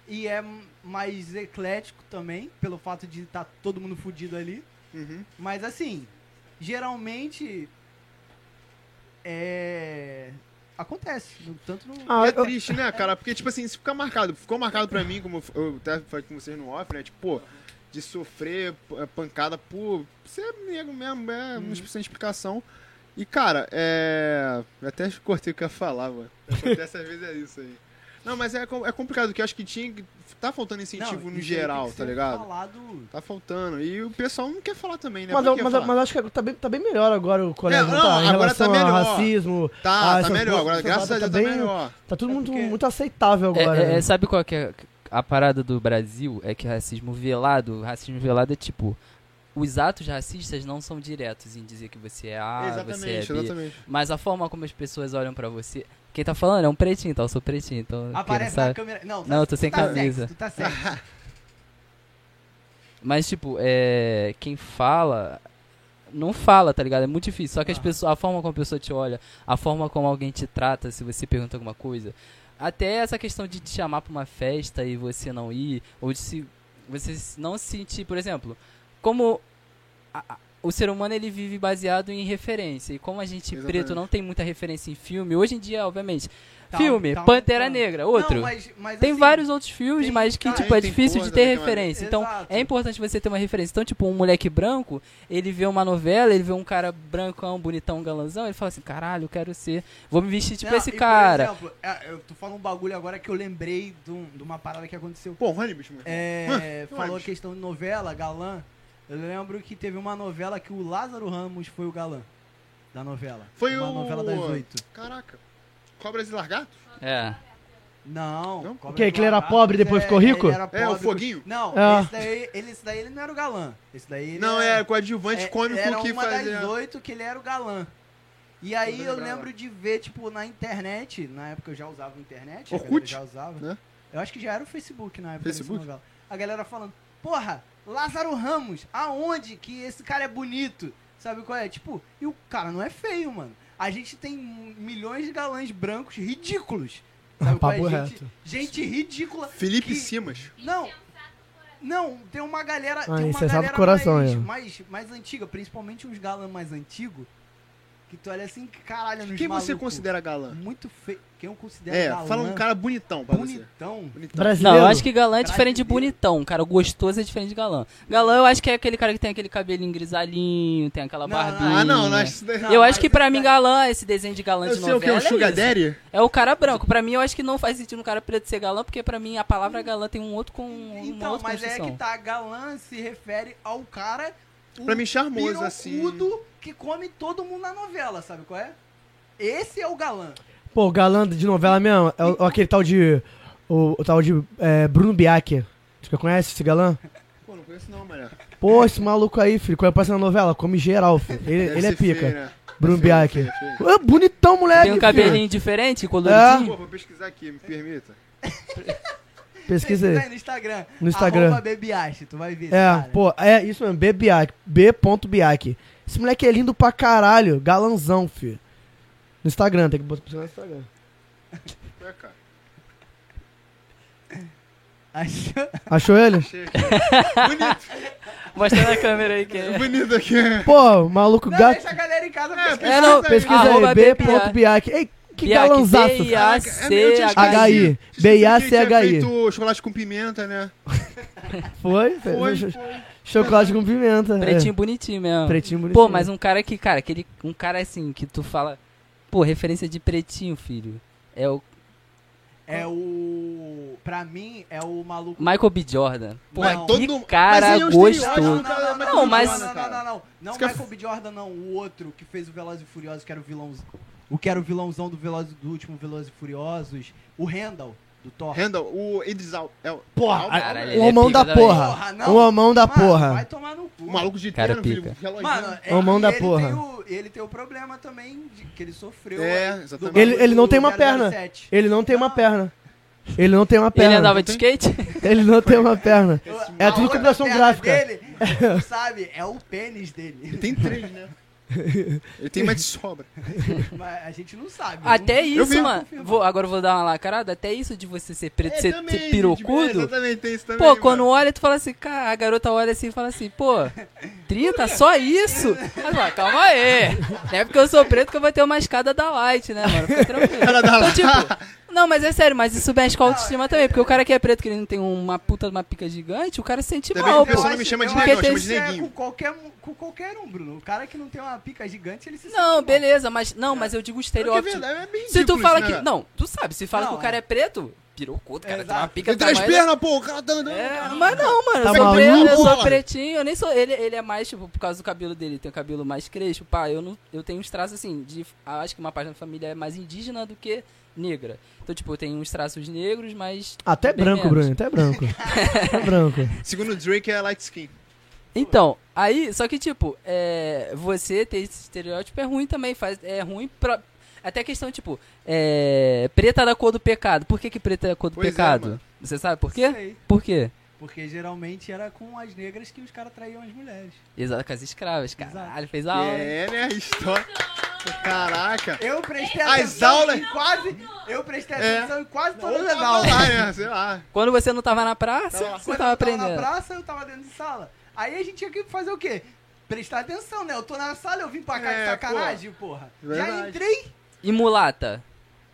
E: E é mais eclético também, pelo fato de estar todo mundo fudido ali.
D: Uhum.
E: Mas assim, geralmente é acontece, no- tanto no
D: E
B: Ah,
D: é
B: eu-
D: triste, né, cara? Porque, tipo assim, isso fica marcado. Ficou marcado pra mim, como eu até falei com vocês no off, né? Tipo, pô, de sofrer p- é, pancada por ser nego mesmo,
B: Uhum.
D: é não sem explicação. E, cara, é. eu Até cortei o que eu ia falar, mano. Acontece às vezes é isso aí. Não, mas é, com- é complicado, porque eu acho que tinha. que- Tá faltando
E: Não,
D: incentivo
E: isso aí
D: no
E: tem
D: geral,
E: que
D: tá
E: ser
D: ligado?
E: falado-
D: Tá faltando. E o pessoal não quer falar também, né?
B: Mas,
D: Pra
B: eu-
D: que
B: mas, eu-
D: falar?
B: mas eu acho que tá bem, tá bem melhor agora o colégio.
D: É,
B: não
D: não,
B: tá, em
D: agora
B: relação
D: tá
B: a
D: melhor.
B: racismo.
D: Tá,
B: Ah,
D: tá
B: essas
D: melhor.
B: coisas-
D: Agora,
B: tá-
D: graças
B: tá
D: a Deus, tá
B: bem-
D: melhor.
B: Tá todo
E: É
B: mundo
E: porque-
B: muito aceitável
C: É,
B: agora.
C: é,
B: né?
C: é, sabe qual que é a parada do Brasil? É que racismo velado, racismo velado é tipo, os atos racistas não são diretos em dizer que você é
B: Ah,
C: A, você é
D: exatamente,
C: B,
D: exatamente.
C: mas a forma como as pessoas olham pra você, quem tá falando é um pretinho, então eu sou pretinho, então quem não
E: Aparece
C: sabe?
E: na câmera. Não, tá-
C: Não, eu tô sem
E: tá
C: camisa.
E: sexy, tu tá certo.
C: Mas, tipo, é. Quem fala. Não fala, tá ligado? É muito difícil. Só que as
E: Ah.
C: pessoas, a forma como a pessoa te olha, a forma como alguém te trata, se você pergunta alguma coisa. Até essa questão de te chamar pra uma festa e você não ir, ou de se você s- não se sentir, por exemplo, como a- a- o ser humano ele vive baseado em referência. E como a gente preto
D: Exatamente.
C: não tem muita referência em filme, hoje em dia, obviamente,
E: Tá,
C: filme,
E: tá,
C: Pantera
E: tá.
C: Negra, outro.
E: Não, mas- mas
C: Tem
E: assim,
C: vários outros filmes,
E: tem- né,
C: mas que,
E: cara,
C: tipo, é
D: tem
C: difícil de
D: coisa,
C: ter
D: tem uma-
C: referência. Então,
E: Exato.
C: é importante você ter uma referência. Então, tipo, um moleque branco, ele vê uma novela, ele vê um cara brancão, bonitão, galanzão, ele fala assim, caralho, eu quero ser. Vou me vestir tipo
E: Não,
C: esse
E: e por
C: cara.
E: exemplo, é, eu tô falando um bagulho agora que eu lembrei de, um- de uma parada que aconteceu.
D: Pô, ônibus, mano.
E: É,
D: Hum,
E: falou
D: ônibus.
E: questão de novela, galã. Eu lembro que teve uma novela que o Lázaro Ramos foi o galã da novela.
D: Foi
E: uma
D: o-
E: novela das oito.
D: Caraca. Cobras e lagartos?
C: É.
E: Não.
D: Não?
E: Cobra
B: O quê?
E: de
B: Que ele era
E: Lagarto,
B: pobre e depois
E: é,
B: ficou rico?
E: ele era
D: É, o
E: pobre.
D: foguinho?
E: Não,
B: Ah.
E: esse, daí, ele, esse daí ele não era o galã. Esse daí ele
D: Não, é,
E: era,
D: o coadjuvante cômico
E: era
D: que
E: uma
D: fazia.
E: das oito que ele era o galã. E aí
D: Eu
E: eu
D: lembrava.
E: lembro de ver, tipo, na internet, na época eu já usava internet, a
D: Orkut?
E: galera já usava.
D: Né?
E: Eu acho que já era o Facebook na época.
D: Facebook?
E: desse novela. A galera falando, porra, Lázaro Ramos, aonde que esse cara é bonito? Sabe qual é? Tipo, e o cara não é feio, mano. A gente tem milhões de galãs brancos ridículos. Sabe qual é?
B: Papo
E: Gente,
B: reto.
E: gente ridícula.
D: Felipe
E: que-
D: Simas.
E: Não, não, tem uma galera.
B: Ah,
E: tem uma
B: insensato
E: galera
B: coração, é.
E: mais,
B: eu.
E: mais, mais antiga, principalmente uns galãs mais antigos. Que tu olha assim, caralho, nos
D: Quem você
E: maluco,
D: considera galã?
E: Muito feio. Quem eu considero
D: É,
E: galã,
D: fala um cara bonitão pra você.
E: bonitão.
D: Bonitão.
B: Brasileiro.
C: Não, eu acho que galã é diferente de
E: Brasileiro.
C: bonitão, cara. O gostoso é diferente de galã. Galã, eu acho que é aquele cara que tem aquele cabelinho grisalhinho, tem aquela
E: Não,
C: barbinha.
D: Ah, não, não acho isso
C: eu
D: daí.
E: Não,
C: acho que
E: mas é
C: pra
E: esse
C: mim,
E: daí-
C: galã, esse desenho de galã
D: Eu
C: de
D: sei o que é
C: novela.
D: o Sugar
C: isso.
D: Daddy?
C: É o cara branco. Pra mim, eu acho que não faz sentido um cara preto ser galã, porque pra mim a palavra galã tem um outro com uma
D: tá
E: Então,
C: outra
E: mas é
C: construção.
E: que tá. Galã se refere ao cara
D: Pra mim, charmoso, assim.
E: pirocudo que come todo mundo na novela, sabe qual é? Esse é o galã.
B: Pô, o galã de novela mesmo, é o- aquele tal de. O, o tal de é, Bruno Biac. Você conhece esse galã?
D: Pô, não conheço não, mané.
B: Pô, esse maluco aí, filho, quando aparece na novela, come geral, filho. Ele,
D: Deve
B: ele é
D: ser feio,
B: pica.
D: né?
B: Bruno
D: Feio,
B: Biak.
D: feio, feio.
B: É bonitão, moleque.
C: Tem um cabelinho
B: É.
C: diferente, coloridinho.
D: Pô, vou pesquisar aqui, me permita.
B: filho. Pesquisa
D: um
B: aí.
E: no Instagram.
B: No Instagram.
E: Arroba Bebiache, tu vai ver. esse
B: É,
E: cara.
B: pô, é isso mesmo, B. Biak, B. Biak. Esse moleque é lindo pra caralho, galanzão, filho. No Instagram, tem que botar no Instagram.
D: Ué, cara.
E: Achou?
B: Achou ele?
D: Achei aqui. Bonito,
C: Mostra na câmera aí quem é.
D: bonito aqui.
B: Pô, maluco
E: Não,
B: gato.
E: deixa a galera em casa
D: É,
E: pesquisar.
C: É, não,
B: Pesquisa
C: Arroba
B: aí, B.
C: B. Biak.
B: Biak. Ei, que
C: Biak,
B: galanzaço.
C: B-I-A-C-H-I.
B: HI. B-I-A-C-H-I.
D: feito chocolate com pimenta, né?
B: Foi?
D: Foi,
B: Cho-
D: foi.
B: Chocolate com pimenta.
C: Pretinho bonitinho
B: é.
C: mesmo.
B: Pretinho bonitinho.
C: Pô, mas um cara que, cara, aquele, um cara assim, que tu fala, pô, referência de pretinho, filho. É o
E: É o. Pra mim, é o maluco.
C: Michael B. Jordan. Pô,
D: Mas
E: não.
C: que
D: todo- mas
C: cara
D: aí é um
C: gostoso.
D: estereótipo.
C: Não, mas-
E: Não, não, não, não, não. Não
D: Isso que eu-
E: Michael B. Jordan, não. O outro que fez o Velozes e Furiosos, que era o vilãozão. O que era o vilãozão do, Veloz, do último Velozes e Furiosos. O Randall, do Thor.
D: Randall, o Idris Al... É, o-
B: Porra,
D: Al-
C: caralho,
D: Al-
C: ele
B: Um
C: é
B: homão
C: pica
B: da
C: também.
B: porra. Um homão da
E: Mano, Vai
B: porra.
E: tomar no cu.
D: O maluco de
C: Cara
D: terno, filho,
C: pica.
D: reloginho.
E: Mano, é,
B: Homão
E: e
B: da
E: ele
B: porra.
E: Tem o, ele tem o problema também de, que ele sofreu.
D: É,
E: né, do
D: exatamente.
E: bagulho
B: Ele- ele não
E: do
B: tem uma perna.
E: 007.
B: Ele não tem uma perna. Ele não tem uma
C: Ele
B: perna.
C: andava de skate?
B: Ele não tem uma perna. É
E: A
B: tudo
E: outra
B: computação
E: perna
B: gráfica.
E: Dele, sabe, é o pênis dele.
D: tem três, né? Ele tem mais de sobra.
E: Mas a gente não sabe.
C: Até
D: Eu
C: isso,
D: vi.
C: mano. Vou, agora eu vou dar uma lacrada. Até isso de você ser preto,
D: É,
C: ser,
D: também,
C: ser
D: gente, é,
C: pirocudo.
D: Exatamente, tem isso também.
C: Pô, quando
D: mano.
C: olha, tu fala assim, cara, a garota olha assim e fala assim, pô, 30, só isso? Mas, mano, calma aí. Não é porque eu sou preto que eu vou ter uma escada da light, né, mano? Fica tranquilo.
D: Cara da
C: Então, tipo, não, mas é sério, mas isso mexe com a autoestima também, porque o cara que é preto, que ele não tem uma puta de uma pica gigante, o cara se sente
D: Também
C: mal,
D: tem
C: pô.
D: essa- não me chama de
E: acho
C: negão,
E: que
C: chama
E: isso
D: de
E: é
D: neguinho.
E: Com qualquer, um- com qualquer um, Bruno. O cara que não tem uma pica gigante, ele se sente
C: Não,
E: mal.
C: beleza, mas não, mas eu digo
D: Pior que é
C: estereótipo.
D: verdade, é bem
C: Se tu
D: ridículo
C: fala
D: isso, né?
C: que. Não, tu sabe, se fala
E: Não,
C: que o cara é preto, pirocudo, cara, tem uma
E: Exato.
C: pica
D: Tem três
C: tamanho da-
D: pernas, pô, o cara tá andando.
C: É, mas não, mano,
B: Tá
C: eu, sou
B: maluco,
C: preto, eu
D: mano?
C: sou pretinho, eu nem sou. Ele, ele é mais, tipo, por causa do cabelo dele, tem o cabelo mais crespo, pá. Eu, não, eu tenho uns traços assim, de. Acho que uma parte da família é mais indígena do que negra. Então, tipo, eu tenho uns traços negros, mas.
B: Até
C: bem
B: branco,
C: menos.
B: Bruno. Até branco. Até branco.
D: Segundo o Drake, é light skin.
C: Então, aí, só que, tipo, é, você ter esse estereótipo é ruim também, faz, é ruim pra. Até a questão, tipo, é, preta da cor do pecado. Por que, que preta é a cor do
D: Pois é,
C: pecado?
D: mano.
C: você sabe por
E: Não
C: quê?
E: sei.
C: Por quê?
E: Porque geralmente era com as negras que os caras traíam as mulheres.
C: Exato, com as escravas,
E: Exato.
C: caralho, fez a aula.
D: É, né? História. Caraca.
E: Eu prestei
D: As
E: atenção
D: aulas-
E: em quase. Eu prestei
D: É.
E: atenção em quase
D: Ou
E: todas as
D: tava
E: aulas.
D: lá, né? Sei lá.
C: Quando você não tava na praça,
D: Tava lá.
C: você
E: Quando
C: tava
E: eu tava na
C: aprendendo.
E: praça, eu tava dentro de sala. Aí a gente tinha que fazer o quê? Prestar atenção, né? Eu tô na sala, eu vim pra cá
D: É,
E: de sacanagem, porra. Já
D: Verdade.
E: entrei.
C: E mulata?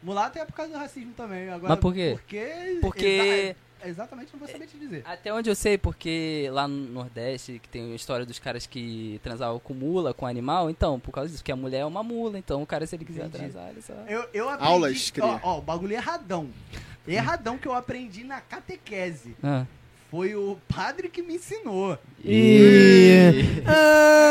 E: Mulato é por causa do racismo também. Agora,
C: Mas por quê?
E: Porque.
C: Porque-
E: exa- exatamente, não vou saber te dizer.
C: Até onde eu sei, porque lá no Nordeste que tem a história dos caras que transavam com mula, com animal, então, por causa disso, que a mulher é uma mula, então o cara, se ele quiser
E: Entendi.
C: transar, ele só.
E: Eu, eu aprendi.
D: Aulas, cria.
E: ó, ó, o bagulho erradão. Erradão que eu aprendi na catequese.
C: Ah.
E: Foi o padre que me ensinou.
B: E.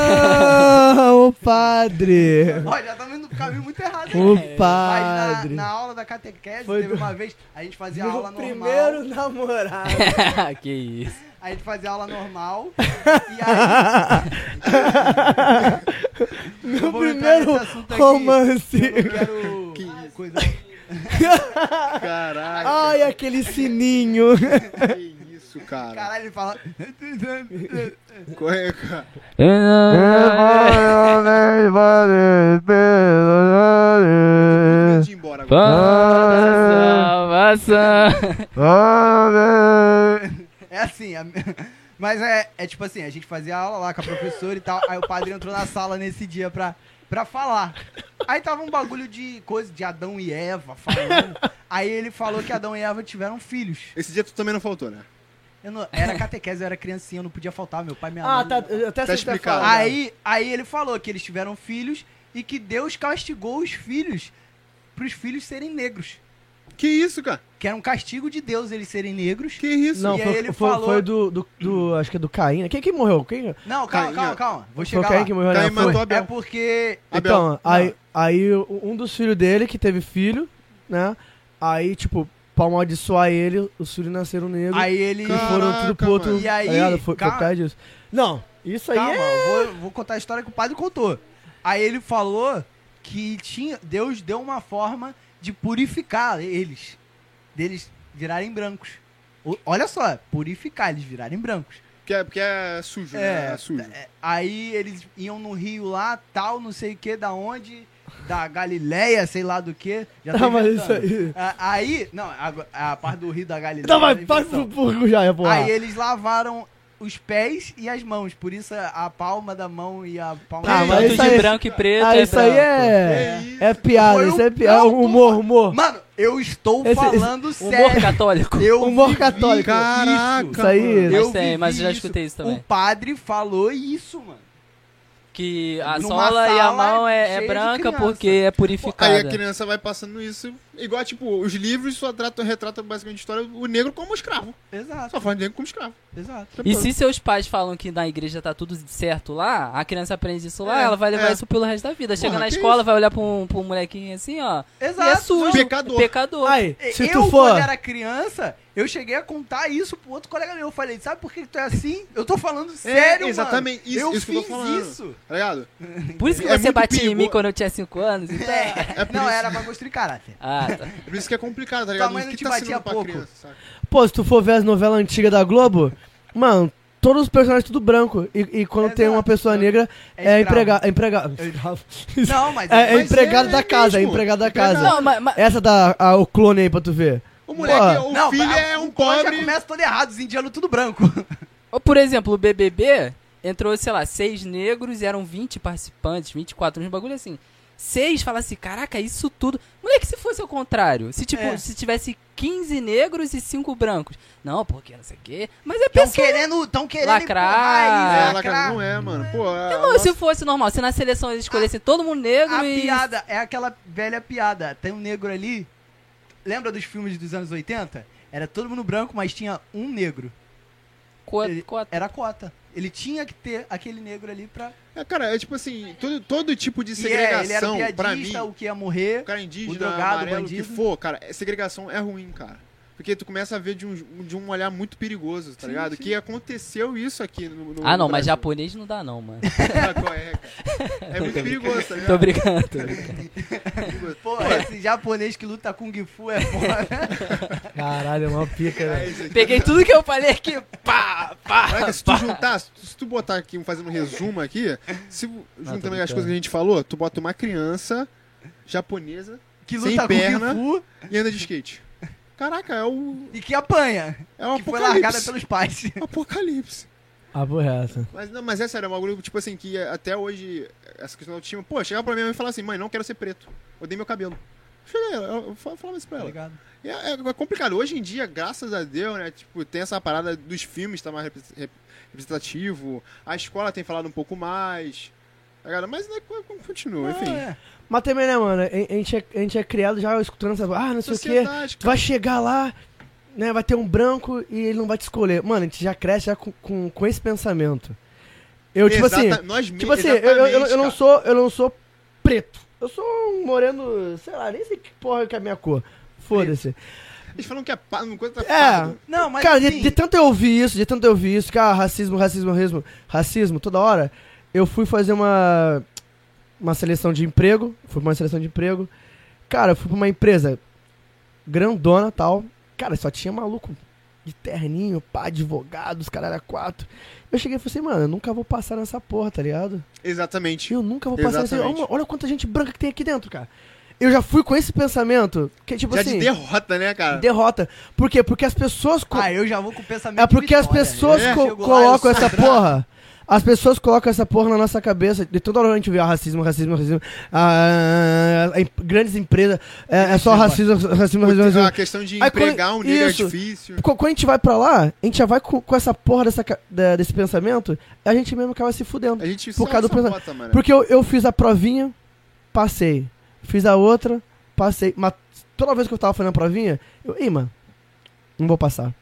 B: Ah, o padre.
E: Ó, já tá vendo um caminho muito errado.
B: O
E: né? Mas
B: padre.
E: na, na aula da catequese,
B: Foi
E: teve
B: do-
E: uma vez, a gente fazia
B: Meu
E: aula normal.
B: primeiro namorado.
C: que isso.
E: A gente fazia aula normal. e aí. eu
B: Meu
E: vou entrar
B: primeiro
E: nesse assunto aqui,
B: romance.
E: Eu não quero. coisa.
D: Caraca.
B: Ai, aquele sininho.
D: Que isso, cara.
E: Caralho, ele fala.
D: Corre, cara. Deixa eu ir embora agora.
E: É assim, a- mas é, é tipo assim, a gente fazia aula lá com a professora e tal, aí o padre entrou na sala nesse dia pra, pra falar. Aí tava um bagulho de coisa de Adão e Eva falando. Aí ele falou que Adão e Eva tiveram filhos.
D: Esse dia tu também não faltou, né?
E: Eu não, era catequese, eu era criancinha, eu não podia faltar, meu pai me
B: Ah, tá. eu Até sei o que tá
D: explicado.
B: falando.
E: Aí, aí ele falou que eles tiveram filhos e que Deus castigou os filhos pros filhos serem negros.
D: Que isso, cara?
E: Que era um castigo de Deus eles serem negros.
D: Que isso?
B: Não,
E: E
B: foi,
E: aí ele
B: foi,
E: falou-
B: foi do, do, do- Acho que é do Caim. né? Quem que morreu? Quem?
E: Não, calma,
D: Caim,
E: calma,
D: ó.
E: calma. Vou
B: Foi o
E: chegar
B: Caim
E: lá.
B: que morreu
D: Caim
B: na
D: matou
B: foi?
D: Abel.
E: É porque...
D: Abel.
B: Então, aí, aí o- um dos filhos dele, que teve filho, né? Aí, tipo, pra amaldiçoar ele, os filhos nasceram negros.
E: Aí ele...
B: e foram tudo
D: Caraca,
B: pro outro.
D: mano.
E: E aí,
B: tá ligado? foi, foi
E: calma.
B: por causa disso. Não, isso aí
E: Calma,
B: é.
E: eu vou, vou contar a história que o padre contou. Aí ele falou que tinha, Deus deu uma forma de purificar eles, deles virarem brancos. O- Olha só, purificar, eles virarem brancos.
D: Porque é, porque é sujo, né? É sujo.
E: Aí eles iam no rio lá, tal, não sei o que, da onde, da Galileia, sei lá do que. Já tô
B: Tá, mas isso
E: inventando.
B: aí.
E: A- Aí, não, a, a parte do rio da Galileia.
B: Não,
E: é
B: mas
E: invenção.
B: passa pro burro já, é porra.
E: Aí eles lavaram os pés e as mãos, por isso a, a palma da mão e a palma
D: Tá,
E: da
D: mas
C: Tanto
B: isso
C: de
B: aí-
C: branco e preto
B: Ah,
C: é
B: isso aí
C: branco.
B: é.
D: Que isso?
B: É piada,
E: Foi
B: isso
E: um-
B: é piada.
E: não,
B: Humor, humor.
E: Mano, eu estou
B: Esse-
E: falando
C: Humor
E: é sério.
C: católico.
E: Eu
B: Humor
E: vivi
B: católico.
D: Caraca,
B: Isso aí.
C: Mas
E: Eu vivi
C: tem, mas eu já
E: isso.
C: escutei isso
E: O
C: também.
E: padre falou isso, mano.
C: Que a
E: Numa
C: sola e a
E: sala
C: mão é,
E: cheia
C: é
E: de
C: branca
E: criança.
C: porque é
D: Pô, Aí a
C: purificada.
D: criança vai passando isso. Igual, tipo, os livros só tratam, retratam basicamente a história do negro como escravo.
E: Exato,
D: Só fala de negro como escravo.
E: exato.
C: E se seus pais falam que na igreja tá tudo certo lá, a criança aprende isso lá,
D: É,
C: ela vai levar
D: é.
C: isso pelo resto da vida. Chega
D: Porra,
C: na
D: que
C: escola, vai olhar pra um, pra um molequinho assim, ó. E é
E: Exato.
C: sujo.
D: Pecador.
C: Pecador.
B: Aí, se
E: eu,
B: tu for.
E: quando era criança, eu cheguei a contar isso pro outro colega meu. Eu falei, sabe por que que tu é assim? Eu tô falando sério,
D: É, exatamente,
E: mano.
D: isso-
E: eu
D: isso que eu
E: fiz
D: tô falando.
E: isso.
D: Tá ligado?
C: Por isso que
D: É
C: você
D: muito
C: batia em mim
D: perigo-
C: quando eu tinha 5 anos. Então...
D: É por
E: Não,
D: isso.
E: era pra construir caráter.
C: Ah, tá.
D: Por isso que é complicado, tá
E: Tua
D: ligado?
E: mãe
D: O
E: não
D: que
E: te
D: tá
E: batia
D: sendo pra
E: pouco.
D: criança, saca?
B: Pô, se tu for ver as novelas antigas da Globo, mano, todos os personagens tudo branco. E, e quando
E: É
B: tem uma
E: verdade.
B: pessoa negra, é,
E: escravo.
B: empregado. É empregado.
E: Não, mas...
B: É, é
E: mas-
B: empregado
D: é
B: da casa, é
D: mesmo.
B: empregado da
D: Empregado.
B: casa.
C: Não, mas, mas-
B: Essa da a- o clone aí pra tu ver.
D: O moleque,
B: Pô,
D: o
E: não,
D: filho
E: a-
D: é um
E: o plano
D: pobre.
E: já começa todo errado, os indianos tudo branco.
C: ou, É, por exemplo, o BBB entrou, sei lá, seis negros e eram 20 participantes, 24, uns bagulho assim. Seis fala assim, caraca, isso tudo. Moleque, se fosse ao contrário, se tipo,
E: É.
C: se tivesse 15 negros e cinco brancos. Não, porque não sei o quê. Mas
D: um
C: é
E: Tão
C: pessoa.
E: querendo, tão querendo
C: Lacrar.
E: empurrar
D: É,
E: eles,
D: lá, cara, não é, mano. Pô, é.
C: Não, se fosse normal, se na seleção eles escolhessem todo mundo negro
E: A
C: e.
E: piada é aquela velha piada. Tem um negro ali. Lembra dos filmes dos anos 80? Era todo mundo branco, mas tinha um negro.
C: co-
E: Ele-
C: co-
E: Era a cota. Ele tinha que ter aquele negro ali pra.
D: É, cara, é tipo assim, todo, todo tipo de
E: E é, ele era
D: segregação, pra mim,
E: piadista, o que ia morrer.
D: o cara é indígena,
E: o drogado,
D: amarelo, o que
E: bandido.
D: for, cara, é- segregação é ruim, cara. Porque tu começa a ver de um, de um olhar muito perigoso, tá ligado? Que aconteceu isso aqui no, no
C: Ah, não, mas
D: Brasil.
C: japonês não dá, não, mano.
D: Ah, qual é, cara? É muito perigoso, tá
C: Tô
D: ligado?
C: brincando. tô brincando.
D: Perigoso.
E: Pô, esse japonês que luta Kung Fu é foda.
B: Caralho, é uma pica,
D: É
B: velho.
D: isso aqui.
C: Peguei tudo que eu falei aqui, pá, pá.
D: Caraca, se tu juntar, se tu- se tu botar aqui, fazendo um resumo aqui, se juntando as coisas que a gente falou, tu bota uma criança japonesa
E: Que
D: Sem
E: luta
D: perna.
E: Kung Fu
D: e anda de skate. Caraca, é o.
E: e que apanha.
D: É o
E: que foi largada
D: apocalipse.
E: pelos pais.
D: Apocalipse.
B: A porra é essa.
D: Mas, não, mas é sério, é um bagulho, tipo assim, que até hoje, essa questão da autoestima, pô, chegava pra minha mãe e falava assim, mãe, não quero ser preto, odeio meu cabelo. Cheguei, eu, eu fa- falava isso pra
E: Tá
D: ela.
E: ligado?
D: É, é- é complicado, hoje em dia, graças a Deus, né, tipo, tem essa parada dos filmes, tá mais repre- rep- representativo, a escola tem falado um pouco mais, tá ligado? mas né, co- co- continua, enfim.
E: Ah, é.
B: Mas também, né, mano? A, a gente é, a gente é criado já escutando essa. Ah, não sei o quê.
D: Sociedade,
B: Tu vai chegar lá, né? Vai ter um branco e ele não vai te escolher. Mano, a gente já cresce já com, com, com esse pensamento. Eu, tipo assim.
D: Exata- nós
B: Tipo assim, eu,
D: mesmos,
B: eu, eu, eu não
D: exatamente,
B: sou, eu não sou preto. Eu sou um moreno, sei lá, nem sei que porra que é a minha cor. Foda-se.
D: cara. Eles falam que é pa- uma coisa tá
B: É.
D: pardo.
E: Não, mas.
B: Cara, de,
E: assim,
B: de tanto eu ouvir isso, de tanto eu ouvir isso, cara, racismo, racismo, racismo, racismo, toda hora, eu fui fazer uma uma seleção de emprego, fui pra uma seleção de emprego. Cara, eu fui pra uma empresa grandona, tal. Cara, só tinha maluco de terninho, pá, advogado, os caralho a quatro. Eu cheguei e falei assim, mano, eu nunca vou passar nessa porra, tá ligado?
D: Exatamente.
B: Eu nunca vou passar nessa...
D: Exatamente.
B: Olha, olha quanta gente branca que tem aqui dentro, cara. Eu já fui com esse pensamento, que tipo
D: Já
B: assim,
D: de derrota, né, cara?
B: derrota. Por quê? Porque as pessoas... co-
E: Ah, eu já vou com o pensamento.
B: é
E: de
B: porque as
E: vitória, né?
B: pessoas
D: né?
B: co-
E: Chego lá,
B: colocam
E: eu sou
B: essa porra. As pessoas colocam essa porra na nossa cabeça. De toda hora a gente vê ah, racismo, racismo, racismo. Ah, em- grandes empresas. É, é só racismo, racismo, racismo,
D: Putz, ah. A
B: racismo.
D: questão de
B: Aí,
D: empregar um
B: quando-
D: negro
B: isso.
D: é difícil.
B: Qu- Quando a gente vai pra lá, a gente já vai com, com essa porra dessa ca- da- desse pensamento, a gente mesmo acaba se fudendo.
D: A gente
B: Por
D: só né?
B: causa do
D: sabota, mano.
B: Porque eu, eu fiz a provinha, passei. Fiz a outra, Passei. Mas toda vez que eu tava fazendo a provinha, eu, ih, mano, não vou passar.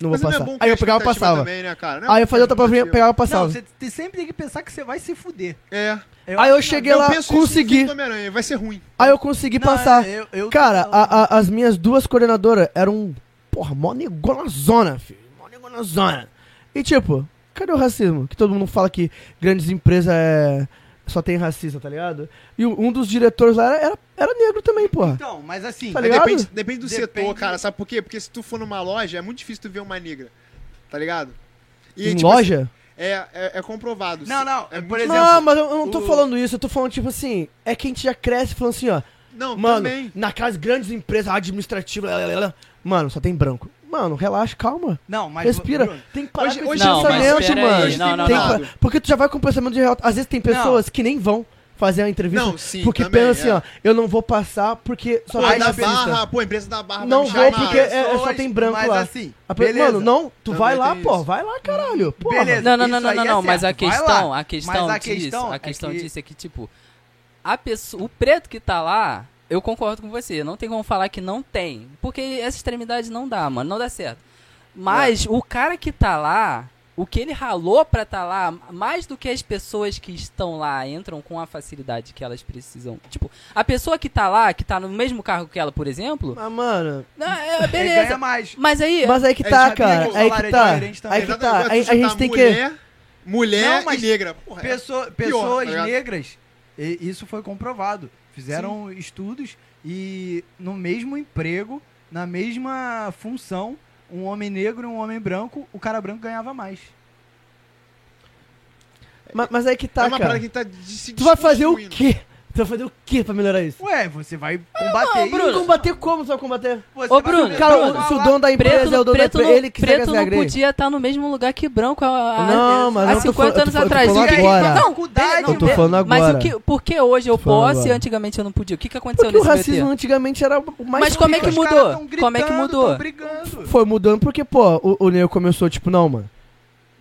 B: Não vou
D: Mas não é
B: passar.
D: bom
B: Aí eu
D: criar
B: pegava e
D: expectativa
B: passava.
D: Também, né, cara? Não é
B: Aí
D: bom
B: eu fazia outra
D: criar
B: provinha,
D: expectativa.
B: pegava e
E: Não,
B: passava.
E: você você sempre tem que pensar que você vai se fuder.
D: É.
B: Aí eu cheguei
D: Eu
B: lá,
D: penso isso no
B: consegui.
D: filme do Homem-Aranha, Vai ser ruim.
B: Aí eu consegui
E: Não,
B: passar.
E: eu- eu-
B: Cara,
E: eu-
B: a- a- as minhas duas coordenadoras eram, porra, mó negona zona, filho. Mó negona zona. E tipo, cadê o racismo? Que todo mundo fala que grandes empresas é... só tem racista, tá ligado? E o- um dos diretores lá era, era, era negro também, porra.
E: Então, mas assim,
B: Tá
D: Mas
B: ligado?
D: Depende, depende do
E: Depende.
D: setor, cara. Sabe por quê? Porque se tu for numa loja, é muito difícil tu ver uma negra. Tá ligado? E,
B: em
D: tipo,
B: loja?
D: É, é, é comprovado.
E: Não,
D: Se-
E: não,
D: É
E: assim, por
D: muito-
E: exemplo,
B: não, mas eu, eu não tô
E: o-
B: falando isso, eu tô falando tipo assim, é que a gente já cresce falando assim, ó.
D: Não,
B: Mano,
D: também.
B: naquelas grandes empresas administrativas, lá, lá, lá, lá, mano, só tem branco. mano, relaxa, calma.
E: não, mas
B: Respira.
E: Bruno,
B: tem que parar
D: Hoje-
B: com
D: hoje
B: esse
D: não, mas
B: pensamento,
C: pera aí,
B: mano.
D: não, não,
B: Tem
D: não.
B: que parar- porque tu já vai com o pensamento de real. Às vezes tem pessoas que nem vão fazer a entrevista.
D: Não, sim,
B: porque
D: também,
B: pensa assim,
D: é.
B: ó, eu não vou passar porque só
D: Pô,
B: vai
D: da
B: na pista.
D: barra, pô, a empresa da barra
B: assim, Não
D: vai me
B: vou
D: chamar.
B: porque é, é só
E: pessoas,
B: tem branco
E: mas
B: lá.
E: assim,
B: A pe-
E: beleza.
B: Mano, não, tu
D: Também
B: vai lá,
D: tem
B: pô,
D: isso.
B: vai lá, caralho. Porra.
E: Beleza.
C: Não, não, não,
E: Isso
C: não,
E: aí
C: não,
E: é
C: não, mas a
E: certo, vai
C: questão,
E: lá.
C: a questão,
E: Mas a
C: disso,
E: questão
C: a
E: é
C: questão
E: que-
C: disso é que, tipo, a pessoa, o preto que tá lá, eu concordo com você, não tem como falar que não tem, porque essa extremidade não dá, mano, não dá certo. Mas
E: É.
C: o cara que tá lá, o que ele ralou pra tá lá, mais do que as pessoas que estão lá entram com a facilidade que elas precisam. Tipo, a pessoa que tá lá, que tá no mesmo cargo que ela, por exemplo,
B: Mas, mano,
C: não, é,
E: ele
C: beleza.
E: ganha mais.
C: Mas aí,
B: mas aí que
D: É,
B: tá,
D: já
B: cara.
D: viu, o
B: Aí
E: salário
B: que
E: é
B: tá.
E: diferente também.
B: Aí que tá.
D: Exatamente,
B: Aí
D: tu
B: a
D: juntar
B: gente tem que.
D: mulher, Mulher
E: Não, mas
D: e negra. Porra, é.
E: Pesso-
D: pior, tá
E: pessoas
D: ligado?
E: negras, e- isso foi comprovado. Fizeram estudos e no mesmo emprego, na mesma função, um homem negro e um homem branco, o cara branco ganhava mais.
B: Mas, mas aí que
D: é
B: tá,
D: uma
B: cara.
D: parada que tá de- se
B: Tu vai fazer o
D: desconstruindo.
B: quê? Tu vai fazer o quê pra melhorar isso?
E: Ué, você vai combater isso.
C: Bruno.
B: Combater como tu vai combater?
E: Você
C: Ô,
E: vai
C: Bruno,
E: fazer-
B: Cara,
E: Bruno,
B: o- se o
E: falar-
B: dono da empresa
C: preto,
B: é o dono da
C: preto,
B: empresa,
C: não,
B: ele que segue
C: preto
B: as
C: não
B: regras.
C: podia estar no mesmo lugar que branco há, há-
B: Não, mas
C: há
B: eu tô
C: 50
B: falando-
C: anos
B: eu tô
C: atrás.
B: falando
C: E aí,
B: agora.
C: Não,
E: Faculdade,
C: não,
B: Eu tô
C: be-
B: falando
C: Mas o
B: agora.
C: que, por que hoje eu
B: Tô falando
C: posso e
B: agora.
C: antigamente eu não podia? O que, que aconteceu
B: Porque o
C: nesse
B: racismo
C: BT?
B: antigamente era o mais.
C: Mas como é que
E: os caras
C: mudou?
E: tão
C: Como é que
E: gritando,
C: mudou?
E: tão brigando.
B: Foi mudando porque, pô, o, o Neo começou, tipo, não, mano.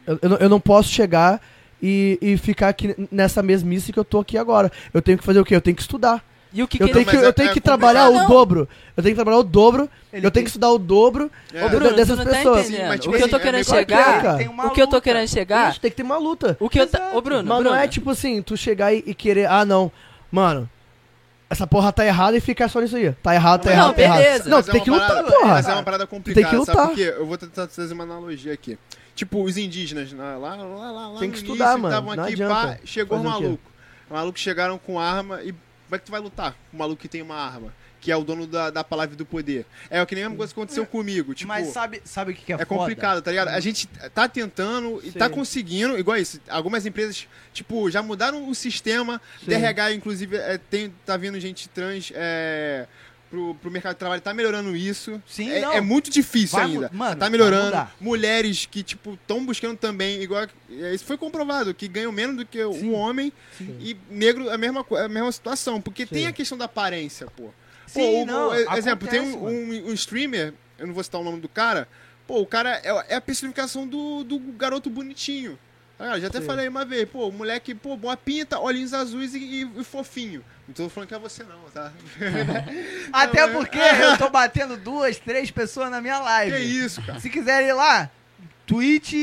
B: Eu, eu, não- eu não posso chegar e, e ficar aqui n- nessa mesmice que eu tô aqui agora. Eu tenho que fazer o quê? Eu tenho que estudar.
C: E o que,
B: eu
C: que
B: tenho
D: Não,
B: que,
D: mas
B: eu
D: é-
B: tenho
D: é
B: que trabalhar
C: complicado.
B: o dobro. Eu tenho que trabalhar o dobro.
E: Ele
B: eu tenho que estudar o dobro
D: É.
B: de-
C: Ô, Bruno,
B: dessas
C: tu não tá
B: pessoas.
C: entendendo.
D: Sim, mas,
C: o que eu tô
D: tipo
C: querendo
D: assim, é meio
C: chegar...
B: complicado.
E: Tem uma
C: O que eu tô
E: luta.
C: querendo chegar...
B: Isso, tem que ter uma luta.
C: O que eu tá... Ô, Bruno,
B: Mas
C: Bruno,
B: não é tipo assim, tu chegar e, e querer, ah não, mano, essa porra tá errada e ficar só nisso aí. Tá errado, tá
C: Não,
B: errado, tá errado.
C: beleza.
B: Não,
D: Mas
B: tu
D: é
B: tem
D: uma
B: que lutar,
D: parada- Mas é uma
B: porra.
D: parada
B: tem
D: complicada,
B: que
D: sabe
B: lutar.
D: por quê? Eu vou tentar fazer uma analogia aqui. Tipo, os indígenas lá, lá, lá, lá
B: Tem
D: no
B: que
D: início,
B: estudar,
D: que
B: mano.
D: Estavam
B: Não
D: aqui, pá,
B: adianta.
D: chegou o
B: Fazer o quê?
D: maluco. Os malucos chegaram com arma e como é que tu vai lutar com o maluco que tem uma arma? Que é o dono da, da palavra e do poder. É que nem a mesma coisa que aconteceu comigo. Tipo,
E: Mas sabe, sabe o que, que é,
D: É
E: foda?
D: complicado, tá ligado? A gente tá tentando e tá conseguindo, igual isso. Algumas empresas, tipo, já mudaram o sistema. DRH, inclusive, é, tem, tá vindo gente trans é, pro, pro mercado de trabalho, tá melhorando isso.
E: Sim,
D: é,
E: não.
D: é muito difícil
E: Vai mu-
D: ainda.
E: mano,
D: tá melhorando.
E: vai mudar.
D: Mulheres que, tipo, estão buscando também, igual. é, Isso foi comprovado, que ganham menos do que um homem e negro a mesma, co- a mesma situação. Porque tem a questão da aparência, pô. Pô,
E: Sim,
D: o-
E: não,
D: o- exemplo, tem
E: acontece,
D: um, um- um streamer, eu não vou citar o nome do cara, pô, o cara é, é a personificação do, do garoto bonitinho. Tá ligado? já até falei uma vez, pô, o moleque, pô, boa pinta, olhinhos azuis e, e- e fofinho. Não tô falando que é você não, tá? um- É.
E: Até porque eu tô batendo duas, três pessoas na minha live.
D: que isso, cara.
E: Se quiserem ir lá,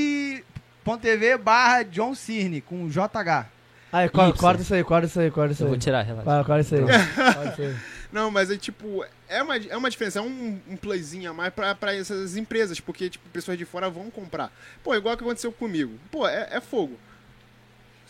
E: twitch.tv barra John Cirne com JH.
B: Aí, co-
C: Y.
B: corta isso aí, corta isso aí, corta isso
C: Eu vou
B: aí.
C: tirar, relaxa.
B: Vai, corta isso aí. Corta isso aí.
D: Não, mas é tipo, é uma, é uma diferença, é um, um playzinho a mais pra, pra essas empresas, porque, tipo, pessoas de fora vão comprar. Pô, igual que aconteceu comigo. Pô, é, é fogo.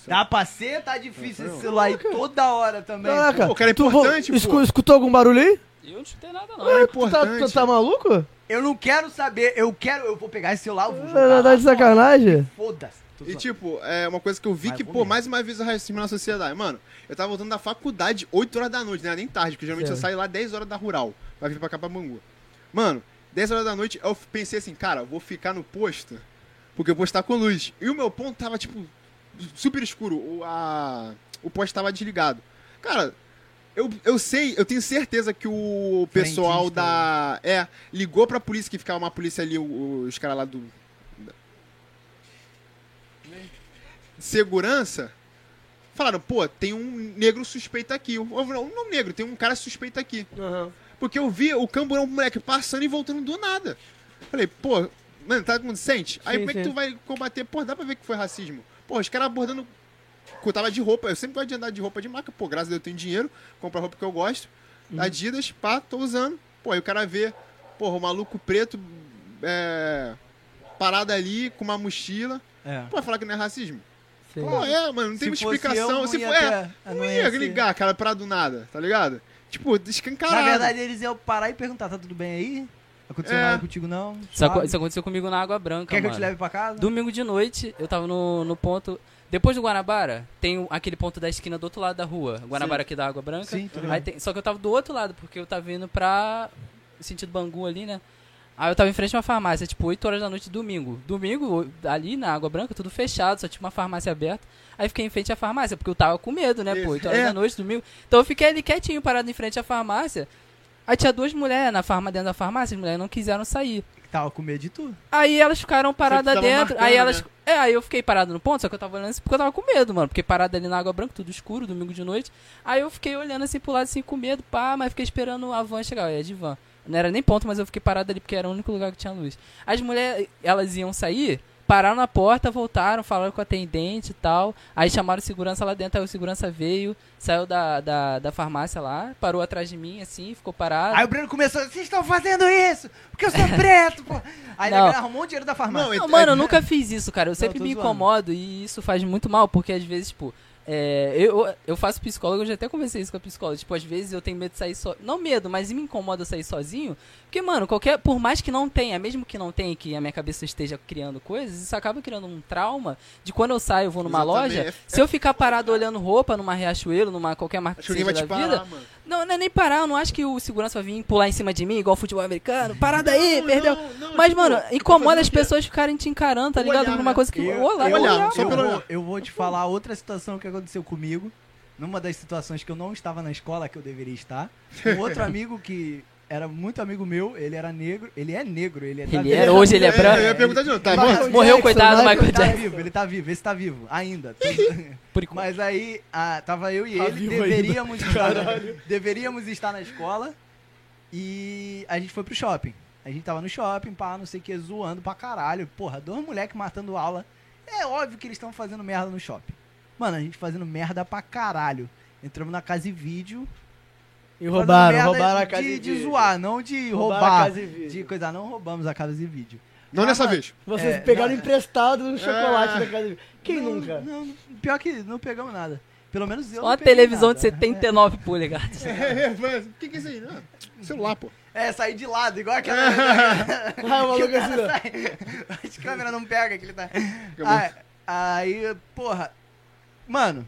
E: Dá pra ser? Tá difícil esse celular aí toda hora também.
B: Caraca,
D: Pô, o cara é
B: tu vo-
D: importante, pô.
B: escu- escutou algum barulho aí?
C: Eu não chutei nada, não.
D: É
B: Tu tá, tu
D: importante.
B: tá maluco?
E: Eu não quero saber, eu quero, eu vou pegar esse celular, eu vou jogar.
B: Tá tá de
E: lá fora.
B: sacanagem?
E: Foda-se. Tô
D: E
E: zoando.
D: tipo, é uma coisa que eu vi
E: Mas
D: que,
E: vou
D: pô,
E: mesmo.
D: mais uma vez eu racismo na sociedade. Mano, eu tava voltando da faculdade 8 horas da noite, não era nem tarde, porque geralmente eu
B: Sério.
D: saio lá 10 horas da rural, pra vir pra cá pra Bangu. Mano, 10 horas da noite eu pensei assim, cara, eu vou ficar no posto, porque o posto tá com luz. E o meu ponto tava, tipo, super escuro, o, a, o posto tava desligado. Cara, eu, eu sei, eu tenho certeza que o pessoal
E: Frentista,
D: da. É, ligou pra polícia que ficava uma polícia ali, o- os caras lá do. da- Segurança Falaram, pô, tem um negro suspeito aqui. Ou não, não negro, tem um cara suspeito aqui. Porque eu vi o camburão moleque passando e voltando do nada. Falei, pô, mano, tá acontecente? Aí
B: Sim,
D: como é que
B: sim.
D: tu vai combater? Pô, dá pra ver que foi racismo. Pô, os caras abordando. Eu tava de roupa, eu sempre gosto de andar de roupa de marca, pô, graças a Deus eu tenho dinheiro, compro a roupa que eu gosto.
B: Uhum.
D: Adidas, pá, tô usando. Pô, aí o cara vê, pô, o maluco preto é, parado ali com uma mochila.
E: É.
D: Pô, vai falar que não é racismo?
E: Sei
D: Pô,
E: lá.
D: é, mano, não tem uma
E: fosse eu,
D: explicação.
E: não
D: Se
E: ia
D: for, é,
E: ter- assim.
D: não, ia
E: ser.
D: ligar, cara, pra do nada, tá ligado? Tipo,
E: Na
D: descancarado.
E: verdade, eles iam parar e perguntar, tá tudo bem aí? Aconteceu
D: É.
E: nada contigo, não?
C: Isso, aco-
E: Suave?
C: isso aconteceu comigo na Água Branca,
E: Quer que eu
C: mano.
E: te leve pra casa?
C: Domingo de noite, eu tava no, no ponto. Depois do Guanabara, tem o- aquele ponto da esquina do outro lado da rua. Guanabara aqui da Água Branca.
E: Sim, tudo
C: Aí
E: bem.
C: tem- só que eu tava do outro lado, porque eu tava indo pra. sentido Bangu ali, né? Aí eu tava em frente a uma farmácia, tipo 8 horas da noite, domingo. Domingo, ali na Água Branca, tudo fechado, só tinha uma farmácia aberta. Aí fiquei em frente à farmácia, porque eu tava com medo, né, pô? 8 horas
D: É.
C: da noite, domingo. Então eu fiquei ali quietinho, parado em frente à farmácia. Aí tinha duas mulheres na farma, dentro da farmácia, as mulheres não quiseram sair.
E: Tava com medo de tudo.
C: Aí elas ficaram paradas
D: tava
C: dentro.
D: marcando,
C: Aí elas.
D: né?
C: É, aí eu fiquei parado no ponto, só que eu tava olhando assim porque eu tava com medo, mano. Porque parado ali na água branca, tudo escuro, domingo de noite. Aí eu fiquei olhando assim pro lado, assim, com medo, pá, mas fiquei esperando a van chegar. É de van. Não era nem ponto, mas eu fiquei parado ali porque era o único lugar que tinha luz. As mulheres, elas iam sair, pararam na porta, voltaram, falaram com o atendente e tal. Aí chamaram o segurança lá dentro, aí o segurança veio, saiu da, da, da farmácia lá, parou atrás de mim, assim, ficou parado.
E: Aí o Breno começou, vocês estão fazendo isso, porque eu sou preto, pô. Aí ele
C: Não.
E: arrumou um dinheiro da farmácia.
D: Não,
C: Não,
D: é-
C: mano, eu nunca fiz isso, cara. Eu sempre
E: tô
C: me
E: zoando.
C: incomodo e isso faz muito mal, porque às vezes, tipo, é, eu, eu faço psicólogo, eu já até conversei isso com a psicóloga. Tipo, às vezes eu tenho medo de sair só. Não medo, mas me incomoda eu sair sozinho. Porque, mano, qualquer. Por mais que não tenha, mesmo que não tenha, e que a minha cabeça esteja criando coisas, isso acaba criando um trauma de quando eu saio, eu vou numa
D: Exatamente.
C: loja.
D: É-
C: se eu ficar parado olhando roupa numa Riachuelo, numa qualquer marca
D: Acho
C: que
D: que alguém
C: seja
D: vai
C: assim, da
D: te
C: vida.
D: parar, mano.
C: Não, não é nem parar, eu não acho que o segurança vai vir pular em cima de mim, igual futebol americano. Parada aí,
D: Não,
C: perdeu.
D: não, não,
C: Mas,
D: tipo,
C: mano,
D: eu tô
C: incomoda
D: fazendo
C: as
D: o quê?
C: pessoas ficarem te encarando, tá
D: O
C: ligado?
D: olhar,
C: Numa
D: né?
C: coisa que. Olá,
D: eu-
C: olhar.
D: só
E: eu
D: pelo
E: vou-
D: olhar.
E: eu vou te falar outra situação que aconteceu comigo. Numa das situações que eu não estava na escola, que eu deveria estar. Um outro amigo que era muito amigo meu, ele era negro. Ele é negro, ele é da
C: Ele
E: vida.
C: era, hoje ele é
D: É, Eu ia
C: branco.
D: perguntar de novo, tá morto?
C: Morreu, coitado,
B: né?
C: Michael
E: Ele tá
C: Jackson.
E: vivo, ele tá vivo, esse tá vivo, ainda.
C: Por enquanto.
E: Mas aí, ah, tava eu e
B: Tá
E: ele,
B: vivo
E: deveríamos estar, deveríamos estar na escola e a gente foi pro shopping. A gente tava no shopping, pá, não sei o que, zoando pra caralho. Porra, dois moleques matando aula. É óbvio que eles estão fazendo merda no shopping. Mano, a gente fazendo merda pra caralho. Entramos na casa e vídeo.
B: E
E: fazendo
B: roubaram,
E: merda
B: roubaram a
E: de-
B: casa
E: de,
B: de,
E: zoar, não de
B: Roubaram a
E: roubar.
B: casa de vídeo.
E: De coisa, não roubamos a casa de vídeo.
D: Não
E: Ah,
D: dessa
E: mano.
D: vez.
B: Vocês
E: É,
B: pegaram
E: não, é.
B: emprestado um chocolate
D: É.
B: da casa de vídeo. Quem
E: Não,
B: nunca?
E: Não, pior que não pegamos nada. Pelo menos eu. não
C: Uma
E: peguei
C: televisão
E: nada.
C: de 79 polegadas.
D: O que que é isso aí? Ah, Celular, pô.
E: É, sair de lado, igual aquela.
B: Ah, o maluco assim, ó.
E: As câmeras não pegam que ele tá. Ah, aí, porra. Mano,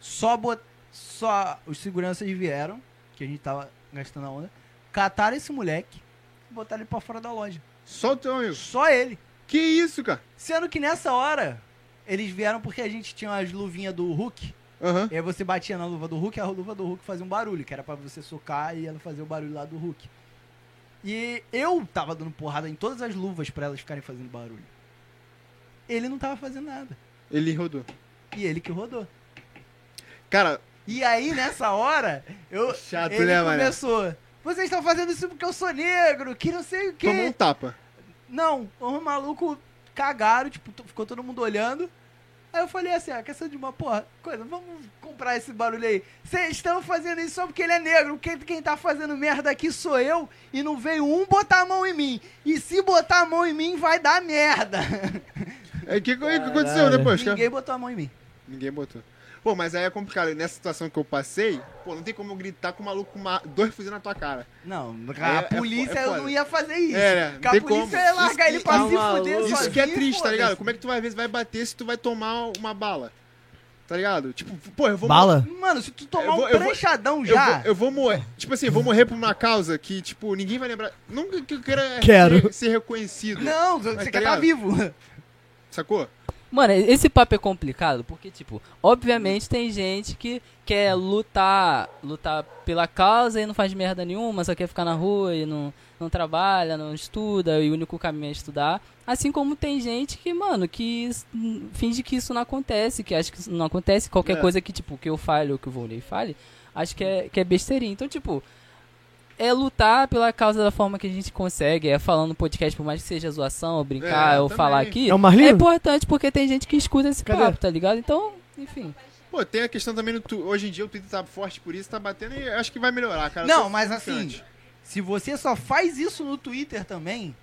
E: só bot... só os seguranças vieram, que a gente tava gastando a onda, cataram esse moleque e botaram ele pra fora da loja.
D: Só o teu amigo.
E: Só ele.
D: Que isso, cara?
E: Sendo que nessa hora, eles vieram porque a gente tinha as luvinhas do Hulk.
D: Aham.
E: E aí você batia na luva do Hulk, a luva do Hulk fazia um barulho, que era pra você socar e ela fazia o barulho lá do Hulk. E eu tava dando porrada em todas as luvas pra elas ficarem fazendo barulho. Ele não tava fazendo nada.
D: Ele rodou.
E: E ele que rodou.
D: Cara,
E: E aí, nessa hora, eu,
D: chato,
E: ele
D: né, mano?
E: começou. Vocês estão fazendo isso porque eu sou negro, que não sei o quê.
D: Tomou um tapa.
E: Não, o maluco cagaram, tipo, to- ficou todo mundo olhando. Aí eu falei assim, ah, quer saber de uma porra, coisa, vamos comprar esse barulho aí. Vocês estão fazendo isso só porque ele é negro, quem, quem tá fazendo merda aqui sou eu, e não veio um botar a mão em mim. E se botar a mão em mim, vai dar merda.
D: É, O que, o que aconteceu depois? cara?
E: Ninguém botou a mão em mim.
D: Ninguém botou. Pô, mas aí é complicado. Nessa situação que eu passei, pô, não tem como eu gritar com o maluco com uma... dois fuzis na tua cara.
E: Não,
D: É-
E: a
D: é fo-
E: polícia
D: é
E: eu
D: foda.
E: não ia fazer isso.
D: É, né?
E: Porque a
D: Tem
E: polícia
D: como.
E: ia largar
D: Isso
E: ele
D: que-
E: pra
D: tá
E: se
B: maluco.
E: fuder
D: Isso
E: sozinho,
D: que é triste, tá ligado?
E: foda-se.
D: Como é que tu vai, às vezes vai bater se tu vai tomar uma bala? Tá ligado? Tipo, pô, eu vou...
B: Bala?
E: Mano, se tu tomar
D: Eu vou-
E: um
D: eu vou-
E: pranchadão
D: Eu
E: já...
D: vou, eu vou morrer. Tipo assim, eu vou morrer por uma causa que, tipo, ninguém vai lembrar. Não que eu queira
B: Quero.
D: ser, ser reconhecido.
E: Não, você
D: Mas tá
E: quer estar
D: ligado?
E: vivo.
D: Sacou?
C: Mano, esse papo é complicado porque, tipo, obviamente tem gente que quer lutar, lutar pela causa e não faz merda nenhuma, só quer ficar na rua e não, não trabalha, não estuda e o único caminho é estudar. Assim como tem gente que, mano, que s- n- finge que isso não acontece, que acha que isso não acontece, qualquer
D: É.
C: coisa que, tipo, que eu fale ou que o Volney fale, acho que é, que é besteirinha. Então, tipo, é lutar pela causa da forma que a gente consegue, é falando no podcast, por mais que seja zoação, ou brincar,
D: É,
C: ou falar
D: também.
C: aqui.
B: É o Marlino?
C: É importante porque tem gente que escuta esse
B: Cadê?
C: papo, tá ligado? Então, enfim.
D: Pô, tem a questão também no tu... Hoje em dia o Twitter tá forte por isso, tá batendo e acho que vai melhorar, cara.
E: Não,
D: Tô
E: mas
D: confiante.
E: assim, se você só faz isso no Twitter também,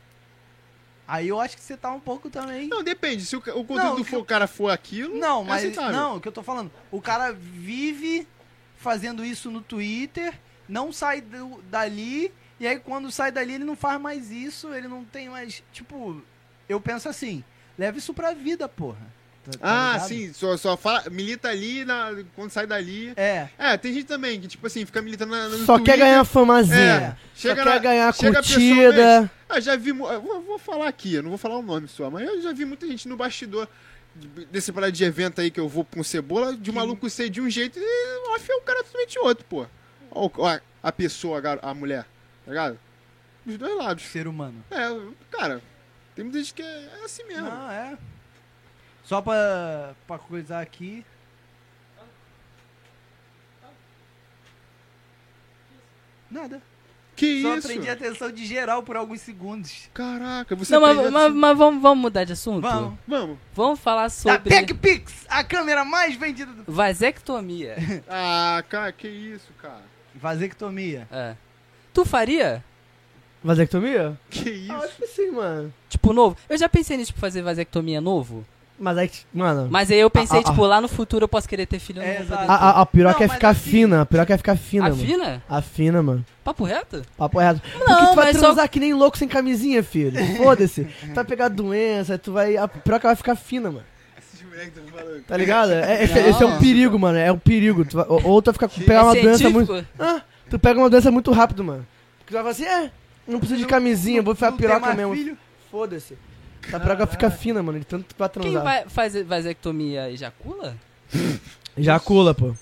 E: aí eu acho que você tá um pouco também.
D: Não, depende. Se o, ca- o
E: Não,
D: conteúdo
E: que-
D: do for, o cara for aquilo. é
E: Não, mas
D: aceitável.
E: não, o que eu tô falando, o cara vive fazendo isso no Twitter, não sai do- dali, e aí quando sai dali ele não faz mais isso, ele não tem mais, tipo, eu penso assim, leva isso pra vida, porra. Tá- tá
D: Ah,
E: ligado?
D: sim, só, só fala, milita ali, na- quando sai dali.
E: É.
D: É, tem gente também que, tipo assim, fica militando na, no
B: Só
D: Twitter,
B: quer ganhar famazinha.
D: É,
B: Só
D: chega
B: quer
D: na-
B: ganhar
D: chega a pessoa mesmo.
B: curtida.
D: Ah, já vi. mu- Eu vou, vou falar aqui, eu não vou falar o nome só, mas eu já vi muita gente no bastidor de- desse parada de evento aí que eu vou com cebola, de um maluco ser de um jeito e off é o cara simplesmente outro, pô. Ó, o- ó, a, pessoa, a, gar- a mulher, tá ligado? Dos dois lados.
E: Ser humano.
D: É, cara, tem muita gente que é, é assim mesmo.
E: Não, é. Só pra, pra coisar aqui. Nada.
D: que
E: Só
D: isso?
E: prendi a atenção de geral por alguns segundos.
D: Caraca, você
C: Não, mas,
D: aprende
C: mas-
D: assim-
C: mas vamos, vamos mudar de assunto?
E: Vamos.
D: Vamos.
C: Vamos
B: Tá,
C: falar
E: Da
C: sobre
E: TechPix, a câmera mais vendida do...
C: vasectomia.
D: Ah, cara, que isso, cara.
E: Vasectomia.
C: É. Tu faria?
B: Vasectomia?
D: Que
B: Ah,
D: isso?
B: acho que sim, mano.
C: Tipo, novo? Eu já pensei nisso, tipo, fazer vasectomia novo.
B: Mas aí, mano.
C: Mas aí eu pensei,
B: Ah, ah,
C: tipo, lá no futuro eu posso querer ter filho. eu não
E: É,
C: vou poder
E: exato.
B: A, a, a piroca
E: Não,
B: é
E: mas
B: ficar
E: assim-
B: fina, a piroca é ficar
C: ter.
B: fina, mano.
C: Afina?
B: Afina, mano.
C: Papo reto?
B: Papo errado. Porque
C: Não,
B: tu vai
C: mas só-
B: transar que nem louco sem camisinha, filho. Foda-se. tu vai pegar doença, tu vai. A piroca vai ficar fina, mano.
D: Esses moleques tão falando.
B: Tá ligado? É- esse, esse é um perigo, mano. É um perigo. Tu vai- ou, ou tu vai ficar, pegar uma
C: é
B: doença
C: científico?
B: muito. Ah, tu pega uma doença muito rápido, mano. Porque tu vai falar assim, é, não preciso de camisinha, vou ficar
E: Não tem
B: piroca
E: mais
B: mesmo.
E: filho?
B: Foda-se. A piroca fica fina, mano, de tanto que tu vai
C: Quem
B: transar.
C: vai, faz vasectomia ejacula?
B: Jacula, pô.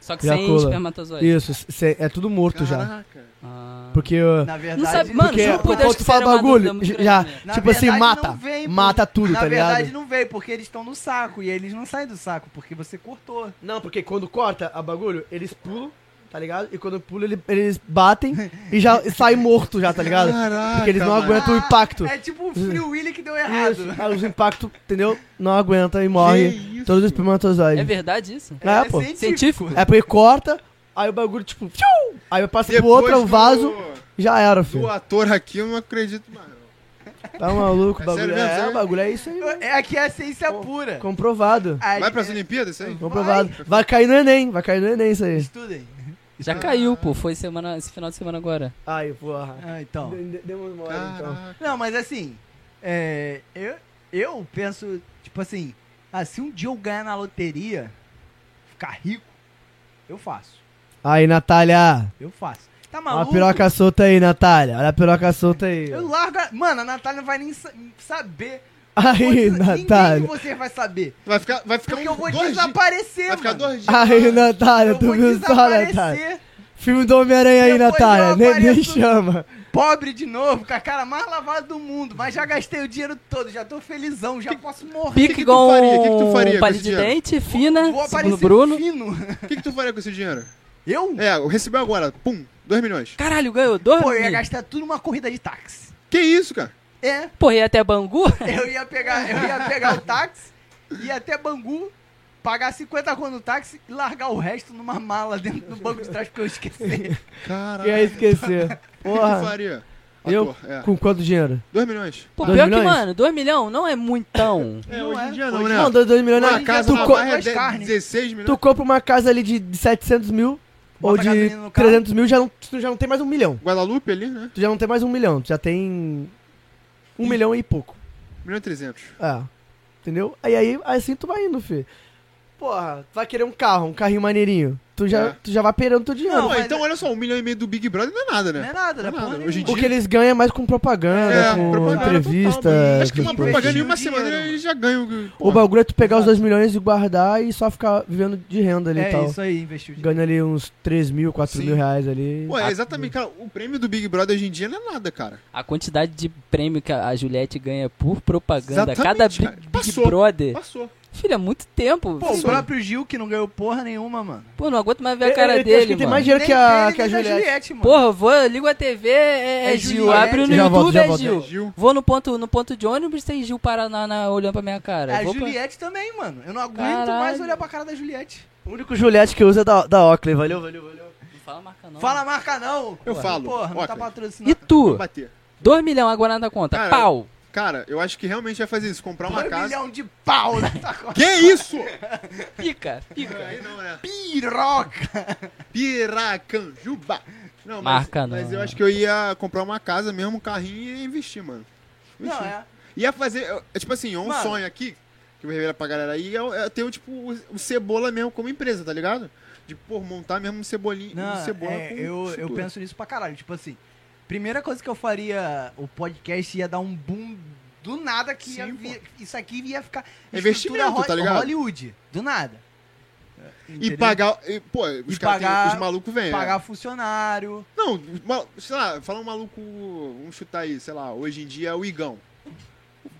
C: Só que sem
B: Ejacula.
C: espermatozoide.
B: Isso, cê- é tudo morto já.
D: Caraca.
C: Ah.
B: Porque. ó,
E: Na verdade, é
C: Não sabe, mano,
B: porque
C: juro por
B: quando
C: Deus que
B: tu fala
C: isso era uma
B: bagulho,
C: dúvida é muito
B: já,
C: grande né? minha.
E: na
B: tipo assim,
E: verdade,
B: mata.
E: não vem, pô.
B: Mata tudo,
E: Na
B: tá ligado?
E: verdade não veio, porque eles estão no saco e eles não saem do saco, porque você cortou.
B: Não, porque quando corta a bagulho, eles pulam, tá ligado? E quando pulam, ele- eles batem e já sai morto já, tá ligado?
D: Caraca,
B: Porque eles não
D: mano.
B: aguentam o impacto.
E: É tipo o Free Willy que deu
B: Isso,
E: errado.
B: aí os impactos, entendeu? Não aguenta e morre
D: isso?
B: todos os espermatozoides.
C: É verdade isso?
B: É, pô.
C: Científico?
B: É porque corta, aí o bagulho, tipo, tchum, aí passa pro
D: Depois
B: outro, é o
D: do-
B: vaso, já era,
D: Do
B: filho.
D: ator aqui eu não acredito mais. não.
B: Tá maluco, o
D: É
B: bagulho.
D: sério mesmo,
B: é,
D: sério?
B: o bagulho é isso aí.
E: É aqui é a ciência pura.
B: Comprovado.
E: Ai,
D: Vai pras Olimpíadas, isso aí?
B: Comprovado. Vai cair no Enem, vai cair no Enem isso aí.
E: Estudem.
B: Ah.
C: Já caiu, pô. Foi semana, esse final de semana agora.
B: Ai, porra.
E: Ah, então.
B: De- Deu uma hora, então.
D: Caraca.
E: Não, mas assim, é, eu, eu penso, tipo assim, ah, se um dia eu ganhar na loteria, ficar rico, eu faço.
B: Aí, Natália.
E: Eu faço. Tá
B: Olha a
E: maluco?
B: piroca solta aí, Natália. Olha a piroca solta aí.
E: Eu largo. a- Mano, a Natália não vai nem sa- saber.
B: Aí,
E: Vocês- Ninguém de
B: Natália.
E: vocês vai saber.
D: Vai ficar, vai ficar
E: Porque
D: um-
E: eu vou
D: dois dias.
E: desaparecer,
D: Vai ficar
E: mano.
D: dois dias.
B: Aí, né? Natália,
E: Eu
B: tu
E: vou
B: viu só, Natália?
E: desaparecer,
B: Filme do Homem-Aranha aí,
E: Depois eu
B: Natália. Nem, nem
E: apareço-
B: chama.
E: pobre de novo, com a cara mais lavada do mundo. Mas já gastei o dinheiro todo, já tô felizão, já posso morrer.
D: que
C: Pique
D: tu
C: igual
D: faria? Que que tu faria
C: um
D: com
C: palito
D: esse
C: de
D: dinheiro?
C: dente, fina,
E: Vou
C: segundo
E: aparecer
C: Bruno.
E: fino.
D: O que, que tu faria com esse dinheiro?
E: Eu?
D: É, eu recebi agora, pum, dois milhões.
C: Caralho, ganhou dois
E: Pô, eu ia
C: mil.
E: gastar tudo numa corrida de táxi.
D: Que isso, cara?
E: É,
C: Pô, ia até Bangu?
E: eu ia pegar, eu ia pegar o táxi, ia até Bangu, pagar 50 conto no táxi e largar o resto numa mala dentro do banco de trás porque eu esqueci.
D: Caraca.
B: E aí, esquecer.
D: o que tu
B: Porra.
D: faria?
B: Eu?
D: Ator, é.
B: Com quanto dinheiro?
D: Dois milhões.
C: Pô,
B: Dois
C: pior que,
B: milhões?
C: mano, 2 milhão não é muitão.
D: É,
E: Não
D: hoje
E: é.
D: em dia não,
E: Hoje-
D: né?
B: Não, 2 milhões
D: Hoje
B: não.
D: em
E: não.
D: dia casa
B: tu,
D: na
B: co-
D: barra é
E: mais
D: de-
E: carne.
D: 16 milhões.
B: tu compra uma casa ali de, de 700 mil ou de
E: gasolina no carro.
B: 300 mil, já não, tu já não tem mais um milhão.
D: Guadalupe ali, né?
B: Tu já não tem mais um milhão, tu já tem um milhão e pouco.
D: Milhão e 300.
B: É. Entendeu? Aí, aí assim tu vai indo, filho. Porra, tu vai querer um carro, um carrinho maneirinho. tu já,
D: É.
B: tu já vai perando teu dinheiro.
E: Não,
D: Pô,
E: mas-
D: então olha só, um milhão e meio do Big Brother não é nada, né?
E: Não é nada,
D: Não é
E: né?
D: nada.
E: Porra
D: Hoje em
E: nenhuma.
B: o que eles ganham é mais com propaganda,
D: É,
B: com
D: propaganda
B: entrevista.
D: total, Acho que uma
B: essas coisas.
D: propaganda em uma
E: Dinheiro,
D: semana
E: mano.
D: ele já ganha. o-
B: O
D: Pô,
B: bagulho é tu pegar os 2 milhões e guardar e só ficar vivendo de renda ali e
E: É
B: tal.
E: isso aí, investiu dinheiro.
B: Ganha ali uns 3 mil, 4
D: Sim.
B: mil reais ali. Ah,
D: Pô, é exatamente, cara. O prêmio do Big Brother hoje em dia não é nada, cara.
C: A quantidade de prêmio que a Juliette ganha por propaganda,
D: Exatamente,
C: cada Big,
D: cara.
C: Big
D: Passou.
C: Brother.
D: Passou.
C: Filho, é muito tempo.
E: Pô, o
C: Sim.
E: próprio Gil que não ganhou porra nenhuma, mano.
C: Pô, não aguento mais ver a
B: Eu- eu
C: cara
B: acho
C: dele,
B: que tem
C: mano.
B: mais dinheiro que a,
E: Nem-
B: que a
E: nem da
B: Juliette.
E: mano.
C: Porra, eu vou, eu ligo a TV, é, é
E: É
C: Gil.
E: Juliette.
C: Abre no
B: Já
C: YouTube,
B: volto, já
C: é
B: volto.
C: Gil.
D: Gil.
C: Vou no ponto, no ponto de ônibus, tem Gil parado na, na- olhando pra minha cara.
D: É
E: A
C: Vou pra-
E: Juliette também, mano. Eu não aguento
C: Caralho.
E: mais olhar pra cara da Juliette.
B: O único Juliette que usa é da, da Oakley. Valeu, valeu, valeu.
C: Não fala marca não.
E: Fala marca não.
D: Eu falo.
E: Porra, não tá
D: Oakley.
C: E
E: patrocinando.
C: tu?
D: Bater.
C: 2 milhões agora na conta.
D: Cara,
C: Pau.
D: Cara, eu acho que realmente vai fazer isso, comprar uma
E: Dois
D: casa.
E: Tá um milhão de pau né? Tá na tua conta.
D: Que isso?
C: Pica, pica.
D: Aí não, né?
E: Piroca.
D: Piracanjuba. Não, mas,
C: Marca
D: mas
C: não.
D: eu acho que eu ia comprar uma casa mesmo, um carrinho e investir, mano.
E: Não, é.
D: Ia fazer, eu- é tipo assim, é um
E: Mano.
D: sonho aqui, que eu revelo pra galera aí, é, é ter o tipo o, o Cebola mesmo como empresa, tá ligado? De, pô, montar mesmo um cebolinho,
E: Não,
D: um cebola
E: é,
D: com
E: eu, eu
D: estrutura.
E: penso nisso pra caralho. Tipo assim, primeira coisa que eu faria, o podcast ia dar um boom do nada que ia
D: Sim,
E: vir- isso aqui ia ficar
D: É investimento,
E: estrutura
D: tá ligado?
E: Hollywood, do nada.
D: E
E: Entendeu?
D: pagar, e, pô, os,
E: E
D: caras têm-
E: pagar-
D: os malucos vêm. é.
E: pagar funcionário.
D: Não, ma- sei lá, fala um maluco, vamos chutar aí, sei lá, hoje em dia é o Igão.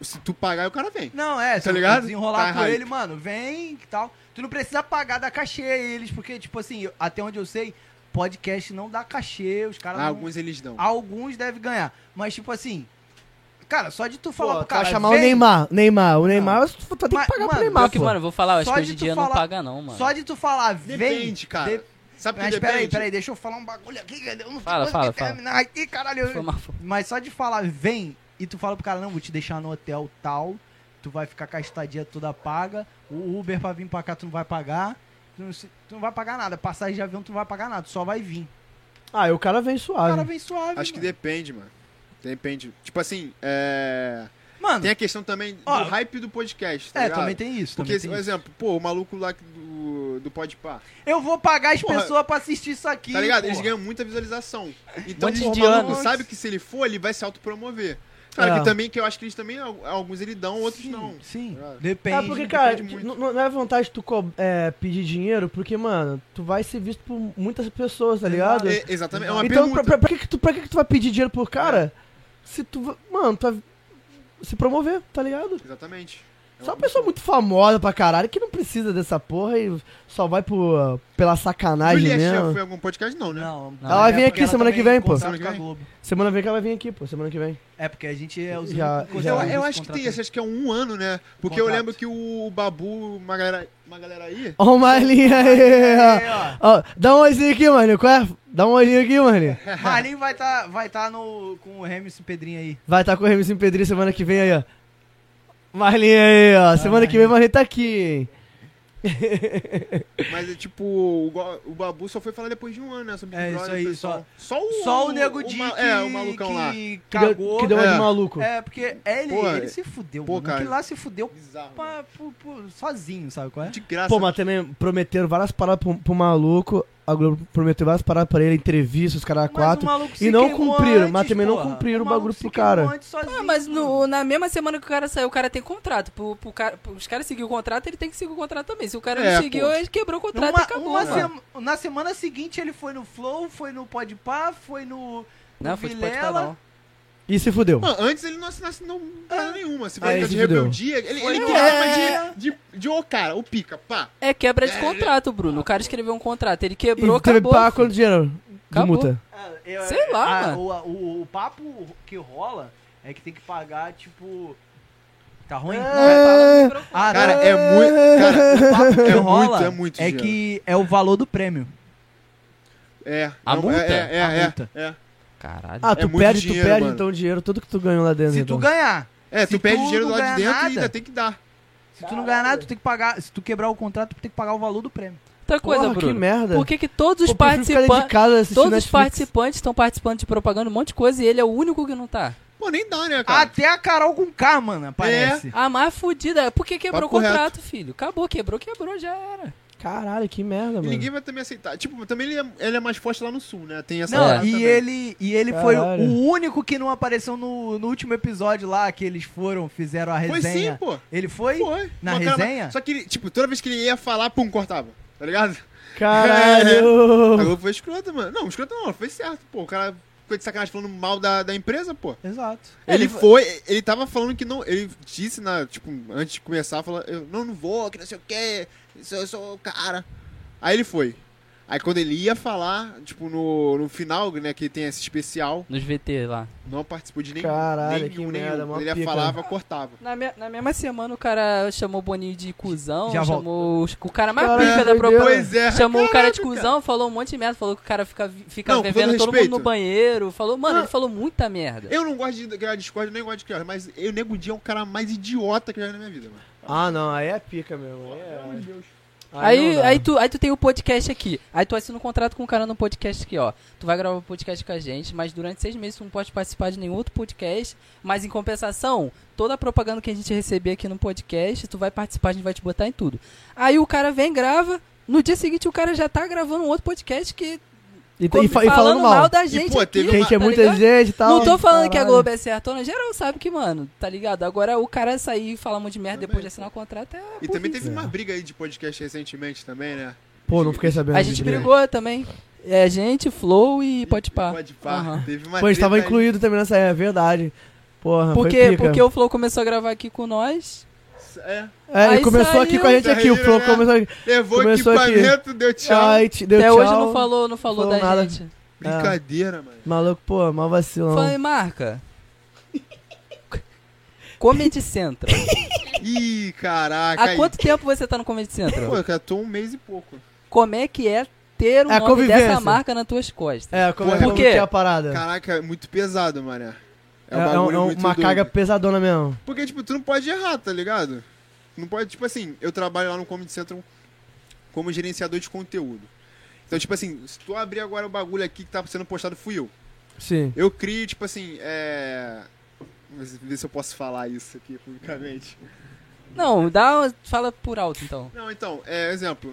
D: Se tu pagar, o cara vem.
E: Não, é, se
D: Tá
E: eu
D: ligado?
E: desenrolar
D: Tá
E: com
D: hype.
E: ele, mano, vem e tal. Tu não precisa pagar da cachê a eles, porque, tipo assim, eu- até onde eu sei, podcast não dá cachê, os caras
D: Ah,
E: não,
D: alguns eles dão.
E: Alguns devem ganhar. Mas, tipo assim, cara, só de tu falar
B: Pô,
E: pro
B: tu vai
E: cara.
B: chamar
E: vem,
B: o Neymar. Neymar. O Neymar,
E: Não.
B: tu, tu tem
E: Mas,
B: que pagar
E: mano,
B: pro Neymar,
C: Pior que,
B: pô.
C: mano, eu vou falar, acho
E: Só
C: que hoje
E: de
C: em
E: tu
C: dia não
E: falar-
C: paga não, mano.
E: Só de tu falar, vem.
D: Depende, cara.
E: de-
D: Sabe o que
E: Mas
D: depende?
E: peraí, peraí, deixa eu falar um bagulho aqui. que Eu não
C: Fala,
E: consegui
C: fala, fala.
E: terminar aqui, caralho.
C: Foi uma-
E: Mas só de falar, vem, e tu fala pro cara, não, vou te deixar no hotel tal, tu vai ficar com a estadia toda paga, o Uber pra vir pra cá tu não vai pagar, tu não, se- tu não vai pagar nada, passagem de avião tu não vai pagar nada, tu só vai vir.
B: Ah, e o cara vem
E: O
B: suave.
E: cara vem suave,
D: Acho que
E: mano.
D: depende, mano. Depende. Tipo assim, é...
E: Mano,
D: Tem a questão também
E: Ó,
D: do hype do podcast, tá
E: é,
D: ligado?
E: também tem isso,
D: Porque,
E: também
D: por
E: tem isso.
D: exemplo, pô, o maluco lá do, do Podpah,
E: Eu vou pagar as
D: Porra,
E: pessoas pra assistir isso aqui,
D: tá ligado? Eles
E: porra.
D: ganham muita visualização. Então,
C: Monte
D: pô, o
C: de
D: maluco
C: anos.
D: sabe que se ele for, ele vai se autopromover. Claro
B: É.
D: que também, que eu acho que eles também, alguns ele dão, outros
E: Sim,
D: um não.
E: Sim,
D: Tá ligado?
E: depende.
B: É porque, cara,
D: depende muito.
B: não não é vantagem tu co- é, pedir dinheiro, porque, mano, tu vai ser visto por muitas pessoas, tá ligado?
D: É, exatamente, é uma
B: então, pra,
D: pergunta.
B: pra- pra que que tu, pra que que tu vai pedir dinheiro pro cara se tu, va- mano, tu vai se promover, tá ligado?
D: Exatamente. É
B: Só uma pessoa muito famosa pra caralho que não precisa dessa porra e só vai por, pela sacanagem
D: Juliette já
B: mesmo.
D: foi em algum podcast? Não, né?
E: Não, não,
B: Ela vai
E: é
B: vir
E: porque
B: aqui semana que
E: também
B: vem, pô.
E: contrata
D: Semana que
E: com a
D: vem?
E: Globo.
B: Semana que vem que ela vai vir aqui, pô, semana que vem.
E: É, porque a gente é os
B: Já-
E: únicos
B: já-
D: Eu,
E: contratados
D: eu acho que tem
E: contratados.
D: esse, acho que é um ano, né? Porque eu
E: Contrato.
D: lembro que o Babu, uma galera, uma galera aí,
B: Ó, o Marlinho aí, ó.
E: É, ó.
B: Ó, Dá um olhinho aqui, Marlinho, qual é? Dá um olhinho aqui, Marlinho.
E: Marlin vai tá, vai tá no, com o Hamilton Pedrinho aí.
B: Vai estar com o Remissão Pedrinho semana que vem aí, ó. Marlinho aí, ó. Semana que vem o Marlinho tá aqui, hein.
D: mas é tipo, o, Go- o Babu só foi falar depois de um ano, né? Sobre
E: É,
D: Big
E: isso
D: Brother,
E: aí,
D: pessoal. Só o,
E: Só o Nego Di
D: ma-
E: que,
D: É, o malucão lá.
E: que
B: Que deu-
E: cagou.
B: Que deu uma
D: É.
B: de maluco.
E: É, porque ele,
D: Pô,
E: ele
D: é-
E: se fudeu,
D: pô,
E: mano.
D: cara.
E: Que lá se fudeu
D: Bizarro.
E: pra- pro- pro- sozinho, sabe qual é?
D: De graça.
B: Pô, mas também prometeram várias paradas pro, pro maluco. A Globo prometeu várias paradas pra ele, entrevista, os caras
E: Mas o
B: quatro.
E: maluco se
B: e não
E: queimou
B: cumpriram, mas também não
E: porra.
B: cumpriram o
E: maluco
B: bagulho
E: se
B: pro
E: queimou
B: cara.
E: antes sozinho,
C: Ah, mas
E: mano.
C: no- na mesma semana que o cara saiu, o cara tem contrato. Pro, pro cara, pro- os caras seguiram o contrato, ele tem que seguir o contrato também. Se o cara
D: É,
C: não seguiu,
D: pô.
C: ele quebrou o contrato
E: Numa-
C: e acabou.
E: uma
C: mano.
E: sema- na semana seguinte ele foi no Flow, foi no Podpah, foi no, no
C: Não, foi de podcast,
E: Vilela.
C: não.
B: E se fudeu.
D: Mano, antes ele não assinasse não, parada nenhuma. Se for
B: Aí
D: ele tá de
B: se fudeu.
D: rebeldia, ele, ele
E: É. Foi
D: quebrava
E: é.
D: de, de, de ô cara, o pica, pá.
C: É quebra de contrato, Bruno. O cara escreveu um contrato, ele quebrou,
B: e teve que
C: acabou.
B: pagar quanto dinheiro de
C: Acabou.
B: multa?
E: Ah, eu-
C: Sei lá,
E: ah,
C: mano.
E: o, o, o papo que rola é que tem que pagar, tipo. Tá ruim?
B: É.
E: Ah,
D: Cara,
E: não.
D: é muito. Cara,
E: O papo que
D: É muito,
E: rola
D: é muito dinheiro.
E: que é o valor do prêmio.
D: é.
C: A
D: não,
C: multa?
D: É, é,
E: A
D: é, é,
E: multa.
D: é.
C: Caralho.
B: Ah, tu
D: muito
B: perde,
D: dinheiro,
B: tu perde
D: mano.
B: então o dinheiro, tudo que tu ganhou lá dentro.
E: Se
B: então.
E: tu ganhar.
D: É,
E: Se
D: tu perde
E: tu
D: dinheiro
E: não
D: lá de
E: ganhar
D: dentro
E: nada-
D: e ainda tem que dar.
E: Se tu não ganhar nada, tu tem que pagar. Se tu quebrar o contrato, tu tem que pagar o valor do prêmio.
C: Outra coisa,
B: Porra, que
C: Bruno.
B: merda.
C: Por que, que todos os
B: Pô, prefiro ficar dentro de
C: participantes.
B: casa assistindo
C: Todos os
B: Netflix.
C: participantes estão participando de propaganda, um monte de coisa, e ele é o único que não tá.
D: Pô, nem dá, né, cara? É.
E: Até a Carol com K, mano, aparece.
C: A mais Ah, é fudida. Por que quebrou
D: Papo
C: o contrato, filho? Acabou, quebrou, quebrou, já era.
B: Caralho, que merda,
D: E
B: mano.
D: ninguém vai também aceitar. Tipo, também ele é, ele é mais forte lá no sul, né? Tem essa.
E: Não,
D: parada
E: e
D: também.
E: ele, e ele foi
B: Caralho.
E: o único que não apareceu no, no último episódio lá, que eles foram, fizeram a
D: Foi sim,
E: resenha.
D: pô.
E: Ele foi?
D: Foi.
E: Na
D: Uma cara-
E: resenha?
D: Só que, ele, tipo, toda vez que ele ia falar, pum, cortava. Tá ligado? A
B: Caralho!
D: Globo foi escrota, mano. Não, escrota não, foi certo, pô. O cara foi de sacanagem falando mal da, da empresa, pô.
E: Exato.
D: Ele foi, ele tava falando que não. Ele disse, na, tipo, antes de começar, falou, eu não, não vou, que não sei o quê, eu sou, eu sou o cara. Aí ele foi. Aí quando ele ia falar, tipo, no, no final, né, que tem esse especial,
C: Nos VT lá.
D: não participou de nenhum.
B: Caralho, que
D: nenhum, nenhum.
B: merda, mó
D: Quando ele ia
B: pica.
D: falava, cortava.
C: Na, me- na mesma semana o cara chamou o Boninho de cuzão,
E: Já
C: chamou os- o cara mais
B: Caralho,
C: pica da
B: doideira.
C: propaganda.
D: Pois é.
C: Chamou o cara de
D: Caraca,
C: cuzão, falou um monte de merda, falou que o cara fica, fica
D: Não, com todo
C: bebendo todo mundo
D: respeito.
C: no banheiro. Falou, mano,
D: Não.
C: ele falou muita merda.
D: Eu não gosto de criar Discord, nem gosto de criar, mas eu, Nego Dia é o cara mais idiota que eu já vi na minha vida, mano.
B: Ah, não, aí é pica, meu. Aí, é-
C: Aí,
B: não dá.
C: aí, tu, aí tu tem o podcast aqui. Aí tu assina um contrato com o cara no podcast aqui, ó. Tu vai gravar um podcast com a gente, mas durante seis meses tu não pode participar de nenhum outro podcast. Mas em compensação, toda a propaganda que a gente receber aqui no podcast, tu vai participar, a gente vai te botar em tudo. Aí o cara vem, grava. No dia seguinte o cara já tá gravando um outro podcast que.
B: E, e fa- e falando mal.
C: da gente.
D: pô,
C: aqui,
D: teve
B: Quem
D: uma-
B: que é
C: tá
B: muita
C: ligado?
B: gente e tal.
C: Não tô falando que a
B: caralho.
C: Globo é certona, geral sabe que, mano, tá ligado? Agora o cara sair e falar um monte de merda depois de
D: Também.
C: assinar o contrato é.
D: E também teve
B: É.
D: uma briga aí de podcast recentemente também,
C: é
D: né?
B: Pô, não fiquei sabendo.
C: A
B: disso,
C: gente
B: né?
C: brigou também. É a gente, Flow e pode pá.
D: Pode par.
C: Aham.
D: Teve uma
B: Pô, a gente tava
D: treta aí.
B: incluído também nessa é verdade. Porra, foi
C: Porque,
B: pica.
C: porque o Flow começou a gravar aqui com nós.
D: É.
B: É, ele
C: Aí
B: começou
C: saiu.
B: aqui com a gente aqui, o
D: Saiu,
B: Flow
D: né?
B: começou aqui.
D: Levou
B: Começou aqui.
D: equipamento, deu tchau.
B: Ai, ah. te- deu
C: Até
B: tchau.
C: hoje não falou, não falou,
B: falou
C: da
B: nada.
C: gente.
D: Brincadeira, mano.
B: Maluco, pô, mal vacilão.
C: Falei, marca. Comedy Central.
D: Ih, caraca.
C: Há
D: aí.
C: quanto tempo você tá no Comedy
D: Pô,
C: Central?
D: eu já tô um mês e pouco.
C: Como é que é ter o
B: É a
C: nome
B: convivência.
C: dessa marca nas tuas costas?
B: É, como,
D: Por
B: como que
C: quê?
B: é a parada?
D: Caraca, é muito pesado, mané.
B: é,
D: É, um
B: é um-
D: bagulho
B: é um-
D: muito
B: uma
D: doido.
B: carga pesadona mesmo.
D: Porque, tipo, tu não pode errar, tá ligado? Não pode, tipo assim, eu trabalho lá no Comedy Central como gerenciador de conteúdo. Então, tipo assim, se tu abrir agora o bagulho aqui que tá sendo postado, fui eu.
B: Sim.
D: Eu crio, tipo assim, é. Vamos ver se eu posso falar isso aqui publicamente.
C: Não, dá uma- fala por alto então.
D: Não, então, é, exemplo.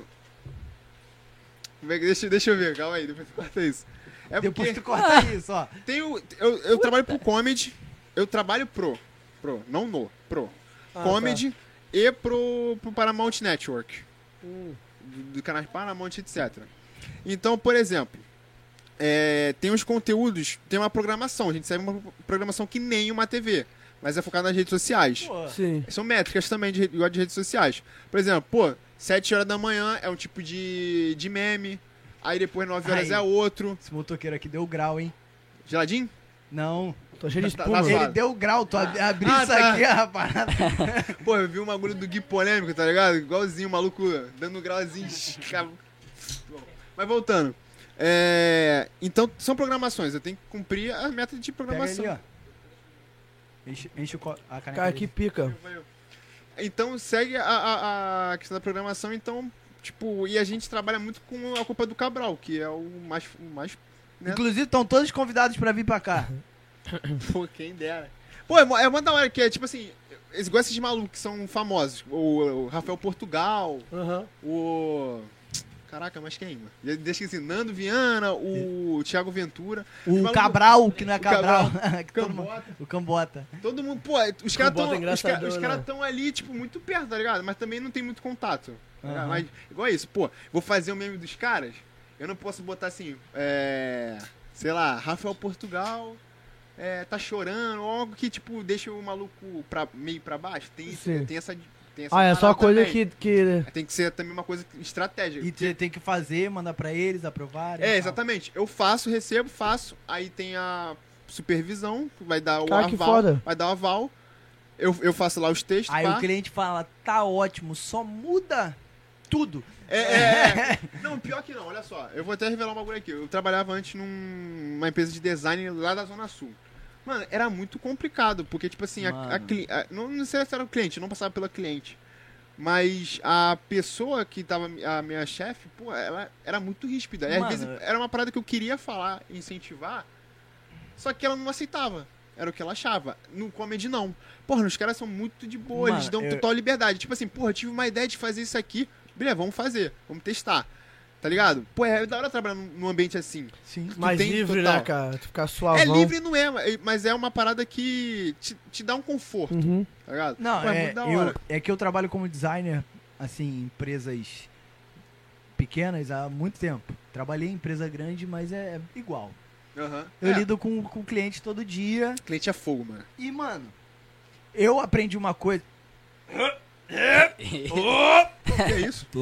D: Como é que- Deixa, deixa eu ver, calma aí, depois tu corta isso. É
E: Depois
D: porque
E: tu corta isso, ó.
D: tem o, eu, eu trabalho pro comedy, eu trabalho pro, pro, não no, pro. comedy e pro, pro Paramount Network. Do, do canal Paramount, etc. Então, por exemplo, é, tem os conteúdos, tem uma programação, a gente segue uma programação que nem uma TV, mas é focada nas redes sociais.
B: Sim.
D: São métricas também, de, igual de redes sociais. Por exemplo, pô, 7 horas da manhã é um tipo de, de meme, aí depois 9 horas
E: Ai.
D: é outro.
E: Esse motoqueiro aqui deu grau, hein?
D: Geladinho?
E: Não.
B: Tô cheio de
D: Tá- tá-
B: espuma.
D: tá
E: Ele
D: zoado.
E: deu grau, tu ab- abriu
D: Ah,
E: isso
D: tá.
E: aqui, rapaz.
D: Pô, eu vi um bagulho do Gui polêmico, tá ligado? Igualzinho, o maluco dando um grauzinho. cara. Mas voltando. É, Então, são programações. Eu tenho que cumprir a meta de
E: Pega
D: programação.
E: ali, ó. Enche, enche o co- a caneca
B: Cara,
E: dele.
B: que pica.
D: Então segue a, a- a questão da programação, então, tipo, e a gente trabalha muito com a culpa do Cabral, que é o mais. o mais né?
E: Inclusive, estão todos convidados pra vir pra cá.
D: Pô, quem dera. Pô, é, mó- é uma da hora que é tipo assim, eles igual esses malucos que são famosos. O, o Rafael Portugal,
B: Aham.
D: o. Caraca, mas quem? mano? Já Deixa assim, Nando Viana, o Thiago Ventura,
E: O
D: Maluco.
E: Cabral, que não é Cabral.
D: Cabral.
E: Que todo mundo-
D: Cambota.
E: o Cambota.
D: Todo mundo, pô, os caras
B: Cambota é
D: estão os
B: engraçadão,
D: cara, os
B: né?
D: cara tão ali, tipo, muito perto, tá ligado? Mas também não tem muito contato. tá ligado?
E: Aham.
D: Mas, igual isso, pô, vou fazer o meme dos caras, eu não posso botar assim, é. Sei lá, Rafael Portugal. é, tá chorando, ou algo que, tipo, deixa o maluco pra- meio pra baixo. Tem,
B: Sim.
D: tem essa. Tem essa
B: Ah, é só
D: parada
B: coisa
D: também.
B: que, que.
D: Tem que ser também uma coisa estratégica.
E: E você tem que fazer, mandar pra eles, aprovarem.
D: É,
E: e tal.
D: exatamente. Eu faço, recebo, faço. Aí tem a supervisão, que vai dar o
B: Cara, que
D: aval.
B: foda.
D: Vai dar o aval. Eu, eu faço lá os textos.
E: Aí
D: pá.
E: o cliente fala, tá ótimo, só muda tudo.
D: É, é, é. Não, pior que não, olha só. Eu vou até revelar um bagulho aqui. Eu trabalhava antes num- numa empresa de design lá da Zona Sul. Mano, era muito complicado, porque, tipo assim, a- a,
E: Mano.
D: cli- a- não, não sei se era o cliente, eu não passava pela cliente. Mas a pessoa que tava, a minha chefe, pô, ela era muito ríspida. E às
E: Mano.
D: vezes era uma parada que eu queria falar, incentivar, só que ela não aceitava. Era o que ela achava. No comedy, não. Porra, os caras são muito de boa, eles
E: Mano,
D: dão
E: eu-
D: total liberdade. Tipo assim, porra, eu tive uma ideia de fazer isso aqui, beleza, vamos fazer, vamos testar. Tá ligado? Pô, é da hora trabalhar num num ambiente assim.
E: Sim.
D: Tu
B: Mais
D: tem
B: livre,
D: total-
B: né, cara? Tu ficar suavão.
D: É livre não é, mas é uma parada que te, te dá um conforto,
B: Uhum.
D: tá ligado?
E: Não,
D: Pô,
E: é,
D: muito da
E: eu-
D: hora.
E: é que eu trabalho como designer, assim, em empresas pequenas há muito tempo. Trabalhei em empresa grande, mas é igual.
D: Aham.
E: Eu
D: É,
E: lido com, com cliente todo dia
D: cliente é fogo, mano.
E: e, mano, eu aprendi uma coisa.
D: Que é isso?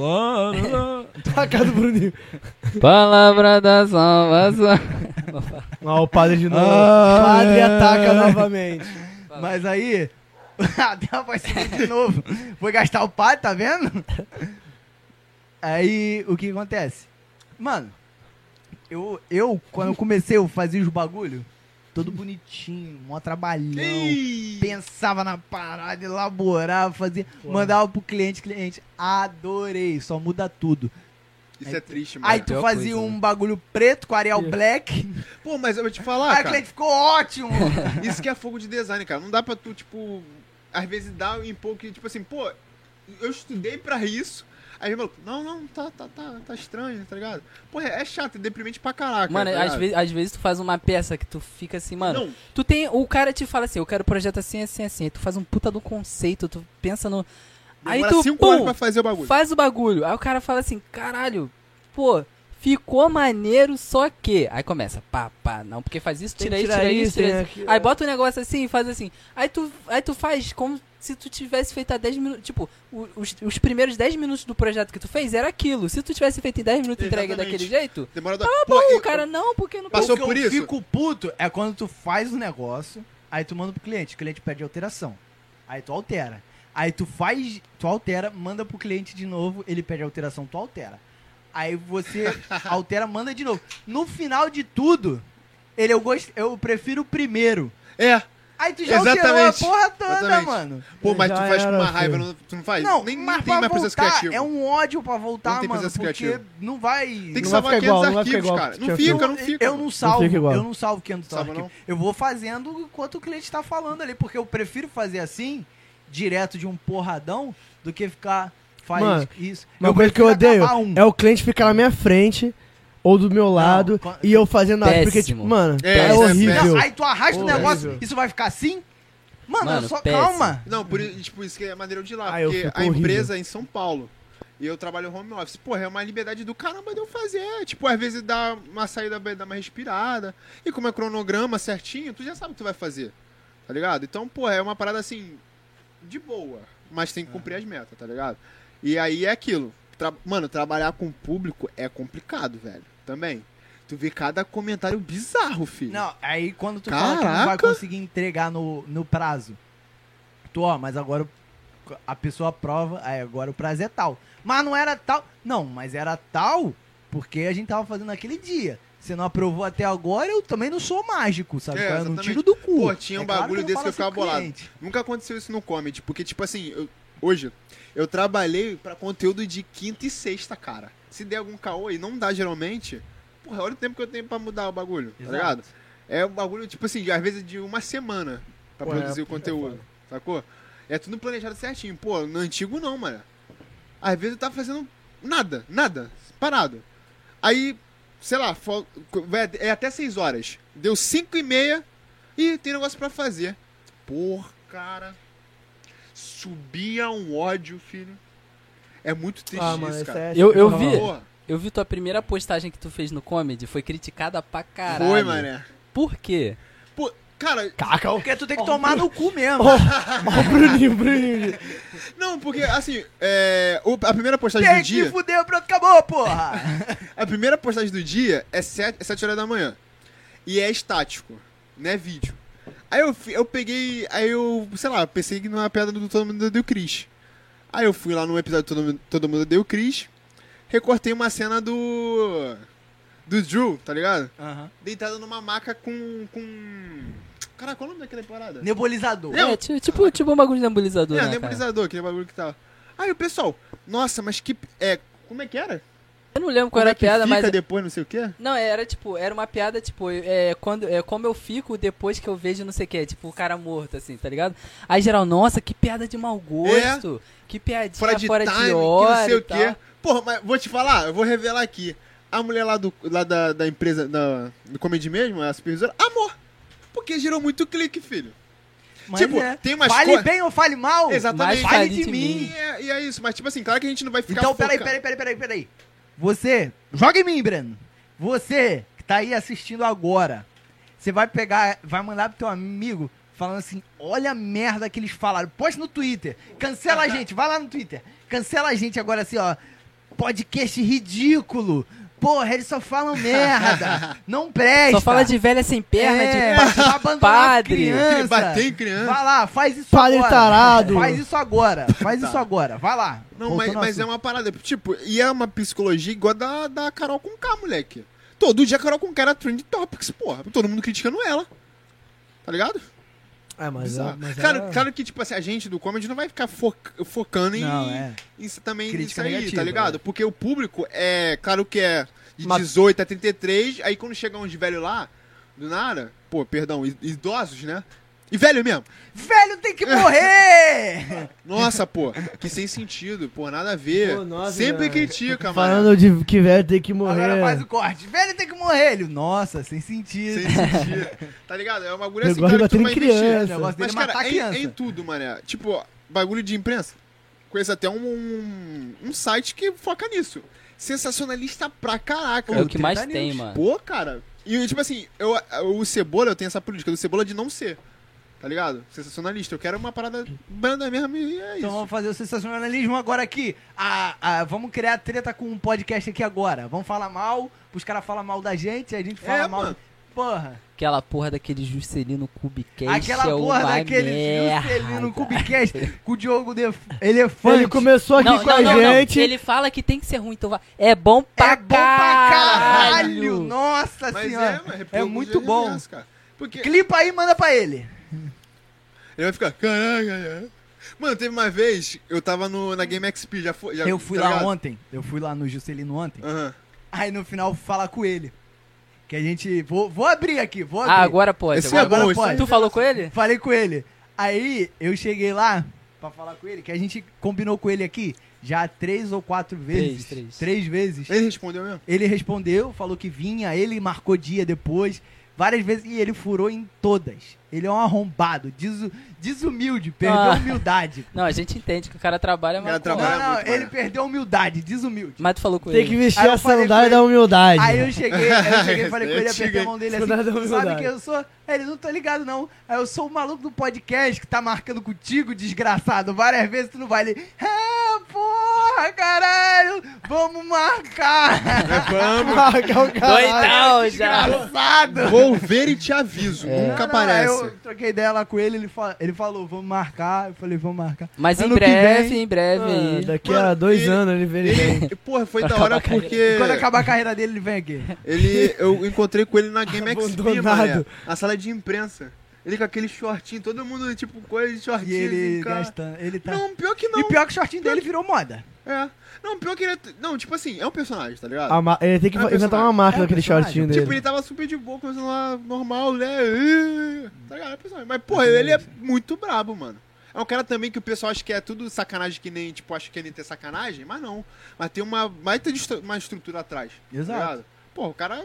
B: Tá a cara do Bruninho.
C: Palavra da salvação.
B: Ó, o padre de novo.
E: Ah,
B: padre
E: é.
B: ataca novamente.
E: Mas aí, até a voz subiu de novo. Foi gastar o padre, tá vendo? Aí, o que acontece? Mano, eu, eu quando eu comecei, eu fazia os bagulho, todo bonitinho, mó trabalhão.
D: Ih!
E: Pensava na parada, elaborava, fazia, mandava pro cliente, cliente, adorei, só muda tudo.
D: Isso é triste, mano.
E: Aí tu
C: pior
E: fazia
C: coisa, né?
E: um bagulho preto com Arial Black,
D: Pô, mas eu vou te
E: aí
C: Ah,
D: falar,
E: o
D: cara.
E: cliente ficou ótimo.
D: Isso que é fogo de design, cara. Não dá pra tu, tipo, às vezes dá em pouco, tipo assim, pô, eu estudei pra isso. Aí o maluco, não, não, tá, tá, tá, tá estranho, tá ligado? Pô, é, é chato, é deprimente pra caraca.
C: Mano,
D: tá
C: às
D: ligado?
C: vezes, às vezes tu faz uma peça que tu fica assim, mano.
D: Não,
C: Tu tem. O cara te fala assim, eu quero projeto assim, assim, assim. Aí tu faz um puta do conceito, tu pensa no. Aí
D: demora
C: tu
D: cinco
C: pum,
D: anos pra fazer o bagulho.
C: faz o bagulho. Aí o cara fala assim, caralho, pô, ficou maneiro, só que. Aí começa, pá, pá, não, porque faz isso, tira
B: Tem que
C: isso,
B: tirar
C: tira isso,
B: isso, né?
C: tira
B: tem
C: isso.
B: aquilo.
C: Aí bota um negócio assim e faz assim. Aí tu, aí tu faz como se tu tivesse feito há 10 minutos. Tipo, o- os, os primeiros 10 minutos do projeto que tu fez era aquilo. Se tu tivesse feito em 10 minutos entregue
D: Exatamente.
C: daquele jeito,
D: Demora do...
C: pô,
D: eu-
C: o cara não, porque não
D: Passou
E: o que
D: por
E: eu
D: isso?
E: fico puto é quando tu faz o negócio, aí tu manda pro cliente, o cliente pede alteração. Aí tu altera. Aí tu faz, tu altera, manda pro cliente de novo, ele pede alteração, tu altera. Aí você altera, manda de novo. No final de tudo, ele eu gosto, eu prefiro o primeiro.
D: É,
E: Aí tu já
D: Exatamente.
E: alterou a porra toda,
D: Exatamente.
E: mano.
D: pô, mas
B: Já
D: tu faz com
B: era,
D: uma
B: filho.
D: raiva, não, tu não faz?
E: Não,
D: nem, nem
E: mas
D: tem
E: pra
D: mais processo
E: voltar,
D: criativo.
E: é um ódio pra voltar,
D: Não tem
E: mano,
D: processo
E: porque
D: criativo.
E: não vai...
D: Tem que
B: Não vai
D: salvar
B: ficar
D: 500
B: igual, não vai ficar
D: arquivos,
B: igual
D: cara.
B: que
D: Não
B: tinha
D: fica,
B: feito.
D: não fica.
E: Eu não salvo,
B: igual.
E: eu não salvo 500
D: Salva,
E: arquivos.
D: não?
E: Eu vou fazendo enquanto o cliente tá falando ali, porque eu prefiro fazer assim, direto de um porradão, do que ficar faz
B: Mano,
E: isso.
B: Uma coisa que eu
E: prefiro
B: odeio
E: acabar um.
B: é o cliente ficar na minha frente ou do meu lado
E: co-
B: e eu fazendo nada. Porque, tipo,
C: Péssimo.
B: mano,
D: É,
B: é,
D: isso é
B: horrível.
D: péssimo.
E: Não, aí tu arrasta o
B: Horrível.
E: negócio, isso vai ficar assim? Mano,
C: Mano,
E: só
C: péssimo.
E: calma.
D: Não, por i- tipo, isso que é maneiro de lá,
B: Ah, eu
D: porque
B: fico
D: a
B: horrível.
D: empresa é em São Paulo. E eu trabalho home office. Porra, é uma liberdade do caramba de eu fazer. Tipo, às vezes dá uma saída, dá uma respirada. E como é cronograma certinho, tu já sabe o que tu vai fazer. Tá ligado? Então, porra, é uma parada assim, de boa. Mas tem que cumprir as metas, tá ligado? E aí é aquilo. Tra- Mano, trabalhar com o público é complicado, velho. Também. Tu vê cada comentário bizarro, filho.
E: Não, aí quando tu fala que não vai
D: Caraca.
E: conseguir entregar no, no prazo. Tu, ó, mas agora a pessoa aprova, aí agora o prazo é tal. Mas não era tal. Não, mas era tal porque a gente tava fazendo naquele dia. Você não aprovou até agora, eu também não sou mágico, sabe?
D: É,
E: qual é? eu não
D: exatamente.
E: tiro do cu.
D: Pô, tinha um
E: É claro
D: bagulho
E: eu
D: desse
E: falo
D: que eu
E: assim
D: ficava
E: pro
D: bolado. tá
E: cliente.
D: Nunca aconteceu isso no comedy, porque, tipo assim, eu- hoje, eu trabalhei pra conteúdo de quinta e sexta, cara. Se der algum caô e não dá geralmente, porra, olha o tempo que eu tenho pra mudar o bagulho, tá
E: Exato.
D: ligado? É um bagulho, tipo assim, às vezes de uma semana pra
B: Pô, é,
D: produzir o conteúdo, sacou? É tudo planejado certinho. Pô, no antigo não, mano. Às vezes eu tava fazendo nada, nada, parado. Aí, sei lá, fo- vai- é até 6 horas. Deu 5 e meia e tem negócio pra fazer. Por cara. Subia um ódio, filho. É muito triste
B: Ah,
D: isso,
B: mano, isso
D: cara.
B: é-
C: Eu- eu
B: Não,
C: vi.
D: Porra,
C: Eu vi tua primeira postagem que tu fez no comedy, foi criticada pra caralho.
D: foi, mané.
C: Por quê?
D: Pô, cara,
E: Porque tu tem que tomar no cu mesmo.
B: Ó, o Bruninho, o Bruninho.
D: não, porque assim, é, o- a primeira postagem
E: tem
D: do dia.
E: que fuder, pronto, acabou, porra.
D: A primeira postagem do dia é 7, horas da manhã. E é estático, não é vídeo. Aí eu, fi- eu peguei. Aí eu, sei lá, pensei que não era piada do Todo Mundo Deu Cris. Aí eu fui lá num episódio do Todo Mundo, Todo Mundo Deu Cris, recortei uma cena do. do Drew, tá ligado?
E: Aham.
D: Deitado numa maca com. com. Cara, qual é o nome daquela parada?
E: Nebulizador.
D: Eu-
C: É, ti- tipo, tipo um bagulho de nebulizador,
D: é,
C: né, cara?
D: nebulizador, aquele bagulho que tava. Aí o pessoal, nossa, mas que. É, como é que era?
C: Eu não lembro qual
D: Como
C: era
D: é
C: a
D: que
C: piada,
D: fica
C: mas...
D: depois, não sei o quê?
C: Não, era tipo, era uma piada, tipo, é, quando, é, como eu fico depois que eu vejo não sei o que, tipo, o cara morto, assim, tá ligado? Aí geral, nossa, que piada de mau gosto, que piadinha
D: fora
C: fora
D: de
C: de,
D: time, que
C: hora
D: não sei
C: e
D: o quê.
C: tal.
D: Porra, mas vou te falar, eu vou revelar aqui. A mulher lá, do, lá da, da empresa, da, do Comedy mesmo, a supervisora, amor. Porque gerou muito clique, filho.
E: Mas
D: tipo,
E: é.
D: tem umas
E: Fale
D: coisas-
E: bem ou fale mal.
D: Exatamente.
E: Mas fale
C: Mas
E: de
C: fale de
E: mim.
D: E é, e é isso, mas tipo assim, claro que a gente não vai ficar
E: Então, peraí,
D: foca-
E: peraí, peraí, peraí, peraí. Você, joga em mim, Breno. Você que tá aí assistindo agora, você vai pegar, vai mandar pro teu amigo falando assim, olha a merda que eles falaram. Posta no Twitter, cancela a gente, vai lá no Twitter. Cancela a gente agora assim, ó. Podcast ridículo. Porra, eles só falam merda. Não presta.
C: Só fala de velha sem perna,
E: É,
C: de pa-
E: abandonar
C: padre.
E: criança.
D: Bater em criança.
E: Vai lá, faz isso
B: Padre
E: agora.
B: tarado.
E: Faz isso agora. Faz isso agora. Vai lá.
D: Não,
E: Voltou
D: mas,
E: no
D: mas é
E: assunto.
D: uma parada, tipo, e é uma psicologia igual a da, da Carol com K, moleque. Todo dia a Carol com K era trend topics, porra. Todo mundo criticando ela. Tá ligado?
B: É, mas, é,
D: Bizarro.
B: mas é-
D: claro, claro que, tipo assim, a gente do comedy não vai ficar foca- focando em,
E: Não, é.
D: isso também
E: Crítica
D: isso aí,
E: negativa,
D: tá ligado? Porque o público é, claro que é de
B: Mas-
D: 18 a 33, aí quando chega uns velhos lá, do nada, pô, perdão, i- idosos, né? E velho mesmo.
E: Velho tem que morrer!
D: Nossa, pô, que sem sentido, pô, nada a ver.
B: Pô, nossa, cara.
D: Sempre
C: é.
D: critica, mano.
B: Falando de que velho tem que morrer.
E: Agora faz o corte. Velho tem que morrer. Ele, nossa, sem sentido.
D: Sem sentido. Tá ligado? É uma agulha assim,
B: Negócio de
D: cara, que tu
B: bater
D: vai
B: em
D: investir.
E: O
B: criança.
E: negócio dele
D: Mas,
E: é matar
D: cara, em,
E: criança.
D: em tudo, mané. Tipo, ó, bagulho de imprensa. Conheço até um, um, um site que foca nisso. Sensacionalista pra caraca.
C: É o que mais
D: 30
C: tem,
D: news.
C: mano.
D: Pô, cara. E, tipo assim, eu, o Cebola, eu tenho essa política do Cebola de não ser. Tá ligado? Sensacionalista. Eu quero uma parada branda mesmo e é isso.
E: Então vamos fazer o sensacionalismo agora aqui. Ah, ah, vamos criar treta com um podcast aqui agora. Vamos falar mal, os caras falam mal da gente, a gente fala
D: É,
E: mal.
D: mano.
E: Porra.
C: Aquela porra daquele Juscelino Cubicast
E: Aquela
C: é
E: porra
C: uma
E: daquele
C: merda.
E: Juscelino Cubicast com o Diogo de... Elefante.
B: Ele começou aqui
C: Não,
B: com
C: não,
B: a
C: não, não.
B: gente.
C: Ele fala que tem que ser ruim, então vai. É bom pra
E: é bom pra caralho. Nossa
D: Mas é,
E: senhora.
D: mano,
E: É,
D: pelo
E: muito
D: jeito
E: bom.
D: mesmo, cara. Porque
E: Clipa aí e manda pra ele.
D: ele vai ficar, caraca, cara." Mano, teve uma vez, eu tava no, na Game XP, já foi. já-
E: Eu fui
D: tá
E: lá
D: ligado?
E: ontem. Eu fui lá no Juscelino ontem.
D: Aham.
E: Aí no final fala com ele. Que a gente. Vou, vou abrir aqui, vou abrir.
C: Ah, agora pode.
D: Esse é
C: agora
E: agora
D: bom,
E: pode.
D: isso
C: Tu falou com ele?
E: Falei com ele. Aí eu cheguei lá pra falar com ele, que a gente combinou com ele aqui já três ou quatro vezes.
C: três.
E: vezes.
D: Ele respondeu mesmo?
E: Ele respondeu, falou que vinha, ele marcou dia depois, várias vezes, e ele furou em todas. Ele é um arrombado, desu- desumilde, perdeu
C: Ah.
E: a humildade.
C: Não, a gente entende que o cara trabalha,
D: O
C: mas.
D: cara
E: Não,
D: trabalha
E: não,
D: muito,
E: ele
D: mano.
E: perdeu a humildade, desumilde.
C: Mas tu falou com
B: Tem
C: ele.
B: que vestir
E: Aí eu
B: a
E: falei
B: sandália
E: com ele-
B: da humildade.
E: Aí eu cheguei, aí eu cheguei e falei com ele,
D: Eu
E: apertei a mão dele
B: Cuidado,
E: assim, sabe
B: humildade.
E: quem eu sou? Aí ele, não tô ligado não. Aí eu sou o maluco do podcast que tá marcando contigo, desgraçado. Várias vezes tu não vai ali, é, porra, caralho, vamos marcar.
D: Vamos!
E: Ah,
B: Marca o caralho.
C: Doidão já.
E: é Desgraçado.
D: Vou ver e te aviso.
E: Não,
D: Nunca
E: não, aí
D: aparece.
E: Eu troquei ideia lá com ele, ele, fa- ele falou, vamos marcar. Eu falei, vamos marcar.
C: Mas em
E: Ano que
C: breve,
E: vem-
C: em breve É
B: Ah,
C: aí.
B: daqui
D: Mano,
B: a dois
D: ele-
B: anos ele vê ele bem.
D: Ele, porra, foi da hora porque
E: Quando acabar a carreira dele, ele vem aqui.
D: ele, eu encontrei com ele na Game XP, mané,
B: Abandonado.
D: na sala de imprensa. Ele com aquele shortinho, todo mundo, tipo, coisa de
E: E
D: shortinho.
E: ele
D: assim, cara.
E: gastando, ele tá...
D: Não, pior que não.
E: E pior que o shortinho dele virou moda.
D: É. Não, pior que ele... é- Não, tipo assim, é um personagem, tá ligado?
B: A ma- Ele tem que
D: É um
B: fa- inventar uma
D: personagem.
B: marca
E: É um
B: daquele
E: personagem.
B: shortinho
D: tipo,
B: dele.
D: ele tava super de boa, começando lá, normal, né? Ih, Tá ligado? É um personagem. Mas, porra,
E: Uhum.
D: ele é muito brabo, mano. É um cara também que o pessoal acha que é tudo sacanagem, que nem, tipo, acha que ele tem sacanagem, mas não. Mas tem uma baita de estru- uma estrutura atrás. tá
E: Exato.
D: Pô, o cara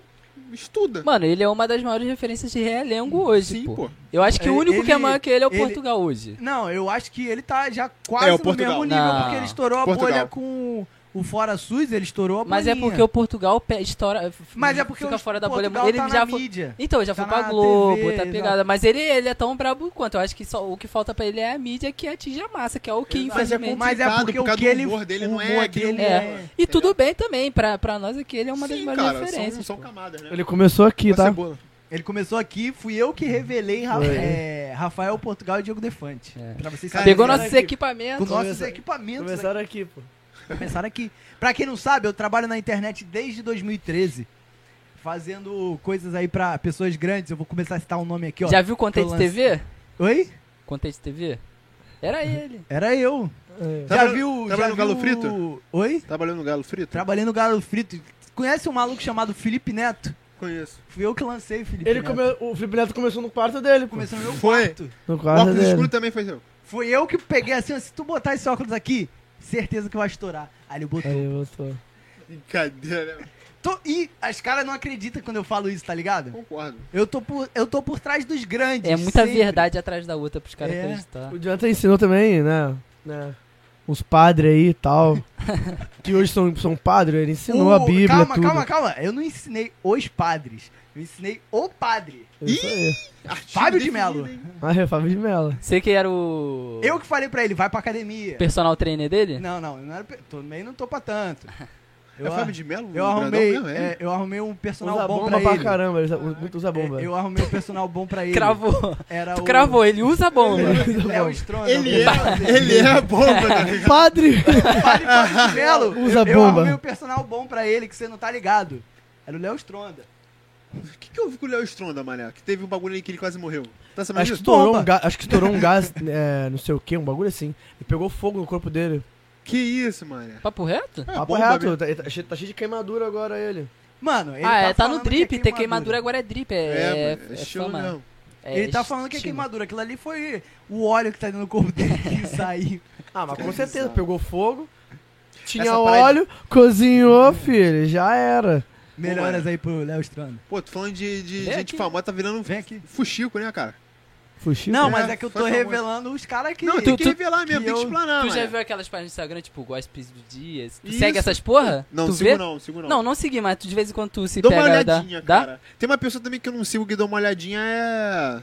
D: estuda.
C: Mano, ele é uma das maiores referências de realengo hoje,
D: Sim,
C: pô.
D: pô.
C: Eu acho que o
E: Ele-
C: único que é maior que ele é o
E: ele-
C: Portugal hoje.
E: Não, eu acho que ele tá já quase
D: É, o
E: no
D: Portugal.
E: mesmo nível,
C: Não.
E: porque ele estourou a
D: Portugal.
E: bolha com o Fora SUS, ele estourou a bolha.
C: Mas é porque o Portugal pe- estoura, f-
E: Mas é porque
C: fica
E: o
C: fora da bolha.
E: Portugal
C: ele
E: tá
C: já
E: na
C: foi-
E: mídia.
C: Então, já
E: Tá
C: foi pra
E: na
C: Globo,
E: TV,
C: tá pegada. Mas ele, ele é tão brabo quanto. Eu acho que só, o que falta pra ele é a mídia que atinge a massa, que é o que
D: Mas é
C: infelizmente.
E: Mas é
D: complicado,
E: porque
D: por
E: o
D: causa
E: que
D: do
E: ele...
D: humor dele
E: o
D: não é
E: humor
D: aquele
E: dele
C: humor.
E: é-
C: E tudo bem também, pra, pra nós aqui ele é uma das
D: Sim,
C: maiores
D: cara, são,
C: referências.
D: são
C: pô.
D: camadas, né?
B: Ele começou aqui,
D: Uma
B: tá?
D: cebola.
E: Ele começou aqui, fui eu que revelei Ra-
B: Foi.
E: é, Rafael Portugal e Diogo Defante.
C: É.
E: Pra vocês
D: Cara,
C: Pegou
E: saberem. é
C: nossos
E: Com
C: equipamentos.
E: nossos
B: Começaram-
E: equipamentos. aqui.
B: Começaram aqui, pô.
E: Começaram aqui. Pra quem não sabe, eu trabalho na internet desde 2013. Fazendo coisas aí pra pessoas grandes. Eu vou começar a citar um nome aqui, ó.
C: Já viu Contente
E: lance.
C: TV?
E: Oi?
C: Contente TV? Era ele.
E: Era eu. Já
D: Trabalha-
E: viu.
D: trabalha
E: já
D: no Galo
E: viu-
D: Frito?
E: Oi?
D: Trabalhou no Galo Frito?
E: Trabalhei no Galo Frito. Conhece um maluco chamado Felipe Neto?
D: Conheço.
E: Fui eu que lancei, Felipe
B: Ele
E: Neto.
B: come... O Felipe Neto começou no quarto dele, pô.
E: Começou no meu
D: Foi.
E: quarto.
B: No
D: O
B: quarto
D: óculos escuro
B: dele.
D: também foi seu.
E: Foi eu que peguei assim, ó, se tu botar esse óculos aqui, certeza que vai estourar. Aí ele
D: É.
E: botou.
B: Aí voltou.
D: Brincadeira, né?
E: Tô- e as caras não acreditam quando eu falo isso, tá ligado?
D: Concordo.
E: Eu tô por, eu tô por trás dos grandes.
C: É muita
E: sempre.
C: verdade atrás da outra pros caras
E: É.
B: O
C: acreditarem.
B: Jonathan ensinou também, né? né uns padres aí e tal. que hoje são, são padres, ele ensinou
E: O-
B: a Bíblia.
E: Calma,
B: tudo.
E: calma, calma. Eu não ensinei os padres. Eu ensinei o padre.
B: É Isso aí.
E: Fábio de Melo.
B: Ah, é Fábio de Mello.
C: Você que era o
E: Eu que falei pra ele, vai pra academia.
C: personal trainer dele?
E: Não, não, eu não era. pe- Também não tô pra tanto. Eu,
D: É
E: a-
D: Fábio de Melo?
E: eu
D: O
E: arrumei.
D: grandão mesmo, é?
E: é, eu arrumei um personal
B: Usa
E: bom
B: bomba
E: pra
B: pra,
E: ele.
B: caramba, ele usa- muito usa bomba.
E: É, Eu arrumei um personal bom pra ele.
C: Cravou.
E: Era
C: Tu
E: o...
C: cravou, ele usa a bomba.
E: É o Strona.
D: Ele é, ele é a bomba, tá ligado?
B: Padre!
E: Padre Fábio de Melo.
B: Usa
E: eu, Eu
B: bomba.
E: arrumei um personal bom pra ele que você não tá ligado. Era o Léo Stronda.
D: O que, que houve com o Léo Stronda, mané? Que teve um bagulho aí que ele quase morreu. Tá sabendo
B: Acho que,
D: disso?
B: estourou
E: Bomba.
B: um ga- acho que estourou um gás, é, não sei o que, um bagulho assim. E pegou fogo no corpo dele.
D: Que isso, mané?
C: Papo reto?
D: É,
B: Papo
D: bomba
B: reto,
D: mesmo.
B: tá, tá cheio, tá cheio de queimadura agora ele.
E: Mano, ele
C: ah, é, tá no
E: falando que
C: drip,
E: é
C: ter queimadura agora é drip, é, é,
D: É, mano, é
C: é
D: show
C: fama.
D: mesmo.
C: É
E: Ele tá falando que é
C: estilo.
E: queimadura. Aquilo ali foi o óleo que tá dentro do corpo dele que saiu.
B: Ah, mas
D: Que
B: com certeza,
D: bizarro.
B: pegou fogo, tinha
D: Essa parada-
B: óleo, cozinhou, filho, já era.
E: Melhoras aí pro Léo Stronda.
D: Pô, tu falando de, de
C: Vem
D: gente
C: aqui.
D: famosa, tá virando um
E: Vem aqui.
D: fuxico, né, cara?
B: Fuxico.
E: Não,
D: É,
E: mas é que eu
D: foi
E: tô
D: famoso.
E: revelando os caras que...
D: Não, tem
C: tu-
D: que
C: tu-
D: revelar mesmo,
E: que
D: tem que
E: eu-
D: explanar,
C: Tu já
D: mané.
C: viu aquelas páginas do Instagram, tipo, Gossip do Dia? Tu
D: Isso.
C: segue essas porra?
D: Não,
C: tu
D: sigo
C: vê?
D: não, sigo não.
C: Não, não segui, mas tu de vez em quando tu se
D: Dá
C: pega...
D: uma olhadinha,
C: dá?
D: cara. Tem uma pessoa também que eu não sigo que dá uma olhadinha, é...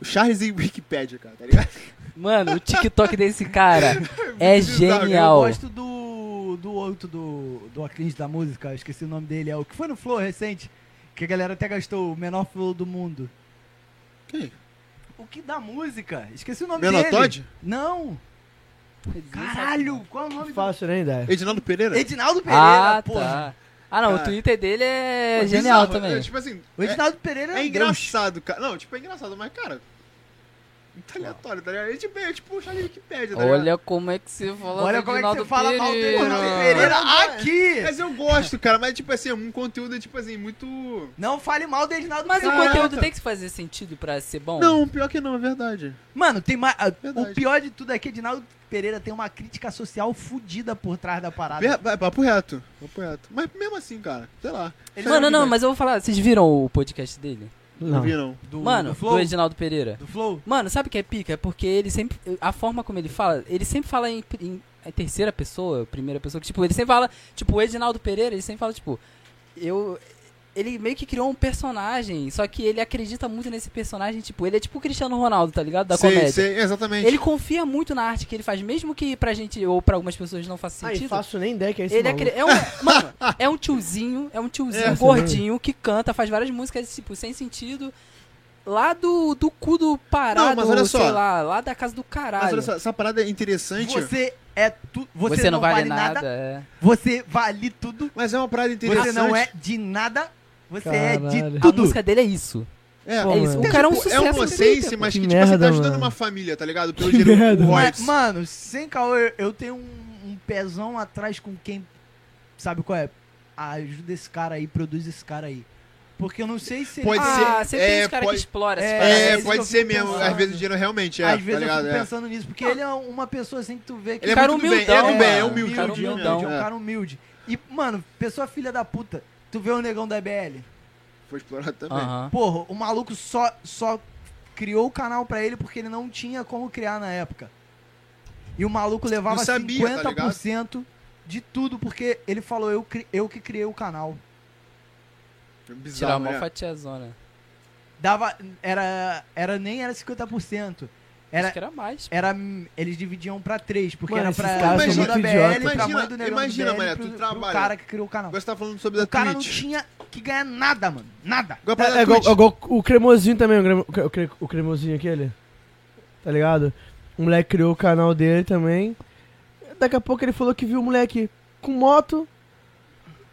D: O Charles e Wikipedia, cara, tá ligado?
C: Mano, o TikTok desse cara é
D: bizarro,
E: Eu
C: genial.
E: gosto do, do outro do, do Aclins da música, eu esqueci o nome dele, é o que foi no Flow recente, que a galera até gastou o menor Flow do mundo.
D: Quem?
E: O que da música? Esqueci o nome dele.
D: Menotod?
E: Não! Caralho, qual é o nome do...
B: Fácil, nem ideia.
D: Edinaldo Pereira?
E: Edinaldo Pereira,
C: Ah,
E: porra.
C: tá. Ah, não, o
D: Cara.
C: Twitter dele é
D: Pô,
C: genial
D: bizarro,
C: também.
D: é, tipo assim,
E: O Edinaldo Pereira
D: é, é
E: um
D: engraçado, cara. Não, tipo, é engraçado, mas, cara... Muito aleatório, tá ligado? É tipo, é tipo o Charles e Wikipedia, tá ligado?
C: Olha como é que você fala
E: Olha
C: do
E: como é que
C: Edinaldo
E: você fala mal do Edinaldo
C: Pereira.
E: Pereira
D: Não,
E: aqui!
D: Mas eu gosto, cara, mas tipo assim, é um conteúdo, tipo assim, muito.
E: Não fale mal do Edinaldo
C: Mas o
E: Pereira.
D: Caraca.
C: conteúdo tem que fazer sentido pra ser bom?
D: Não, pior que não, é verdade.
E: Mano, tem mais. ah,
D: Verdade.
E: O pior de tudo é que Edinaldo Pereira tem uma crítica social fodida por trás da parada.
D: Ver- vai, Papo reto, papo reto. Mas mesmo assim, cara, sei lá. Ele
C: Mano, não, mas eu vou falar. Vocês viram o podcast dele?
D: Não vi, não.
E: Do,
C: Mano,
E: do
C: do,
E: Flow?
C: Edinaldo Pereira.
E: Do Flow?
C: Mano, sabe o que é pica? É porque ele sempre. A forma como ele fala, ele sempre fala em, em- em terceira pessoa, primeira pessoa. que, Tipo, ele sempre fala. Tipo, o Edinaldo Pereira, ele sempre fala, tipo. Eu. Ele meio que criou um personagem, só que ele acredita muito nesse personagem. Tipo, ele é tipo o Cristiano Ronaldo, tá ligado? Da
D: Sei,
C: comédia.
D: sei, exatamente.
C: Ele confia muito na arte que ele faz, mesmo que pra gente ou pra algumas pessoas não faça
B: Aí,
C: sentido.
B: fácil, nem ideia que é esse
C: Ele é,
B: maluco.
C: cri- é um, mano, é um tiozinho, é um tiozinho
B: É.
C: gordinho que canta, faz várias músicas, tipo, sem sentido. Lá do, do cu do Pará,
D: Não, mas
C: do-
D: olha
C: sei
D: só.
C: lá, lá da casa do caralho.
D: Mas olha só, essa parada é interessante,
E: Você é tu,
C: você,
E: você,
C: não, vale, nada. é.
E: Você vale tudo.
D: mas é uma parada interessante.
E: Você não é de nada. Você é de
B: Caralho.
C: A
E: tudo.
C: música dele é isso.
D: É,
B: Pô,
C: é isso.
B: mano.
C: O cara é um
D: Pô,
C: sucesso.
D: é um
C: no
D: nonsense,
C: Twitter.
D: mas que,
B: Que
D: tipo, você tá
B: merda,
D: ajudando
B: mano.
D: uma família, tá ligado? Pelo
B: Que
D: gênero
B: merda.
E: Mas,
D: Royce.
E: mano, sem caô, eu, eu tenho um, um pezão atrás com quem sabe qual é. Ajuda esse cara aí, produz esse cara aí. Porque eu não sei se ele-
D: Pode ser.
C: Ah, sempre tem
D: É,
C: esse cara
D: pode-
C: que explora
E: É,
C: essas paradas.
D: É,
E: isso que eu
D: pode
E: fico
D: ser mesmo.
E: pensando.
D: Às vezes o dinheiro realmente é,
E: Às
D: tá
E: vezes
D: ligado?
E: eu fico
D: É.
E: pensando nisso, porque ele é uma pessoa assim que tu vê que
D: Ele é
C: Cara
D: muito do bem, é
C: humildão,
D: do bem, é
C: mano.
D: humilde.
C: Cara
D: é humilde,
C: humildão.
E: um É um
D: é.
E: cara humilde. E, mano, pessoa filha da puta, tu vê o negão da BL.
D: Foi explorado também.
C: Aham.
E: Porra, o maluco só, só criou o canal pra ele porque ele não tinha como criar na época. E o maluco levava
D: Não sabia, tá
E: 50% de tudo, porque ele falou, eu, cri- eu que criei o canal.
D: É
C: Tirar
D: Bizarro,
C: uma
D: né?
C: fatiazona.
E: Dava. Era. Era nem era 50%.
C: Era...
E: Era.
C: Acho que era mais.
E: Era, eles dividiam pra três, porque
B: Mano,
E: era
B: esses
E: pra
B: caras
D: são
E: Negão da
D: muito
E: BL,
B: idiota.
E: pra mãe
D: Imagina-
E: do negão
D: imagina,
E: da BL,
D: Mané, tu
E: pro, pro
D: trabalha.
E: cara que criou o canal.
D: Agora você tá falando sobre a
E: O cara não
D: Twitch.
E: tinha que ganhar nada, mano. Nada.
D: Agora a
B: É,
D: parada
B: é
D: da
B: igual,
D: Twitch.
B: é igual o cremosinho também, o, cremo- o cre- o cre- o cremosinho aquele. Tá ligado? O moleque criou o canal dele também. Daqui a pouco ele falou que viu o moleque com moto,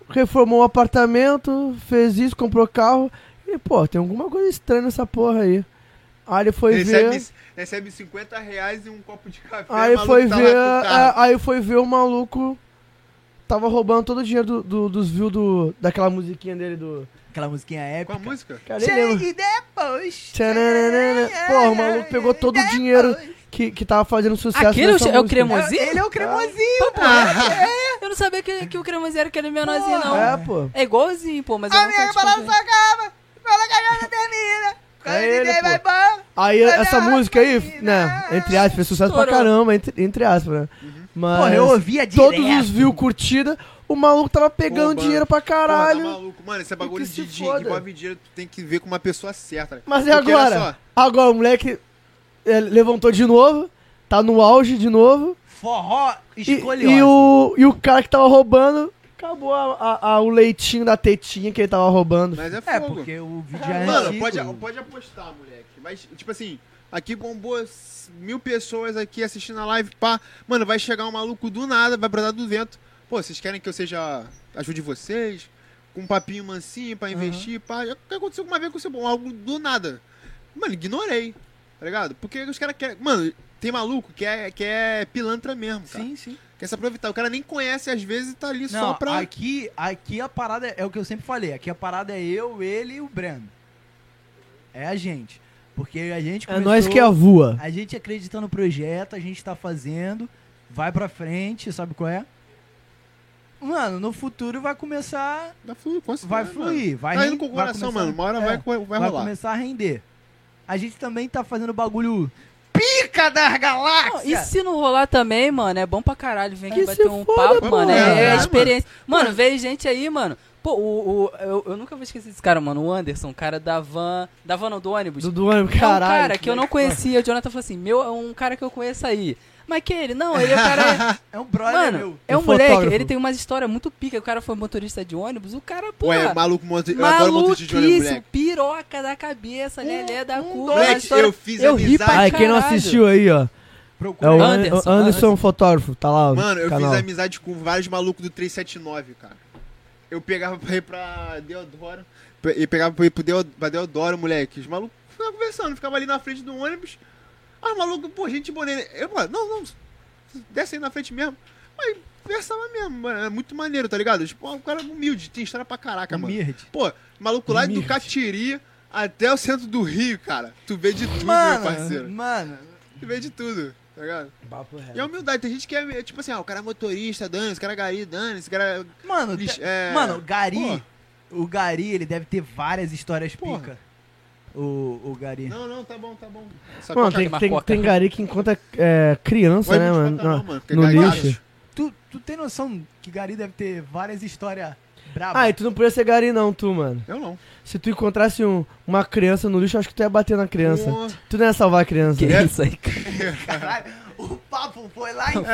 B: reformou o apartamento, fez isso, comprou carro. E, pô, tem alguma coisa estranha nessa porra aí. Aí ele foi ver.
D: Recebe, recebe 50 reais e um copo de café.
B: Aí
D: é maluco
B: foi
D: tá
B: ver.
D: lá com o carro.
B: é, aí foi ver o maluco. Tava roubando todo o dinheiro do- do- dos views do, daquela musiquinha dele do.
E: Aquela musiquinha
D: Com a
B: é,
E: épica.
D: música?
C: é
B: Cara, nem lembro.
E: Chegue depois.
B: Tchananana. Porra, o maluco pegou todo o dinheiro que, que tava fazendo sucesso.
C: Aquele é
B: nessa
C: o- é o
B: música.
C: cremosinho?
E: Ele é o cremosinho.
B: Tá,
C: Papo reto? Eu não sabia que, que o cremosinho era aquele menorzinho, não.
B: É,
C: É,
B: pô.
C: igualzinho, pô,
B: tá,
C: mas eu não tô te
E: acaba. Fala que a galera termina.
B: É ele, ninguém pô. vai Aí
C: é
B: essa música aí, né? Entre aspas, fez sucesso pra
C: Estourou.
B: caramba, entre, entre aspas, né?
D: Uhum.
B: Mas
E: Porra, eu ouvia direto.
B: todos os views curtida, o maluco tava pegando
D: Roubando.
B: dinheiro pra
D: Porra, tá
B: caralho.
D: maluco. Mano, esse é bagulho
B: Que se
D: de dinheiro. Que
B: foda.
D: envolve dinheiro, tu tem que ver com uma pessoa certa. né?
B: Mas e
D: Porque, olha
B: agora?
D: só,
B: Agora o moleque é, levantou de novo, tá no auge de novo.
E: Forró
B: E,
E: escolhosa.
B: e o,
C: assim.
B: e o cara que tava roubando, acabou a- a- a- o leitinho da tetinha que ele tava roubando.
D: Mas é fogo.
E: É, porque o vídeo é
D: Mano,
E: antigo.
D: pode, pode apostar, moleque. Mas, tipo assim, aqui bombou s- mil pessoas aqui assistindo a live, pá. Mano, vai chegar um maluco do nada, vai brotar do vento. Pô, vocês querem que eu seja. ajude vocês? Com um papinho mansinho pra investir, pá. É O que aconteceu uma vez com o seu bom? Algo do nada. Mano, ignorei. Tá ligado? Porque os caras querem. Mano, tem maluco que é, que é pilantra mesmo, cara.
E: Sim, sim.
D: Quer se aproveitar. O cara nem conhece às vezes e tá ali
E: Não,
D: só pra.
E: aqui, aqui a parada é, é o que eu sempre falei. Aqui a parada é eu, ele e o Breno. É a gente. Porque a gente
B: É nós que
E: é
B: avua.
E: A gente acredita no projeto, a gente tá fazendo, vai pra frente, sabe qual é? Mano, no futuro vai começar,
D: Vai fluir, com certeza,
E: vai
D: mano.
E: fluir, vai
D: Tá
E: ren-
D: indo com o
E: vai
D: coração,
E: começar-
D: mano. Uma hora
E: é,
D: vai, vai,
E: vai,
D: rolar.
E: começar a render. A gente também tá fazendo bagulho pica das
C: Não,
E: galáxias.
C: e se não rolar também, mano, é bom pra caralho. Vem aqui
B: Que
C: bater
B: se
C: um
B: foda,
C: papo, mano.
D: mano.
C: É,
D: É,
C: é
D: mano.
C: experiência. Mano, veio gente aí, mano. Pô, o, o- eu, eu nunca vou esquecer desse cara, mano. O Anderson, o cara da van. Da van não, do ônibus.
B: Do, do ânimo,
C: É um
B: caralho.
C: cara que eu não conhecia. O Jonathan falou assim: meu, é um cara que eu conheço aí. Mas que ele? Não, ele é o cara.
E: É um brother meu.
C: mano, é um,
B: Um
C: moleque.
B: fotógrafo.
C: Ele tem umas histórias muito pica. O cara foi motorista de ônibus. O cara, pô.
D: Ué, maluco, monte, eu adoro monte de ônibus,
C: Maluquice,
D: moleque.
C: piroca da cabeça, lelé da curva.
D: moleque,
C: uma história-
D: eu fiz
C: eu ri pra
D: amizade-
B: Aí, quem não
C: caralho.
B: assistiu aí, ó. É
E: Procura.
B: o An-
C: Anderson,
B: Anderson, Fotógrafo, tá lá. o
D: Mano, eu
B: canal.
D: fiz amizade com vários malucos do 379, cara. Eu pegava pra ir pra Deodoro. pe- E pegava pra ir pro Deo- pra Deodoro, moleque. Os malucos ficavam conversando, ficava ali na frente do ônibus. Ah, maluco, pô, gente bonita. Eu falava, não, não, desce aí na frente mesmo. Mas conversava mesmo, mano. Era muito maneiro, tá ligado? Tipo, um cara humilde, tem história pra caraca, mano.
E: Mird.
D: Pô, maluco lá é do Catiri até o centro do Rio, cara. Tu vê de tudo, meu parceiro.
E: Mano, mano,
D: Tu vê de tudo, tá ligado? E a humildade, tem gente que é tipo assim, ah, o cara é motorista, dane, esse cara é gari, dane, esse cara
E: mano,
D: Ixi,
E: te-
D: é.
E: tá- mano, o Gari, o Gari, ele deve ter várias histórias pica. O, o Gari.
D: é. Não, não, tá bom, tá bom. Só
B: Mano,
D: que-
B: tem,
C: uma
B: tem,
C: coca.
B: tem gari que encontra é, criança,
D: Não é
B: né,
D: muito
B: mano?
D: bacana,
B: No-
D: não, mano, porque
B: no
D: gari-
B: lixo.
D: gari-
E: Tu, tu tem noção que Gari deve ter várias histórias
B: Ah, e
E: brabas?
B: tu não podia ser gari não, tu, mano.
D: Eu não.
B: Se tu encontrasse um- uma criança no lixo, eu acho que tu ia bater na criança.
D: Pô.
B: Tu não ia salvar a criança.
C: Que isso aí, cara.
E: Caralho, o papo foi lá em...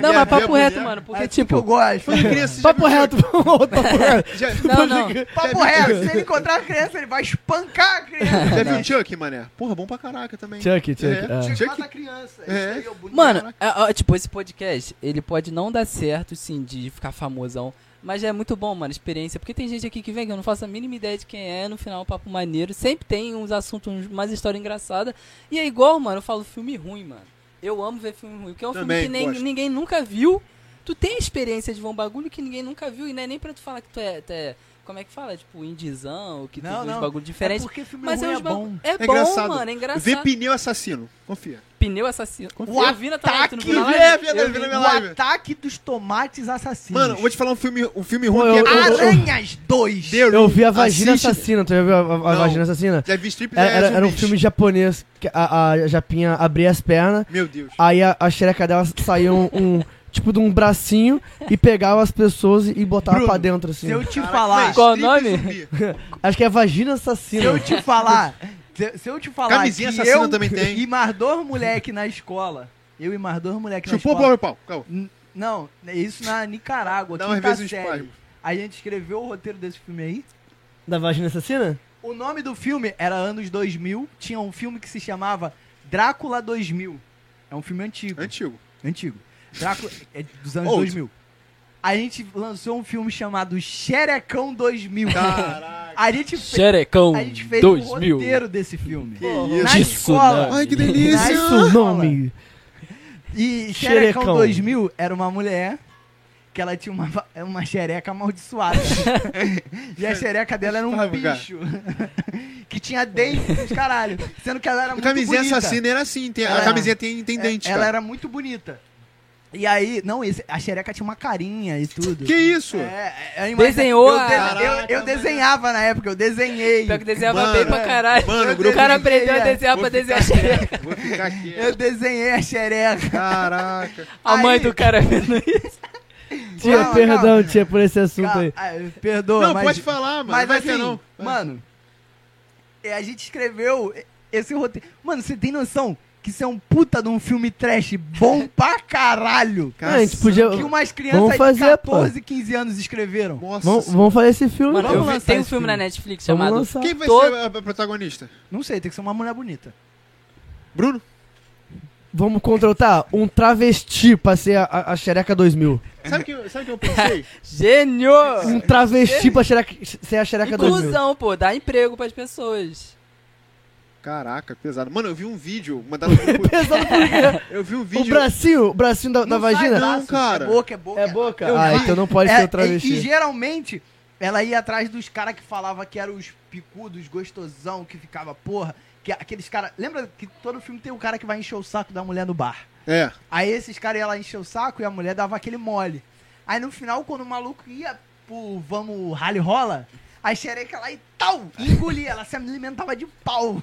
C: Não, mas
D: Ia ver a
C: papo reto,
D: mulher,
C: mano, porque,
E: Assim que
C: tipo,
E: eu gosto.
D: Foi criança,
B: Papo reto, vamos outro papo reto.
D: já, já,
C: não, não.
E: Papo reto, se ele encontrar a criança, ele vai espancar a criança.
D: já viu o Chuck, mané? Porra, bom pra caraca também.
B: Chuck, Chuck.
D: É.
B: ah.
D: Chuck-
E: Mata a criança.
D: É.
E: Isso aí o bonito.
C: Mano, é, é, tipo, esse podcast, ele pode não dar certo, sim, de ficar famosão. Mas é muito bom, mano, a experiência. Porque tem gente aqui que vem, que eu não faço a mínima ideia de quem é, no final, um papo maneiro. Sempre tem uns assuntos, uns- umas histórias engraçadas. E é igual, mano, eu falo filme ruim, mano. Eu amo ver filme ruim, porque é um
D: Também
C: filme que
D: gosto.
C: nem, ninguém nunca viu. Tu tem a experiência de ver um bagulho que ninguém nunca viu, e não é nem pra tu falar que tu é. tu é- como é que fala? Tipo, indizão, que tu
E: Não,
C: vê uns
E: não.
C: bagulho
E: É
C: diferente.
E: porque filme
C: mas é
E: ruim
C: uns
E: é bom.
C: bagulho. É,
D: É
C: bom,
D: engraçado.
C: mano, é
D: Vê
C: engraçado.
D: pneu assassino, confia.
C: Pneu assassino.
D: O
C: eu vi na tua live, tu não
E: ataque
C: viu na
D: É,
C: live?
D: vi na-
C: Eu
D: vi
C: vi.
D: na minha
E: O
D: live.
E: ataque dos tomates assassinos.
D: Mano, eu vou te falar um filme, um filme
B: Pô,
D: ruim que é
B: eu- eu-
D: bom.
E: Aranhas 2.
D: The
B: é. Eu
D: Room.
B: vi a vagina
D: Assiste-
B: assassina, tu já viu a, a- a
D: Não. É,
B: vagina assassina?
D: Já vi strip
B: Era, era- era um filme japonês que a, a Japinha abria as pernas,
D: Meu Deus.
B: aí a, a xereca dela saía um, um- tipo de um bracinho e pegava as pessoas e botava
E: Bruno,
B: pra dentro, assim.
E: Se eu te
D: Caraca,
E: falar,
D: mas
C: Qual o
D: é strip
C: nome?
D: zumbi.
B: Acho que é vagina assassina.
E: se eu te falar, se, se eu te falar
D: Camisinha
E: que
D: assassina
E: eu
D: também tem.
E: e mais dois moleque na escola, eu e mais dois moleque na
D: Chupou o
E: escola,
D: meu pau. Calma.
E: N- não, é isso na Nicarágua,
D: Dá
E: quinta
D: umas vezes um
E: série.
D: espasmo.
E: A gente escreveu o roteiro desse filme aí.
B: Da vagina assassina?
E: O nome do filme era anos 2000, tinha um filme que se chamava Drácula 2000. É um filme antigo.
D: Antigo.
E: Antigo. Drácula é dos anos
D: Old.
E: 2000. A gente lançou um filme chamado Xerecão 2000.
D: Caraca.
E: A gente fez,
C: Xerecão
E: a gente fez o
C: 2000.
E: roteiro desse filme.
D: isso.
E: Na
C: De
E: escola.
C: tsunami. Ai, que
E: delícia.
B: Isso, nome. Xerecão.
E: E Xerecão 2000 era uma mulher que ela tinha uma, va- é uma xereca amaldiçoada. e a xereca dela era um
D: Sabe, cara?
E: bicho. que tinha dente dos caralho. Sendo que ela era
D: A
E: é muito
D: camisinha
E: bonita.
D: assassina era assim, tem,
E: Ela-
D: a camisinha tem, tem dente,
E: É, Ela
D: cara.
E: era muito bonita. E aí, não, esse- a xereca tinha uma carinha e tudo.
D: Que isso?
E: É, é, é, imagina-
C: Desenhou
E: eu,
C: a-
E: de- eu-
D: Caraca,
E: eu
D: mano.
E: desenhava na época, eu desenhei.
C: Pior que desenhava
D: Mano,
C: bem pra caralho.
D: mano,
C: o
D: grupo
C: cara
E: de-
C: aprendeu a desenhar
D: Vou
C: pra desenhar
D: ficar
C: xereca.
D: quieto, Vou ficar
E: Eu
D: quieto.
E: desenhei a xereca.
D: Caraca.
C: A
E: Aí-
C: mãe do cara vendo isso.
B: Tia,
E: Calma,
B: perdão,
E: calma.
B: tia, por esse assunto aí.
E: Ah, eu- Perdoa,
D: não,
E: mas...
D: pode falar, mano.
E: Mas
D: vai
E: assim,
D: ter não.
E: mano, é, a gente escreveu esse roteiro. Mano, você tem noção que isso é um puta de um filme trash bom pra caralho?
B: Ah, a gente podia...
E: Que umas
B: Vamos
E: crianças
B: fazer,
E: de 14, 15 anos escreveram.
D: Nossa.
B: Vamos, vamos fazer esse filme,
C: Mano,
B: pô.
C: eu vi,
E: lançar
C: tem um
E: esse
C: filme na
E: filme.
C: Netflix
B: Vamos
C: chamado
B: lançar.
D: Quem vai
C: Todo-
D: ser a a protagonista?
E: Não sei, tem que ser uma mulher bonita.
D: Bruno?
B: Vamos contratar um travesti pra ser a, a, a Xereca 2000.
D: Sabe o que, eu- sabe o que eu pensei?
C: Gênio!
B: Um travesti pra xereca, ser a Xereca 2000.
C: Inclusão, pô, dá emprego pras pessoas.
D: Caraca, pesado. Mano, eu vi um vídeo mandado no grupo.
B: Pensando por quê?
D: Eu vi um
B: O
D: vídeo.
B: bracinho, o bracinho da, da
E: Não sai
B: vagina.
D: não,
E: braço,
D: cara.
E: É boca, é boca.
B: É boca? Ah, então não pode
E: É,
B: ser o
E: e, e
B: travesti.
E: geralmente, ela ia atrás dos caras que falava que eram os picudos, gostosão, que ficava porra. Que aqueles caras... Lembra que todo filme tem o cara que vai encher o saco da mulher no bar?
D: É.
E: Aí esses caras iam lá encher o saco e a mulher dava aquele mole. Aí no final, quando o maluco ia pro vamos rally rola, a xereca lá e tal, engolia, ela se alimentava de pau.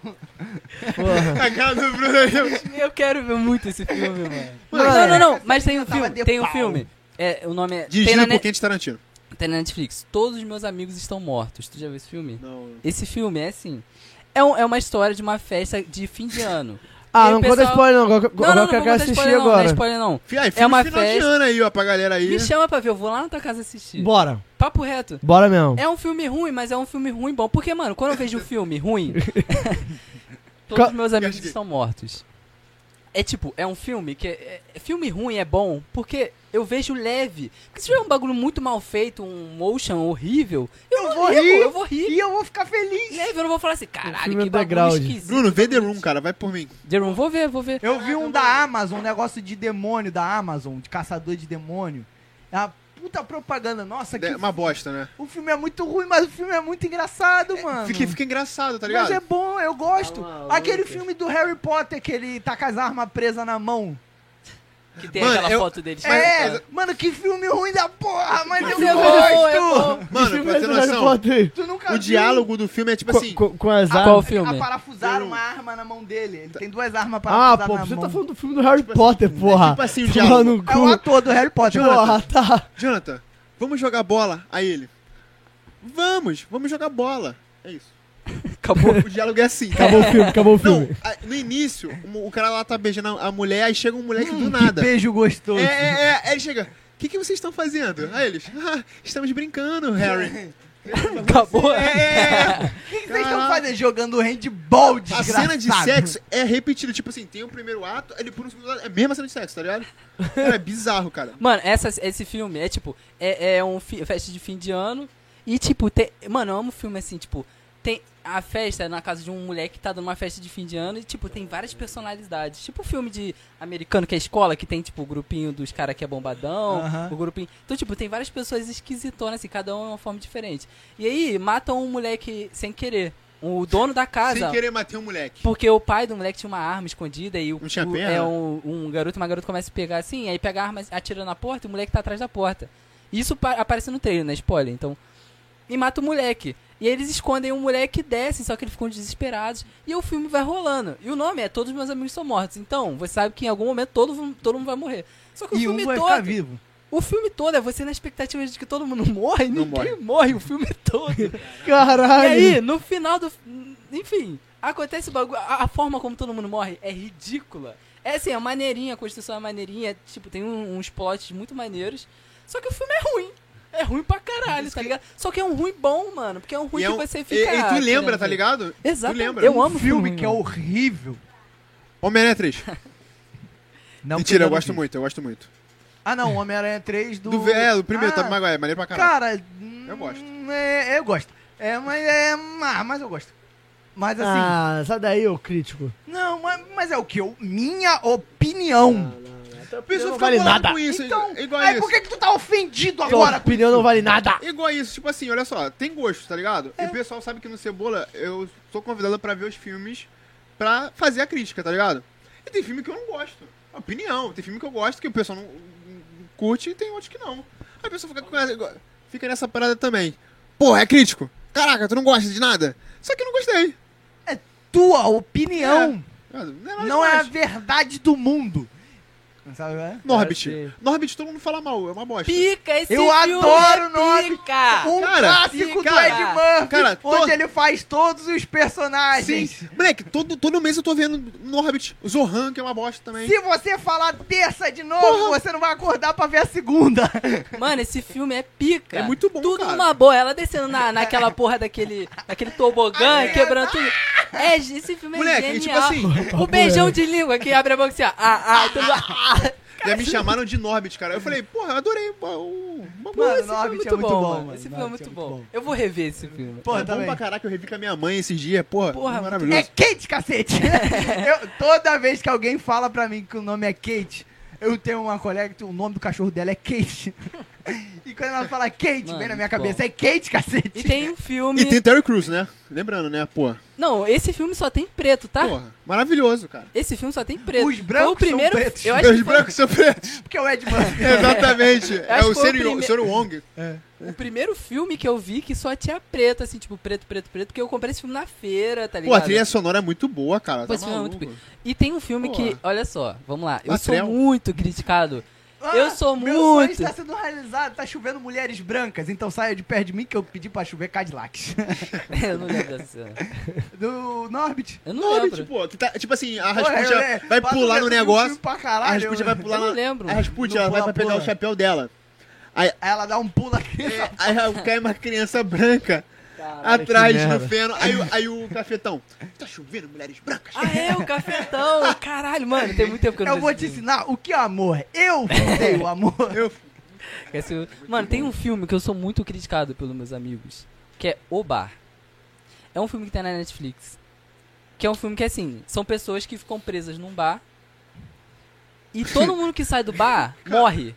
B: Porra.
D: A cara do Bruno aí.
C: Eu quero ver muito esse filme, mano.
B: Mano,
C: não, não, não,
E: essa
C: mas tem um
E: tava
C: filme,
E: de
C: tem um
E: pau.
C: filme. É, o nome é... Tem na,
D: Dirigido por
C: Net-
D: Quente Tarantino.
C: tem na Netflix. Todos os meus amigos estão mortos. Tu já viu esse filme?
D: Não.
C: Esse filme é assim... É, um- é uma história de uma festa de fim de ano.
B: Ah,
C: E
B: não
C: o
B: conta
C: pessoal-
B: spoiler não. Agora
C: Não, não,
B: agora eu
C: não, não
B: quero
C: vou dar
B: assistir
C: spoiler não, não é
B: agora.
C: spoiler não.
D: Fia, filme
C: uma
D: final de
C: festa.
D: ano aí, ó, pra galera aí.
C: Me chama pra ver, eu vou lá na tua casa assistir.
B: Bora.
C: Papo reto.
B: Bora mesmo.
C: É um filme ruim, mas é um filme ruim bom. Porque, mano, quando eu vejo um filme ruim, todos
B: Ca-
C: os meus amigos estão mortos. É tipo, é um filme que. é- é- filme ruim é bom porque eu vejo leve. Porque se tiver um bagulho muito mal feito, um motion horrível, eu, não
E: vou
C: ligo,
E: rir.
C: eu vou rir.
E: E eu vou ficar feliz.
C: Leve, eu não vou falar assim, caralho,
B: filme
C: que bagulho
B: underground.
C: esquisito.
D: Bruno, vê The Room, cara. Vai por mim.
C: The Room, vou ver, vou ver.
E: Eu vi um da Amazon, um negócio de demônio da Amazon, de caçador de demônio. É uma puta propaganda. Nossa, que...
D: É uma bosta, né?
E: o filme é muito ruim, mas o filme é muito engraçado, mano.
D: Fica, fica engraçado, tá
E: Ah, Mas
D: ligado?
E: é bom, eu gosto.
A: Tá maluco.
E: Aquele filme do Harry Potter que ele tá com as armas presas na mão.
C: Que tem
D: Mano,
C: aquela
D: eu-
C: foto deles.
E: É,
C: cara.
E: mano, que filme ruim da porra, mas eu
C: Mas é bom, é
E: gosto!
C: bom.
D: Mano, pra
B: é
D: ter noção,
E: Tu nunca
D: o
E: viu?
D: diálogo do filme é tipo
B: Co-
D: assim.
B: co- com as
E: A-
C: Ah, Qual
B: armas. Ah,
C: filme?
E: A parafusaram
D: Eu-
E: uma arma na mão dele. Ele tem duas armas
B: Ah,
E: parafusadas
B: pô,
E: na
B: você
E: mão.
B: tá falando do filme do Harry Potter,
C: é
B: porra.
D: tipo assim, o
B: Tomar
D: diálogo.
B: no
E: É o
B: cu.
E: ator do Harry Potter.
B: Porra, tá.
D: Jonathan, vamos jogar bola? Aí ele. Vamos, vamos jogar bola. É isso.
C: Acabou.
D: O diálogo é assim.
B: Acabou o filme, acabou o
D: Não,
B: filme.
D: a- no início, o, o cara lá tá beijando a, a mulher, aí chega um moleque do
E: Que
D: nada.
E: beijo gostoso.
D: É, é, é, aí ele chega. O que, que vocês estão fazendo? Aí eles, ah, estamos brincando, Harry.
C: Acabou.
D: É, é, é.
E: O que, que vocês estão
D: Caralho.
E: fazendo? Jogando handball,
D: A
E: desgraçado.
D: cena de sexo é repetida. Tipo assim, tem o primeiro ato, aí ele pula no segundo ato. É a mesma cena de sexo, tá ligado? Cara, é bizarro, cara.
C: Mano, essa, esse filme é tipo, é, é um fi- festa de fim de ano. E tipo, tem. Mano, eu amo filme assim, tipo, tem a festa na casa de um moleque que tá dando uma festa de fim de ano e, tipo, tem várias personalidades. Tipo o filme de americano que é escola, que tem, tipo, o grupinho dos caras que é bombadão,
E: Aham.
C: o grupinho. Então, tipo, tem várias pessoas esquisitonas, assim, cada um é uma forma diferente. E aí, matam um moleque sem querer. O dono da casa.
D: Sem querer matei um moleque.
C: Porque o pai do moleque tinha uma arma escondida e o,
D: Não tinha
C: o-
D: perna?
C: é um, um garoto e uma garota começa a pegar assim, aí pega a arma, atira na porta e o moleque tá atrás da porta. Isso pa- aparece no trailer, né? Spoiler, então. E mata o moleque. E aí eles escondem o moleque e descem, só que eles ficam desesperados. E o filme vai rolando. E o nome é Todos Meus Amigos São Mortos. Então, você sabe que em algum momento todo, todo mundo vai morrer. Só que o
E: E um
C: filme
E: vai ficar
C: todo.
E: vivo.
C: O filme todo é você na expectativa de que todo mundo morra e
D: Não
C: ninguém morre o filme todo. E
B: Caralho.
C: aí, no final do. Enfim, acontece o bagulho. A, a forma como todo mundo morre é ridícula. É assim, é maneirinha, a construção é maneirinha. Tipo, tem um- uns plots muito maneiros. Só que o filme é ruim. É ruim pra caralho, tá ligado? Só que é um ruim bom, mano. Porque é um ruim
D: E é
C: que
D: um-
C: você
D: e,
C: fica.
D: e tu lembra,
C: querendo
D: tá
C: ver.
D: ligado?
C: Exato.
D: lembra?
C: Eu amo
E: Um filme
C: ruim,
E: que é
C: mano.
E: horrível.
D: Homem-Aranha 3.
E: Não,
D: Mentira, eu
E: porque
D: gosto
E: não vi.
D: muito, eu gosto muito.
E: Ah, não, Homem-Aranha 3 do...
D: Do, ve- é, o primeiro,
E: Ah,
D: Tobey Maguire, maneiro pra caralho.
E: Cara, eu
D: gosto.
E: É, eu gosto. É, mas é. ah, Mas eu gosto. Mas assim.
B: Ah, sai daí, Ah, ô crítico.
E: Não, mas, mas é o que? Eu, minha opinião.
D: A pessoa fica
B: vale
D: bolada
B: nada.
D: com isso. é igual a
E: Aí
D: isso.
E: por que, que tu tá ofendido
B: Tua
E: agora?
B: opinião não vale nada.
D: É Igual a isso, tipo assim, olha só, tem gosto, tá ligado? E o pessoal sabe que no Cebola eu sou convidado pra ver os filmes pra fazer a crítica, tá ligado? E tem filme que eu não gosto. Opinião, tem filme que eu gosto que o pessoal não não curte e tem outros que não. Aí o pessoal fica, com essa- fica nessa parada também. Porra, é crítico. Caraca, tu não gosta de nada? Só que eu não gostei.
E: Tua opinião
D: Não,
E: não é a verdade do mundo. Sabe, né?
D: Norbit. Norbit todo mundo fala mal, é uma bosta.
C: Pica esse
E: Eu
C: filme,
E: adoro
C: é
E: o nome.
C: Pica!
E: Um
D: Cara,
E: clássico
D: cara,
E: do Ed Murphy,
D: cara,
E: onde
D: todo-
E: ele faz todos os
D: Sim,
E: personagens.
D: moleque, todo, todo mês eu tô vendo Norbit. Zohan, que é uma bosta também.
E: Se você falar terça de novo, você não vai acordar pra ver a segunda.
C: Mano, esse filme é pica.
D: É muito bom,
C: Tudo
D: cara.
C: numa boa. Ela descendo na, naquela porra daquele, daquele tobogã, e quebrando tudo. É, ge- esse filme
D: Moleque,
C: é
D: e tipo
C: genial.
D: assim-
C: o beijão de língua que abre a boca assim, ó. Ah, ah, tudo, ah.
D: Já me chamaram de Norbit, cara. Eu falei, porra, eu adorei. é um O... Uma
E: Mano,
D: boa.
C: Esse filme é
E: Norbit
C: muito,
E: é muito
C: bom,
E: bom,
C: mano.
E: mano.
C: Esse filme é
E: Norbit
C: muito bom. Eu vou rever esse filme.
D: é bom pra caraca, eu revi com a minha mãe esses dias, porra.
C: Porra,
E: É
D: maravilhoso.
E: Kate, cacete! Eu- toda vez que alguém fala pra mim que o nome é Kate, eu tenho uma colega que o nome do cachorro dela é Kate. E quando ela fala Kate,
C: Mano,
E: vem na minha
C: muito
E: cabeça,
C: bom.
E: é Kate, cacete!
C: E tem um filme.
D: E tem Terry Crews, né? Lembrando, né? Porra.
C: Não, esse filme só tem preto, tá?
D: Porra, maravilhoso, cara.
C: Esse filme só tem preto.
E: Os
C: Foi o
E: brancos são
C: primeiro,
E: pretos.
C: Eu acho
D: Meus
C: que foi
D: brancos são pretos.
E: Porque é o Ed Murphy.
D: Exatamente. É
C: acho que
D: o
C: foi o
D: Sr.
C: prime-
D: Sr. Wong.
C: o primeiro filme que eu vi que só tinha preto, assim, tipo, preto, preto, preto, porque eu comprei esse filme na feira, tá
D: Pô,
C: ligado?
D: a trilha sonora é muito boa, cara.
C: Pô,
D: Tá
C: esse filme é muito
D: maluco.
C: pica. E tem um filme
D: Pô.
C: que, olha só, vamos lá, eu
D: Latrell.
C: sou muito criticado.
E: Ah,
C: Eu sou
E: Meu sonho
C: muito.
E: está sendo realizado, tá chovendo mulheres brancas, então saia de perto de mim que eu pedi pra chover Cadillacs.
C: eu não lembro dessa cena.
E: Do Norbit.
C: Eu não é
D: Norbit,
C: lembro.
D: pô. Que tá, tipo assim, a
E: Porra, eu-
D: Rasputia
E: é,
D: vai
E: Pato
D: pular no
E: Neto viu
D: negócio.
E: filme pra
D: A
E: caralho, né.
D: Rasputia vai pular
C: né? Eu não
D: na...
C: lembro.
D: A Rasputia,
E: Não
D: ela vai
E: pula,
D: pra pegar
E: pula.
D: o chapéu dela.
E: Aí ela dá um pulo aqui.
D: É, aí cai uma criança branca atrás do feno. Aí, o- aí o cafetão. Tá chovendo, mulheres brancas.
C: Ah, é, o cafetão. Caralho, mano, tem muito tempo que eu não
E: um
C: vejo
E: Eu vou
C: esse
E: te
C: filme.
E: ensinar o que é amor. Eu sei o amor.
D: Eu,
C: Esse- Mano, tem um filme que eu sou muito criticado pelos meus amigos, que é O Bar. É um filme que tem na Netflix. Que é um filme que, assim, são pessoas que ficam presas num bar. E todo mundo que sai do bar morre.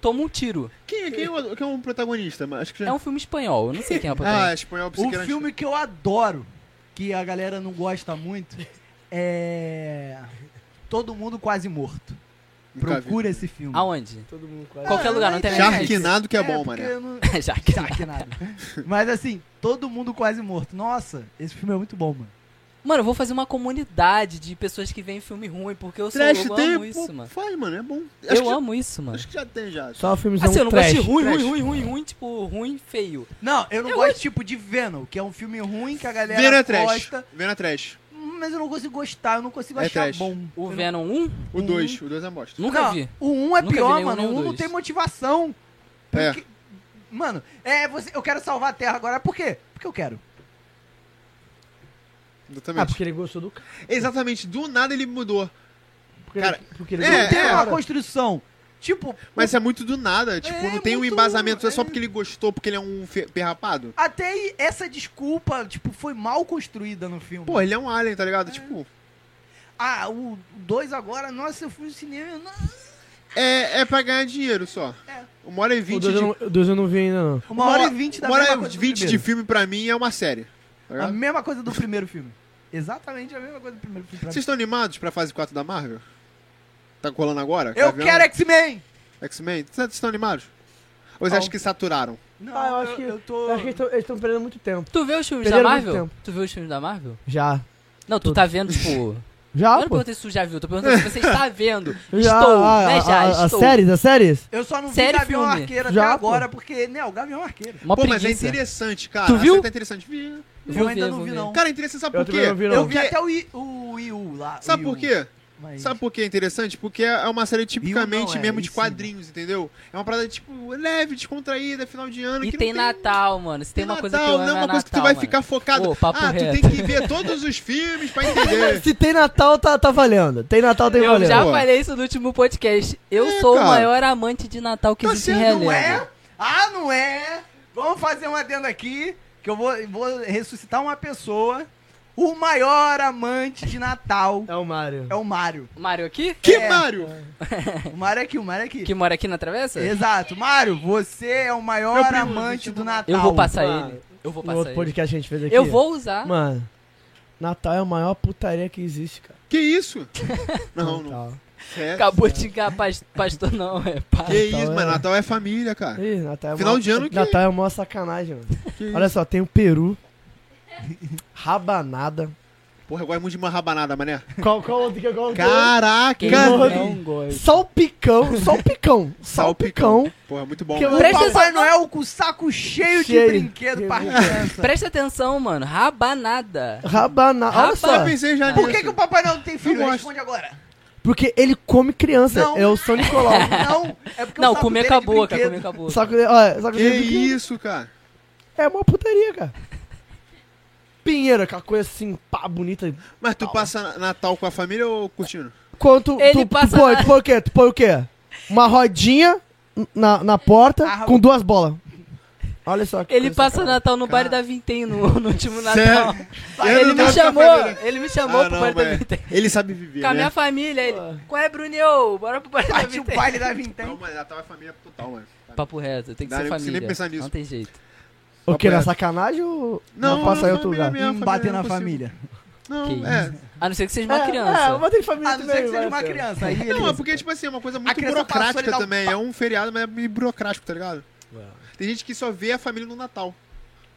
C: Toma um tiro.
D: quem, quem, é o, quem é o protagonista? Mas Acho que já...
C: É um filme espanhol, eu não sei quem é o
D: Ah,
C: protagonista.
D: espanhol
E: O
D: psiquiatra.
E: filme que eu adoro, que a galera não gosta muito, é. Todo mundo quase morto.
D: Nunca vi.
E: Procura esse filme.
C: Aonde?
B: Todo mundo
C: Qualquer lugar, não tem Netflix.
D: Sharknado que é, bom,
E: porque
D: mané.
E: eu não-
C: Já que
E: Saque nada. Mas assim, todo mundo quase morto. Nossa, esse filme é muito bom, mano.
C: Mano, eu vou fazer uma comunidade de pessoas que veem filme ruim, porque eu, sou,
D: Trash
C: eu
D: tem,
C: amo
D: pô,
C: isso, mano.
D: faz, mano, é bom. Acho
C: Eu
D: que,
C: amo isso, mano.
D: Acho que já tem, já.
B: Só filmes
C: Assim, eu não gosto de
B: trash.
C: ruim,
D: trash.
C: ruim, ruim, ruim, ruim, tipo, ruim, feio.
E: Não, eu não gosto tipo de Venom, que é um filme ruim que a galera
D: Vendo é trash.
E: gosta.
D: Vendo é trash.
E: Mas eu não consigo gostar, eu não consigo
D: É
E: achar
D: trash.
E: bom.
C: O
E: Eu não-
C: Venom 1,
D: O 2, o 2 é bosta.
C: nunca
E: Não,
C: vi.
E: O 1 um
C: Nunca
E: é
C: vi
E: pior,
C: nenhum,
E: mano.
C: nem
E: O
C: o
E: 1 um não
C: dois.
E: tem motivação.
D: É.
E: Porque- Mano, é, você, eu quero salvar a Terra agora. Por quê? Porque eu quero.
B: Ah,
D: Exatamente.
B: porque ele gostou do cara.
D: Exatamente, do nada ele mudou.
B: Porque
D: Cara,
B: ele, porque ele
D: é,
E: Não
B: gostou
E: tem
B: do
E: uma
B: cara.
E: construção. Tipo,
D: Mas é muito do nada, tipo,
E: É,
D: não tem um
E: muito-
D: embasamento, é
E: é.
D: só porque ele gostou, porque ele é um fe- perrapado.
E: até aí, essa desculpa, tipo, foi mal construída no filme.
D: Pô, ele é um alien, tá ligado? Tipo,
E: Ah, o 2 agora, nossa, eu fui no cinema. Nossa.
D: é, é pra ganhar dinheiro só.
E: É.
D: Uma hora e
B: O
D: vinte
B: dois eu
D: de
B: não- O 2 eu não vi ainda, não.
E: Tá Uma hora e vinte da
D: Uma hora
E: mesma
D: e
E: coisa do
D: 20 de
E: primeiro.
D: filme pra mim é uma série. tá
E: A
D: ligado?
E: mesma coisa do primeiro filme. Exatamente a mesma coisa do primeiro filme. pra mim.
D: Vocês estão animados pra fase 4 da Marvel? Tá colando agora?
E: Eu
D: Gavião?
E: quero é- X-Men!
D: X-Men? Vocês estão animados? Ou vocês acham que saturaram?
E: Não,
B: Ah, eu acho que-
E: tô...
B: Eu acho que eles tão- eles estão perdendo muito tempo.
C: Tu vê os filmes
B: Perderam
C: da
B: muito
C: Marvel? Tu vê os filmes da Marvel?
B: Já.
C: Não, tu
B: Tudo.
C: tá vendo, tipo. eu
B: Já,
C: não
B: pô.
C: perguntei se tu já viu, tô perguntando se você está vendo.
B: Já,
C: estou,
B: a-
C: né? Já,
B: a- a- As
C: estou.
B: séries, as séries?
E: Eu só não vi
C: Sério,
E: Gavião
C: filme?
E: Arqueiro até
B: Já, pô.
E: agora, porque, né, o Gavião Arqueiro.
C: Uma
D: Pô, mas é
C: preguiça.
D: interessante, cara.
C: Tu
D: A
C: viu?
D: série Tá interessante. Vi.
C: Vou
E: eu ainda
C: ver,
E: não
C: vou
E: vi,
C: ver.
E: não.
D: Cara, é interessante, sabe
B: Eu
D: por quê?
B: também não vi, não.
E: Eu vi
D: Porque-
E: até o, I, o Wii U lá. o
D: Sabe
E: Wii U,
D: por quê?
E: mas-
D: Sabe por que é interessante? Porque é uma série tipicamente
E: não, é,
D: mesmo
E: em
D: de
E: cima.
D: quadrinhos, entendeu? É uma parada, tipo, leve, descontraída, final de ano.
C: E
D: que
C: tem
D: não tem...
C: Natal, mano. Se tem, uma coisa que eu
D: Natal,
C: amo,
D: não
C: é
D: uma coisa que tu
C: Natal,
D: vai
C: mano.
D: ficar focado.
C: Pô, papo
D: ah,
C: reto.
D: tu tem que ver todos os filmes pra entender.
B: Se tem Natal, tá, tá valendo. Tem Natal, tem
C: Eu
B: valendo.
C: já
D: Pô. tá
C: falei isso no último podcast. Eu
D: É,
C: sou
D: cara.
C: o maior amante de Natal que
D: Tá
C: existe em
D: certo,
C: Relevo.
E: Não é? Ah, não é? Vamos fazer um adendo aqui, que eu vou, vou ressuscitar uma pessoa. O O maior amante de Natal
B: É o Mário.
E: é o Mário.
C: Mário aqui?
D: Que
E: É.
D: Mário?
E: O Mário é aqui, o Mário é aqui.
C: Que mora aqui na travessa?
E: Exato. Mário, você é o maior amante do Natal.
C: Eu vou passar
B: Calma.
C: ele. Eu vou
B: No
C: passar
B: Um outro
C: ele.
B: podcast que a gente fez aqui.
C: Eu vou usar.
B: Mano, Natal é a maior putaria que existe, cara.
D: Que isso? Não, não.
B: Natal.
D: É.
C: Acabou de xingar pas- pastor, não, é
D: Que
C: pai.
D: isso, mano? Natal é família, cara.
B: Ih, Natal é a
D: Final
B: maior-
D: de ano que-
B: Natal é uma sacanagem, mano.
D: Que isso?
B: Olha só, tem o Peru. Rabanada.
D: Porra, eu gosto muito de uma rabanada, mané.
B: Qual, qual outro que é? eu gosto?
D: Caraca!
C: Quem
B: Cadê?
C: não gosta?
B: Salpicão, salpicão, salpicão.
D: Porra, muito bom.
B: Que
D: mano.
B: eu-
E: O
C: Presta
E: Papai
C: atenção,
E: Noel com o saco cheio,
B: Cheio.
E: de brinquedo pra
B: Cheio.
E: criança.
C: presta atenção, mano. Rabanada.
B: Rabanada. Olha só.
D: Eu pensei
C: Ah,
D: já
E: Por
D: nisso.
E: que, que o Papai Noel não tem filho?
D: Eu gosto.
E: Responde agora.
B: Porque ele come criança.
E: Não.
B: É o São Nicolau.
E: Não, é porque
C: Não,
E: o saco
C: comer
E: dele
C: com
E: é
C: a
E: de
C: boca,
E: brinquedo.
C: comer com a boca.
B: Só que, olha, só que,
D: Que isso, cara?
B: é uma putaria, cara. Pinheiro, aquela coisa assim, pá, bonita.
D: Mas tu passa Natal com a família ou curtindo?
B: Quanto
C: Ele
B: tu,
C: passa
B: tu põe,
C: na-
B: tu põe o quê? Tu põe o quê? Uma rodinha na, na porta
E: Ah,
B: com duas bolas. Olha só. que
C: Ele
B: coisa,
C: passa
B: cara.
C: Natal no bar da Vintém no, no último Natal.
D: Sério? Eu
C: Ele
D: não
C: me,
D: gosto é da
C: chamou,
D: família.
C: ele me chamou
D: Ah,
C: pro
D: não,
C: bar da
D: mas
C: Vintém.
D: Ele sabe viver,
C: Com a minha
D: né?
C: família, ele. Qual é, Brunel? Bora pro bar da
E: Bate o
C: Vintém.
E: baile da Vintém.
D: mano, Natal é família total, mano.
C: Papo reto, tem que
D: Não,
C: ser
D: eu não consigo
C: família.
D: nem pensar nisso.
C: Não tem jeito.
B: O quê?
D: Papo
B: Na
D: reto.
B: sacanagem ou
D: Não,
B: não passa aí
D: não,
B: outro
D: família
B: lugar?
D: mesmo. Minha família
E: Bater na
D: não
E: família.
D: Não,
C: Que
D: é.
C: A não ser que seja uma
B: É, é,
C: criança.
B: mas tem família
E: A não ser
B: também,
E: que seja
B: vai
E: uma
B: ser.
E: criança. Aí
D: Não, é
E: beleza.
D: porque, tipo assim, é uma coisa
E: A
D: muito
E: criança passou, ele
D: burocrática
E: dá um
D: também.
E: pá.
D: É um feriado, mas é meio burocrático, tá ligado?
B: É.
D: Tem gente que só vê a família no Natal.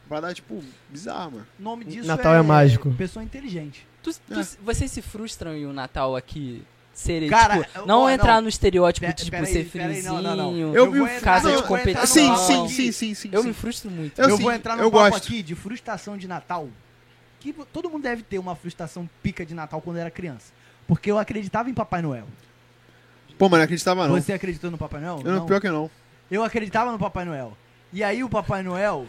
D: Pra dar, tipo, bizarro, mano.
E: O nome disso
B: Natal é mágico.
E: Pessoa inteligente.
C: Tu- tu- Vocês se frustram em um Natal aqui
B: É,
C: ser
E: Cara,
C: tipo,
E: eu-
C: não
E: ó,
C: entrar
E: não.
C: no estereótipo
E: Pe-
C: de tipo,
E: peraí,
C: ser
E: peraí,
C: friozinho.
E: não, não, não.
D: Eu
E: vou
D: vi o-
E: entrar
C: casa
E: no-
C: de
E: eu vou entrar no
D: Sim,
E: papo
D: sim,
E: aqui.
D: sim, sim, sim.
C: Eu
D: sim.
C: me frustro muito.
E: Tá Eu,
D: sim,
E: vou entrar no
D: eu
E: papo
D: gosto.
E: aqui de frustração de Natal. Que vo- todo mundo deve ter uma frustração pica de Natal quando era criança. Porque eu acreditava em Papai Noel.
D: Pô, mano, não acreditava Ah, não.
E: Você acreditou no Papai Noel?
D: Eu não, pior que não.
E: Eu acreditava no Papai Noel. E aí o Papai Noel,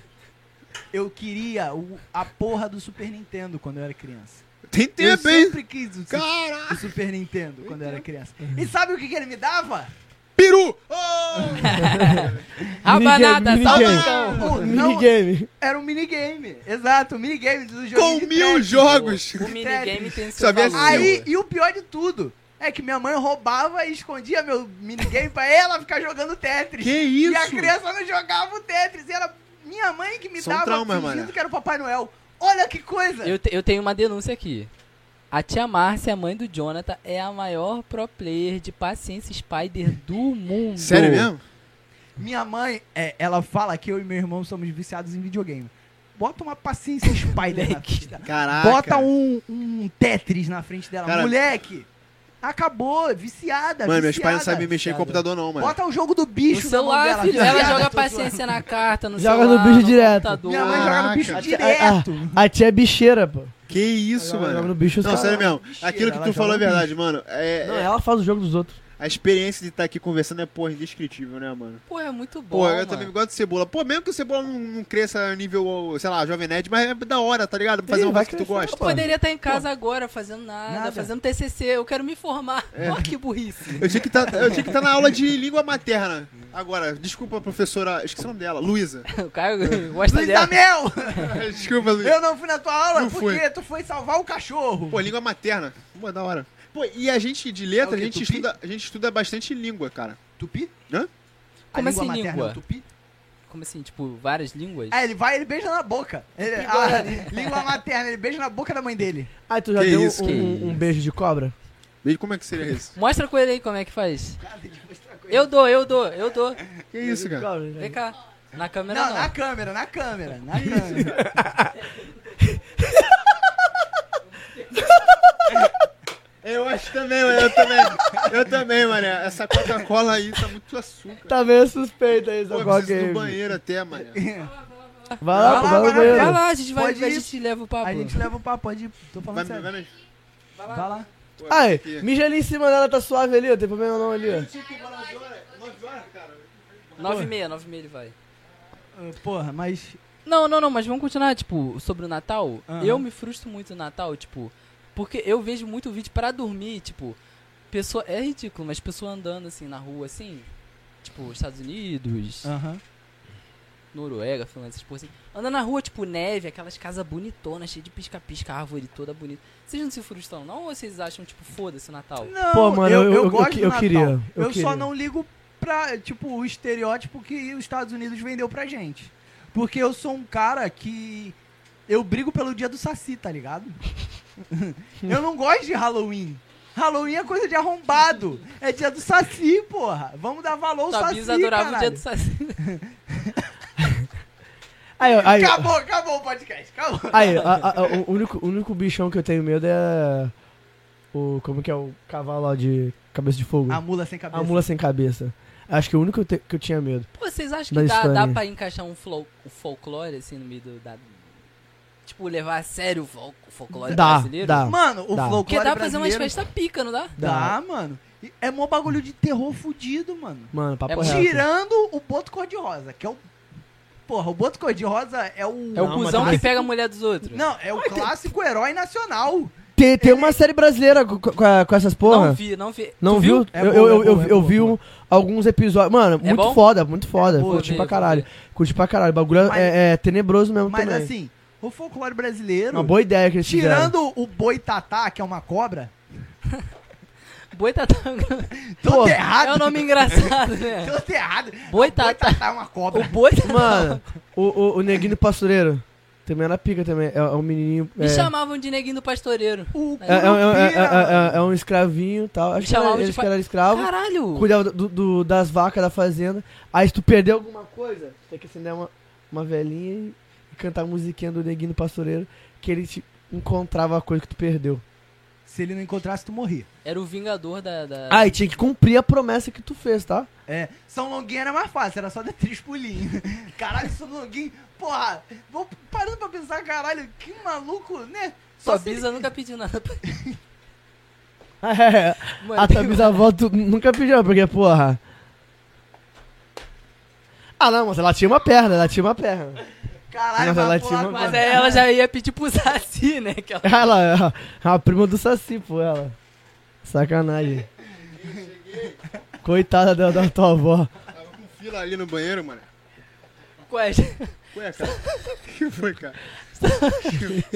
E: eu queria o- a porra do Super Nintendo quando eu era criança.
D: Tem
E: eu
D: tempo, hein? Então.
E: sempre quis o, su-
D: Caraca!
E: o Super Nintendo quando eu era criança. E sabe o que, que ele me dava?
D: Peru! Oh!
C: Rabanada,
B: Minigame,
C: salve
B: minigame.
C: então.
E: O- não,
B: Minigame.
E: era um minigame. Exato, um minigame do jogo.
D: Com mil jogos!
C: O minigame tem seu
D: Sabia
C: valor.
E: Aí, e o pior de tudo, é que minha mãe roubava e escondia meu minigame pra ela ficar jogando Tetris.
D: Que isso? um
E: E a criança não jogava o Tetris. E era minha mãe que me
D: São
E: dava
D: traumas,
E: fingindo
D: mano.
E: que era o Papai Noel. Olha que coisa!
C: Eu, te- eu tenho uma denúncia aqui. A tia Márcia, mãe do Jonathan, é a maior pro player de paciência Spider do mundo.
D: Sério mesmo?
E: Minha mãe, é, ela fala que eu e meu irmão somos viciados em videogame. Bota uma paciência Spider na frente dela.
D: Caraca!
E: Bota um, um Tetris na frente dela.
D: Ah, Cara-
E: Moleque, acabou, viciada,
D: Mano, meus
E: viciada.
D: pais não sabem mexer em computador não, mano.
E: Bota o jogo do
C: No
E: bicho na mão
C: celular,
E: dela,
C: filho. Ela
E: viciada,
C: joga
E: tô zoando.
C: paciência na carta, no
B: Joga no
C: celular,
B: bicho direto.
C: computador.
E: Minha mãe joga no
D: Caraca.
E: bicho
B: A tia-
E: direto.
B: A tia é bicheira, pô.
D: Que isso,
B: Ela joga
D: mano?
B: no bicho os
D: Não, sério
B: caras-
D: mesmo.
E: Mentira,
D: Aquilo que
E: ela
D: tu falou é
E: joga
D: verdade, mano. É,
B: Não,
D: é-
B: ela faz o jogo dos outros.
D: a experiência de estar aqui conversando é, porra, indescritível, né, mano?
C: Pô, é muito bom,
D: Pô, eu
C: mano.
D: também gosto de cebola. Pô, mesmo que o cebola não, não cresça nível, sei lá, Jovem Nerd, mas é da hora, tá ligado? Pra fazer
B: Ih,
D: uma
B: vai
D: coisa que tu
B: crescer,
D: gosta.
C: Eu poderia estar em casa agora fazendo nada,
E: Nada.
C: fazendo TCC. Eu quero me formar. Olha que burrice.
D: Eu tinha que tá, estar na aula de língua materna. Agora, desculpa, professora. Esqueci o nome dela, Luísa.
C: O Caio gosta
E: Luiz da
C: dela.
E: Mel,
D: desculpa, Luísa.
E: eu não fui na tua aula
D: Não
E: porque
D: fui.
E: tu foi salvar o cachorro.
D: Pô, língua materna. Pô, da hora. Pô, e a gente de
E: É o
D: letra, a,
E: quê,
D: gente
E: tupi?
D: estuda, a gente estuda bastante língua, cara.
E: Tupi?
D: Hã?
E: A
C: Como assim,
E: materna
C: língua?
E: é o Tupi?
C: Como assim, tipo, várias línguas?
E: Ah, ele vai ele beija na boca. Ele- a língua materna, ele beija na boca da mãe dele.
B: Ah, tu já
D: Que
B: deu
D: isso,
B: um,
C: que
B: um- um beijo de cobra?
D: Veja como é que seria isso.
C: Mostra com ele aí como é que faz. Eu dou, eu dou, eu dou.
D: Que isso, cara?
B: Cobra, né?
C: Vem cá. Na
E: Não,
C: câmera não.
E: na câmera, na câmera, na câmera.
D: Eu acho também, mano. Eu também. Eu também, mano. Essa Coca-Cola aí tá muito açúcar.
B: Tá meio suspeita aí,
D: Pô,
B: essa
D: eu
B: coca
D: preciso
B: aí.
D: do banheiro até, mano.
B: Vai lá, pô,
E: Vai
B: vai no
E: lá, vai lá,
C: Vai
B: banheiro.
C: lá, a gente vai,
E: Pode
C: a
E: ir.
C: gente leva o papo.
E: A gente leva o papo, pode ir. Tô
D: Vai
E: falando
D: me vendo?
E: sério. Vai lá.
D: Pô,
B: Ai,
D: aqui.
B: mija ali em cima dela, tá suave ali, ó. Tem problema não ali, ó.
C: Nove e meia, nove e meia ele vai.
E: Ah, Porra, mas
C: Não, não, não, mas vamos continuar, tipo, sobre o Natal.
E: Aham.
C: Eu me frustro muito no Natal, tipo, porque eu vejo muito vídeo pra dormir, tipo, pessoa. É ridículo, mas pessoa andando assim na rua, assim, tipo, Estados Unidos,
E: Aham.
C: Noruega, Finlândia, essas porra assim. Anda na rua, tipo, neve, aquelas casas bonitonas, cheias de pisca-pisca, árvore toda bonita. Vocês não se frustram, não? Ou vocês acham, tipo, foda-se o Natal?
E: Não,
B: Pô, mano, eu- eu- eu
E: do
B: que- eu
E: Natal.
B: queria, eu
E: Eu,
B: queria.
E: só não ligo pra, tipo, o estereótipo que os Estados Unidos vendeu pra gente. Porque eu sou um cara que. Eu brigo pelo dia do Saci, tá ligado? eu não gosto de Halloween. Halloween é coisa de arrombado. É dia do Saci, porra. Vamos dar valor ao
C: Tua
E: Saci.
C: bisa adorava o dia
E: assim, caralho.
C: do Saci.
B: Aí, aí,
E: Acabou, acabou o podcast, acabou.
B: aí, a- a- o único, o único bichão que eu tenho medo é. O. Como que é o cavalo lá de cabeça de fogo?
E: A mula sem cabeça.
B: A mula sem cabeça. Acho que é o único que eu, te- que eu tinha medo.
C: Pô, vocês acham
B: Da
C: que dá, dá
B: Estônia.
C: pra encaixar um, flow, um folclore, assim, no meio do, da... Tipo, levar a sério o fol- o folclore
B: Dá,
C: brasileiro?
B: dá.
E: Mano, o
B: Dá.
E: folclore
C: Porque dá pra fazer umas
E: brasileiro-
C: festas pica, não dá?
E: Dá, mano. E É mó bagulho de terror fudido, mano.
B: Mano, papo
C: É
B: reto.
E: Tirando o Boto Cor-de-Rosa, que é o. Porra, o Boto Cor-de-Rosa é o.
C: É
B: Não,
C: o
B: mas
C: cuzão
B: também-
C: que pega a mulher dos outros.
E: Não, é o clássico herói nacional.
B: Tem, tem uma série brasileira co- co- com, a- com essas
C: Não
B: porra.
C: vi, não vi.
B: Não,
C: Tu
B: viu?
E: É
B: eu,
E: boa,
B: eu, eu,
E: é boa, é
B: eu
E: boa,
B: vi
E: boa.
B: um- alguns episódios. Mano, muito
C: bom?
B: foda, muito foda.
E: É boa,
B: Curti
C: vou
B: pra
C: ver,
B: caralho.
C: vou
B: Curti pra caralho. O bagulho é-
E: Mas-
B: é, tenebroso mesmo
E: Mas
B: também.
E: assim, o folclore brasileiro.
B: uma boa ideia que eles tiveram.
E: Tirando o boi tatá, que é uma cobra,
C: tá Boitatá.
E: tudo
B: Pô,
E: errado.
C: É um nome engraçado, né?
E: Tudo errado. Boi
C: Boitatá.
E: tatá é uma
C: O tá-
E: cobra.
C: boitatá.
B: Mano, o, o, o Neguinho do Pastoreiro também era pica também. É, é um menininho...
C: Me
B: é,
C: chamavam de neguinho do pastoreiro.
E: O
B: é, é, é, é,
E: Curupira,
B: é, é, é um escravinho e tal. Acho que
C: chamavam
B: era,
C: de
B: eles
C: pa-
B: que era escravo.
C: Caralho!
B: Cuidava do- do- das vacas da fazenda. Aí se tu perder alguma coisa, tu tem que acender uma, uma velhinha e, e cantar a musiquinha do Neguinho do Pastoreiro. Que ele te encontrava a coisa que tu perdeu.
E: Se ele não encontrasse, tu morria.
C: Era o vingador da. da-
B: Ah, e tinha que cumprir a promessa que tu fez, tá?
E: É, São Longuinho era mais fácil, era só dar três pulinhos. Caralho, São Longuinho, porra, vou parando pra pensar, caralho, que maluco, né?
C: Sua
E: se ele-
C: bisa nunca pediu nada pra.
B: É,
C: Mano,
B: a tua bisavó tu nunca pediu, porque, porra. Ah, não, mas ela tinha uma perna, ela tinha uma perna.
E: Caralho,
B: Nossa, ela
E: vai
B: tinha
E: pular
B: uma-
C: Mas
D: é,
C: aí ela já ia pedir pro Saci, né? Que ela-
B: Ela é a prima do Saci, pô, ela. Sacanagem. Coitada da, da tua avó.
D: Tava com fila ali no banheiro, mano.
C: Ué,
D: Ué, cara. O que foi, cara?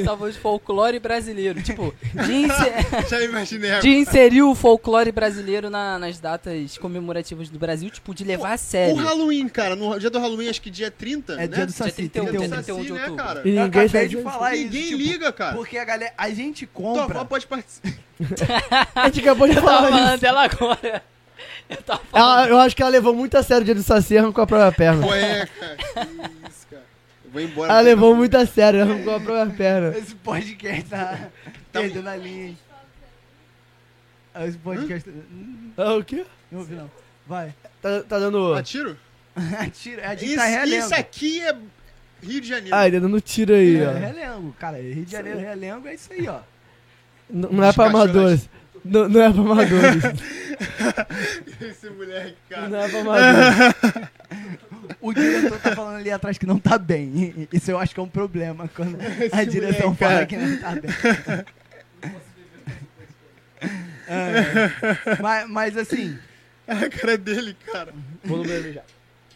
C: salvou de folclore brasileiro. Tipo, de, inse-
D: Já imaginei agora.
C: de inserir o folclore brasileiro na- nas datas comemorativas do Brasil, tipo, de levar a
D: O
C: sério.
D: Halloween, cara. No dia do Halloween, acho que dia 30,
E: É
D: né?
E: dia do
C: Dia
E: Saci,
C: 31,
E: 31.
C: dia 31 de
D: Saci, né,
C: outubro.
B: E
D: cara?
E: Eu
B: um. ninguém
E: acabei
B: sabe
E: de
B: disso.
E: falar
D: Ninguém
E: isso, tipo,
D: liga, cara.
E: porque a galera, a gente
D: Tua avó
E: compra,
D: pode participar.
B: A gente acabou de
C: Eu tava
B: falar
C: falando
B: disso.
C: dela agora. Eu tava falando.
B: Ela- eu acho que ela levou muito a sério o dia do Saci e arrancou a própria perna.
D: Ué, cara. Que isso, cara. Eu vou embora. um
B: Ela levou muito a sério e arrancou a própria perna.
E: esse podcast tá perdendo a linha, hein? Ah, Esse podcast, Hum,
B: Ah, o quê?
E: não ouvi não, vai,
B: Tá, tá dando.
D: Ah, tiro?
E: tira, a gente
D: Isso,
E: tá relendo.
D: isso aqui é Rio de Janeiro.
B: Ai, tá dando tiro aí,
E: É,
B: ó.
E: relengo, cara, Rio de Janeiro, relengo é isso aí, ó.
B: N- Não é pra amadores. Não, não é pra amadores.
D: Esse moleque, cara.
B: Não é pra amadores.
E: O diretor tá falando ali atrás que não tá bem. Isso eu acho que é um problema quando a direção
D: moleque,
E: fala
D: cara.
E: que não tá bem. É. mas, mas assim,
D: A cara dele, cara.
B: Vou no banheiro já.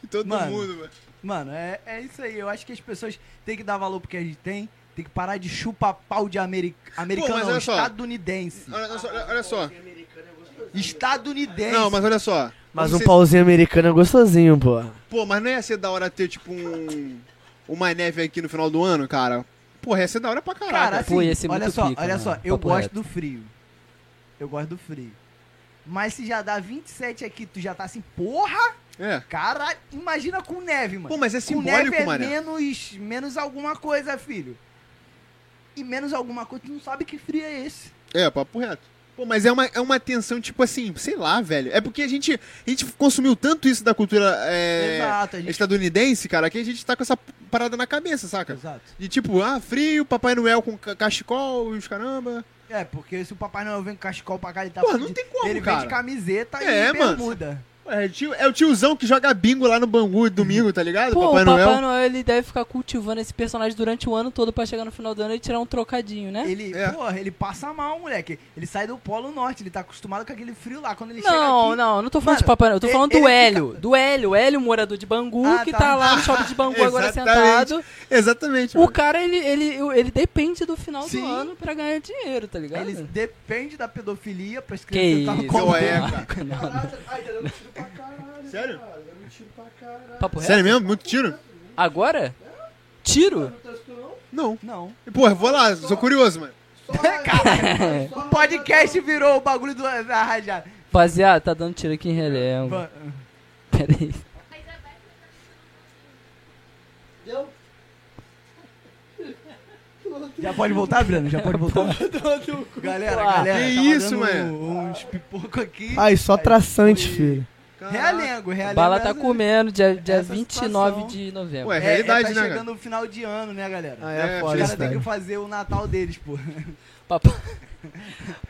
D: E Todo
E: Mano.
D: mundo, mano.
E: mano, é, é isso aí. Eu acho que as pessoas têm que dar valor porque a gente tem. Tem que parar de chupar pau de ameri americano,
D: mas
E: não,
D: olha só.
E: estadunidense.
D: Olha, olha só, olha- olha só.
E: Estadunidense.
D: Não, mas olha só.
B: Mas um
D: Você-
B: pauzinho americano é gostosinho, pô.
D: Pô, mas não ia ser da hora ter, tipo, um. Uma neve aqui no final do ano, cara? Porra, ia ser da hora pra
E: Cara,
D: caralho.
E: assim,
C: Pô, ia ser
E: olha
C: muito
E: só,
C: pica,
E: olha
C: mano.
E: só, eu
C: Papo
E: gosto
C: reto.
E: do frio. Eu gosto do frio. Mas se já dá 27 aqui, tu já tá assim, porra,
D: É.
E: cara, imagina com neve, mano.
D: Pô, mas é
E: com neve
D: simbólico,
E: é
D: mano.
E: menos, menos alguma coisa, filho. E menos alguma coisa, tu não sabe que frio é esse.
D: É, papo reto. Pô, mas é uma, é uma tensão, tipo assim, sei lá, velho. É porque a gente, a gente consumiu tanto isso da cultura é,
E: Exato, a gente...
D: estadunidense, cara, que a gente tá com essa parada na cabeça, saca?
E: Exato.
D: De tipo, ah, frio, Papai Noel com ca- cachecol e os caramba.
E: É, porque se o Papai Noel vem com cachecol pra cá, ele tá
D: Porra,
E: fudido.
D: não tem como,
E: Ele vem
D: cara.
E: de camiseta
D: É,
E: e
D: mano.
E: bermuda.
D: É, tio- é o tiozão que joga bingo lá no Bangu domingo, tá ligado?
C: Pô,
D: Papai
C: o Papai
D: Noel.
C: Noel. ele deve ficar cultivando esse personagem durante o ano todo pra chegar no final do ano e tirar um trocadinho, né?
E: Ele,
D: É.
E: porra, ele passa mal, moleque. Ele sai do Polo Norte, ele tá acostumado com aquele frio lá. Quando ele
C: Não,
E: chega aqui...
C: não, eu não tô falando
E: Mano,
C: de Papai Noel, eu tô
E: ele-
C: falando
E: ele
C: do
E: fica-
C: Hélio. Do Hélio, Hélio, morador de Bangu,
E: Ah,
C: que
E: tá.
C: tá lá no shopping de Bangu agora
D: Exatamente.
C: sentado.
D: Exatamente.
C: O
D: mano.
C: cara, ele, ele, ele depende do final
E: Sim.
C: do ano pra ganhar dinheiro, tá ligado?
E: Ele depende da pedofilia pra
C: Que
E: escrever.
C: isso,
D: como?
C: não,
D: é,
C: não, não.
B: Ai, tá
E: um
B: dando tiro pra caralho.
D: Sério?
B: Cara, dando tiro pra caralho.
C: Papo reto?
D: Sério mesmo? Muito tiro?
C: Agora? Tiro?
D: Não.
E: Não.
D: Porra, eu vou lá, sou curioso, mano.
E: O podcast virou o bagulho do, Ah, da rajada.
C: Rapaziada, tá dando tiro aqui em relembro.
E: Va-
C: Pera aí.
F: Mas abaixa o cabelo.
E: Já pode voltar, Breno? Já pode voltar? galera,
C: Ah,
E: galera.
D: que
E: tava
D: isso,
E: dando
D: mano?
E: Uns pipocos aqui.
B: Ai, só traçante, filho.
E: Realengo, realengo.
C: Bala tá
E: essa-
C: comendo, dia, dia
E: essa
C: 29
E: situação.
C: de novembro.
D: Ué,
E: É,
D: realidade,
E: é, tá
D: né,
E: chegando o final de ano, né, galera?
B: Ah,
D: É,
B: é,
E: Os
B: foda
E: caras
B: isso,
E: têm
B: daí.
E: que fazer o Natal deles, pô.
C: Papai...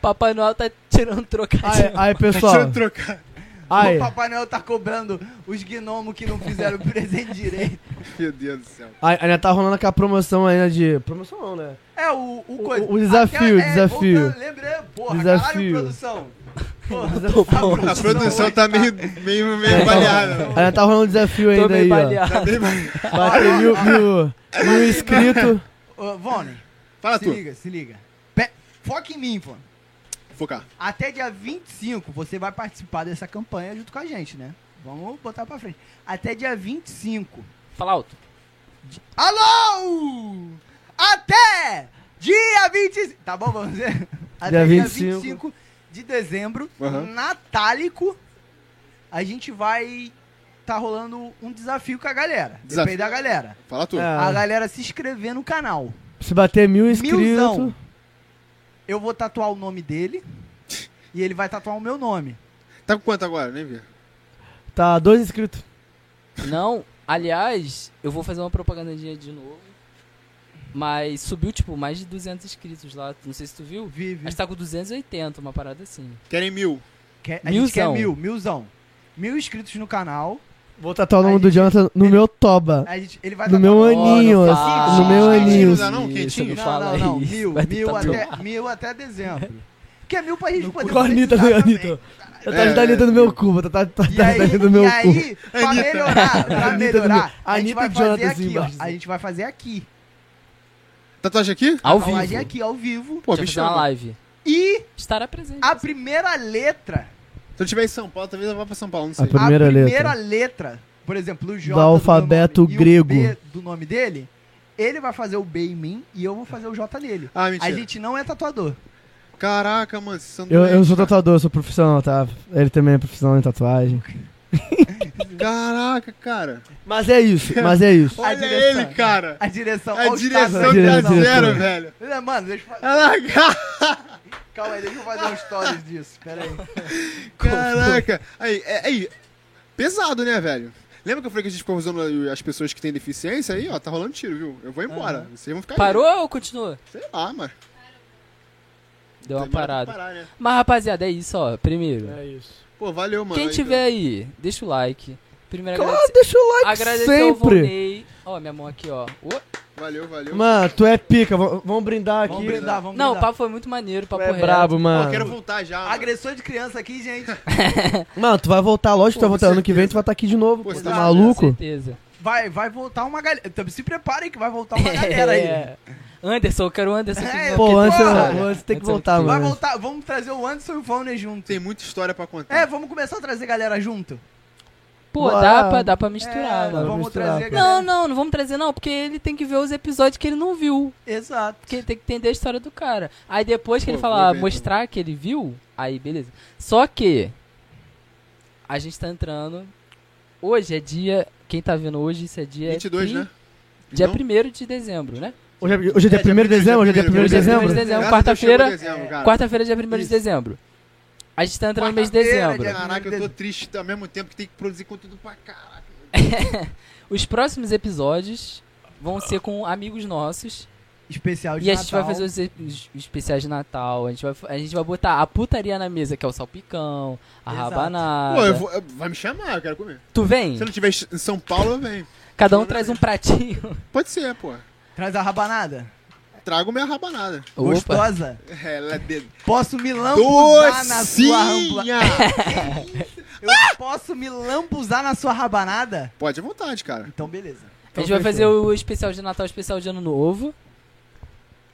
C: Papai Noel tá tirando
E: Ah,
C: trocadinho.
B: Ai,
E: é?
B: ai,
D: cara? Deixa
B: pessoal.
D: eu trocar.
B: Ai,
E: O Papai Noel tá cobrando os gnomos que não fizeram o presente direito.
D: Meu Deus do céu.
B: ai, ainda tá rolando aquela promoção ainda de. Promoção não, né?
E: É, o... O, coisa-
B: o desafio, desafio.
E: voltando, lembrei, porra, caralho,
B: Desafio.
E: produção. Porra,
D: A produção tá meio, meio, meio baleada.
B: Ainda tá rolando um desafio
C: Tô
B: ainda
C: meio
B: aí, ó.
C: baleado.
D: Tá bem baleada.
B: Bateu mil, mil, mil inscritos.
E: Ô, Vone,
D: Fala
E: se
D: tu.
E: liga, se liga. Pe- Foca em mim, Vone.
D: Focar.
E: Até dia 25 você vai participar dessa campanha junto com a gente, né? Vamos botar pra frente. Até dia 25.
C: Fala alto.
E: Alô! Até dia 25. Tá bom, vamos ver. Até
B: Dia
E: dia
B: 25.
E: 25 de dezembro,
D: Aham.
E: natálico, a gente vai tá rolando um desafio com a galera.
D: Desafio. Ah.
E: Depende da galera.
D: Fala tu.
E: A
B: É,
E: galera se inscrever no canal.
B: se bater mil inscritos.
E: Milzão. Eu vou tatuar o nome dele e ele vai tatuar o meu nome.
D: Tá com quanto agora? Nem vi.
B: Tá, dois inscritos.
C: Não, aliás, eu vou fazer uma propagandinha de novo. Mas subiu, tipo, mais de 200 inscritos lá. Não sei se tu viu.
E: Vive.
C: Acho que tá com 280, uma parada assim.
D: Querem mil.
E: Quer, a gente quer
C: Milzão.
E: mil, milzão. Mil inscritos no canal.
B: Vou tatuar o nome
E: Aí,
B: do Jonathan no meu toba.
E: A gente, ele vai
B: No meu
E: tatuar-
B: Aninhos,
C: Ó, não fala
B: no meu
C: isso,
B: aninhos.
D: Não dá não,
C: isso,
D: quentinho?
C: não
E: Não,
C: fala
E: não, não.
C: isso.
E: Mil,
C: Vai
E: mil
C: tentar
E: até, mil até dezembro. Que é mil pra gente poder
B: Com a Anitta, né,
E: monetizar também.
B: Anitta? Eu tava da Anitta no meu cu, vou tatuar tá,
E: É. E aí,
B: no meu
E: e
B: cu.
E: aí pra melhorar, pra
B: Anitta
E: melhorar,
B: do-
E: a gente
B: Anitta
E: vai
B: e
E: fazer
B: Jonathan, assim,
E: aqui, ó.
B: embaixo.
E: A gente vai fazer aqui. Então,
D: Tatuagem aqui?
C: Ao
E: A gente
C: vivo.
E: aqui, ao vivo.
D: Pô,
C: Deixa eu
D: me
C: fazer uma
D: chama.
C: live.
E: E
C: Estará presente.
E: a primeira letra,
D: Se eu estiver em São Paulo, talvez eu vá pra São Paulo, não sei.
B: Ah, Primeira
E: a
B: letra.
E: primeira letra, por exemplo, o J
B: Do
E: meu
B: alfabeto
E: nome e o
B: grego.
E: B do nome dele, ele vai fazer o B em mim e eu vou fazer o J nele.
D: Ah,
E: A
D: mentira.
E: gente não é tatuador.
D: Caraca, mano, vocês são
B: Eu, eu
D: doentes,
B: sou
D: cara.
B: tatuador, eu sou profissional, tá? Ele também é profissional em tatuagem.
D: Caraca, cara.
B: Mas é isso, mas é isso.
D: Olha
E: direção.
D: ele, cara.
E: A direção.
D: A
E: ó, o
D: direção
E: status.
D: tá
B: direção.
D: zero, velho.
E: É, Mano, deixa eu fazer.
D: Caraca.
E: Calma aí, deixa eu fazer um stories disso. Pera aí.
D: Caraca. Aí, é, aí, pesado, né, velho? Lembra que eu falei que a gente ficou usando as pessoas que têm deficiência? Aí, ó, tá rolando tiro, viu? Eu vou embora. Vocês vão ficar aí.
C: Parou ou continua?
D: Sei lá, mano.
C: Deu uma
D: Tem hora de
C: parada.
D: parar, né?
C: Mas, rapaziada, é isso, ó. Primeiro,
E: É
D: Pô, valeu, mano.
C: quem
D: Aí,
C: tiver aí, deixa o like. Primeiro,
B: Claro,
C: agradecer,
B: deixa o like
C: agradecer ao
B: sempre.
C: Volney. Ó, minha mão aqui, ó. Ô,
D: então, Valeu, valeu.
B: Mano, tu é pica, v- vamos brindar aqui.
E: Vamos brindar, vamos
C: Não, o
E: brindar.
C: papo foi muito maneiro,
B: Tu
C: papo
B: é
C: reto.
B: brabo,
D: Pô,
B: mano.
D: quero voltar já. mano.
E: Agressor de criança aqui, gente.
B: Mano, tu vai voltar, lógico, tu vai
D: Pô,
B: voltar
D: com
B: ano que vem, tu vai estar aqui de novo.
D: Pô,
B: Pô,
D: você
B: tá
D: tá-
C: Com
B: maluco?
C: certeza.
E: Vai, vai voltar uma galera. Então, se preparem que vai voltar uma galera aí.
C: É. Anderson, eu quero o Anderson. aqui
E: É,
C: de
B: Pô,
C: novo.
B: antes,
E: Porra.
B: eu- antes tem que
C: Antes eu
B: voltar,
C: vou-
E: Vai
B: mano.
E: voltar, vamos trazer o Anderson e o Fauner junto.
D: Tem muita história pra contar.
E: É, vamos começar a trazer galera junto.
C: Pô,
B: Uau.
C: dá pra, dá pra misturar,
E: É,
C: mano.
E: Vamos
B: misturar,
E: trazer a
B: pô.
C: Não,
E: galera.
C: não, não vamos trazer não, porque ele tem que ver os episódios que ele não viu.
E: Exato.
C: Porque ele tem que entender a história do cara. Aí depois que
D: Pô,
C: ele falar,
D: vou ver,
C: mostrar que ele viu, aí beleza. Só que a gente tá entrando. Hoje é dia. Quem tá vendo hoje, isso é dia.
D: 22,
C: tri-
D: né?
C: Dia
D: Não?
C: 1 de dezembro, né?
B: Hoje é, hoje é dia 1 de dezembro? Hoje é dia 1 de
C: Hoje é dia 1º
B: dezembro?
C: de dezembro,
D: Graças a Deus chegou
C: quarta-feira.
D: é dezembro, cara.
C: Quarta-feira, dia 1 de
D: Ah. Isso.
C: dezembro. A gente tá entrando no mês de
E: Quarta-feira,
C: dezembro.
E: dia-
D: Caraca, eu tô triste ao mesmo tempo que tem que produzir conteúdo pra caraca.
C: Os próximos episódios vão ser com amigos nossos
E: especial de
C: E a
E: Natal.
C: gente vai fazer os, e- os especiais de Natal, a gente, vai, a gente vai botar a putaria na mesa, que é o salpicão, a
E: Exato.
C: rabanada.
D: Pô, eu vou- eu- vai me chamar, eu quero comer.
C: Tu vem?
D: Se eu não tiver em São Paulo, eu venho.
C: Cada um traz um pratinho.
D: Pode ser, pô.
E: Traz a rabanada.
D: Trago minha rabanada.
C: Opa.
E: Gostosa.
D: Ela é de...
E: Posso me lambuzar na sua rabanada.
D: docinha!
E: Eu posso me lambuzar na sua rabanada?
D: Pode à vontade, cara.
E: Então, beleza.
C: A gente vai fazer o especial de Natal, o especial de Ano Novo.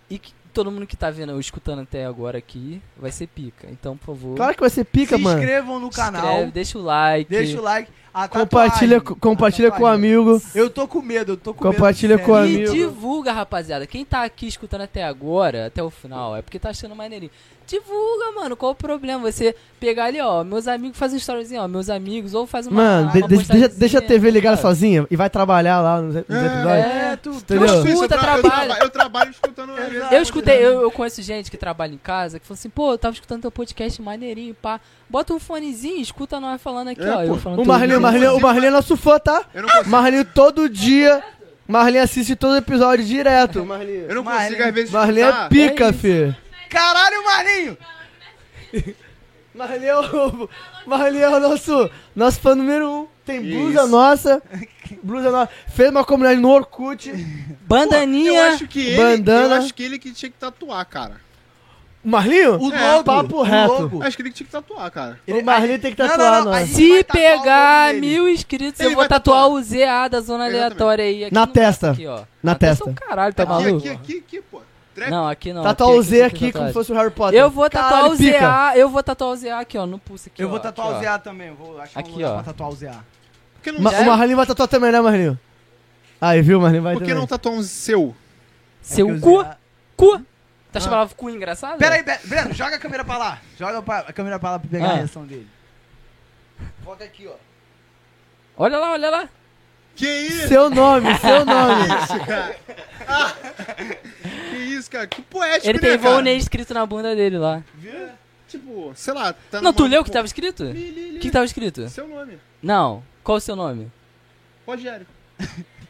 C: E que- todo mundo que tá vendo, ou escutando até agora aqui, vai ser pica. Então, por favor,
B: Claro que é vai ser pica,
E: Se
B: mano.
E: inscrevam no
C: se
E: canal.
C: inscreve, deixa o like.
E: Deixa o like. A
B: Compartilha,
E: tatuagem,
B: compartilha
E: a
B: com o
E: tatuagem.
B: amigo.
E: Eu tô com medo, eu tô com
B: Compartilha
E: medo.
B: com o
E: sério.
C: E
B: amigo.
C: divulga, rapaziada. Quem tá aqui escutando até agora, até o final, é porque tá achando maneirinho. Divulga, mano. Qual o problema? Você pegar ali, ó, meus amigos, faz um storyzinho, ó, meus amigos, ou faz uma.
B: Mano,
C: uma
B: de- de- deixa,
C: postagemzinha,
B: deixa a TV ligada
C: sabe?
B: sozinha e vai trabalhar lá nos, nos
D: É.
B: episódios.
C: É, tu.
B: Entendeu?
C: tu
D: Isso,
C: escuta,
D: eu tra- eu
C: trabalha.
D: traba- Eu trabalho escutando. às vezes,
E: Exato.
D: pode-
C: Eu escutei, eu, eu conheço gente que trabalha em casa que falou assim, pô, eu tava escutando teu podcast maneirinho, pá. Bota um fonezinho, escuta nós falando aqui,
D: É,
C: ó.
D: pô.
C: Eu falando
B: O
C: teu
B: Marlinho,
C: vídeo.
B: o Marlinho, o Marlinho é nosso fã, tá?
D: Eu não consigo,
B: Marlinho todo dia. Marlinho assiste todo episódio direto. Marlinho.
D: eu não
E: Mas,
D: consigo
E: né?
D: às vezes, ah,
B: Marlinho é
D: escutar.
B: pica,
C: É isso.
B: fi.
E: Caralho, Marinho!
B: Marlinho é o, Marlinho é o nosso, nosso fã número um. Tem blusa
D: Isso.
B: nossa. Blusa nossa. Fez uma comunidade no Orkut.
D: Eu
C: Bandaninha.
D: acho que ele.
B: Bandana.
D: Eu acho que ele que tinha que tatuar, cara.
B: Marlinho?
E: O
D: É,
E: logo,
B: papo
E: o
B: reto.
E: logo.
D: Eu acho que ele que tinha que tatuar, cara.
B: o Marlinho tem que
E: Não, não,
B: tatuar
E: não,
B: nós.
E: a gente vai
C: Se
E: tatuar o
C: pegar
E: logo dele.
C: mil inscritos,
D: Ele
C: eu vou
D: vai
C: tatuar
D: tatuar.
C: o ZA da zona
D: Exatamente.
C: aleatória aí. Aqui
B: Na
C: no braço
B: testa.
C: Aqui, ó.
B: Na
C: é o
B: testa.
C: caralho, tá
D: aqui,
C: maluco?
D: aqui, aqui, aqui, pô. Trap.
C: Não, aqui não.
B: Tatuar
C: aqui,
B: o
C: aqui,
B: Z
C: aqui,
B: aqui como
C: tatuagem.
B: se fosse o Harry Potter.
C: Eu vou tá tatuar
B: Caralho,
C: o ZA,
B: pica.
C: eu vou tatuar o ZA aqui, ó, no pulso aqui,
E: Eu
C: ó,
E: vou tatuar
C: aqui,
E: o
C: ó.
E: ZA também, eu vou achar
C: Aqui,
E: um lugar
C: ó.
E: pra tatuar o ZA.
D: Por que não,
B: Ma-
C: Já
B: o
C: é?
B: Marlinho vai tatuar também, né, Marlinho? Aí, viu, Marlinho? Vai
D: por que
B: também.
D: não tatuar um seu?
C: Seu
E: Porque o
C: cu,
E: ZA
C: cu. Tá achando a palavra cu engraçado?
E: Pera aí, Be- Breno, joga a câmera pra lá. Joga pra- a câmera pra lá pra pegar
C: Ah.
E: a reação dele. Foca aqui, ó.
C: Olha lá, olha lá.
D: Que isso,
B: Seu nome, seu nome.
D: cara? Ah, que isso, cara? Que poético,
C: Ele
D: né,
C: tem
D: cara?
C: voo nem escrito na bunda dele lá.
D: Tipo, sei lá. Tá
C: Não, tu
D: numa-
C: leu o que tava escrito? O
D: Li, li, li.
C: que tava escrito?
D: Seu nome.
C: Não. Qual o seu nome?
D: Rogério.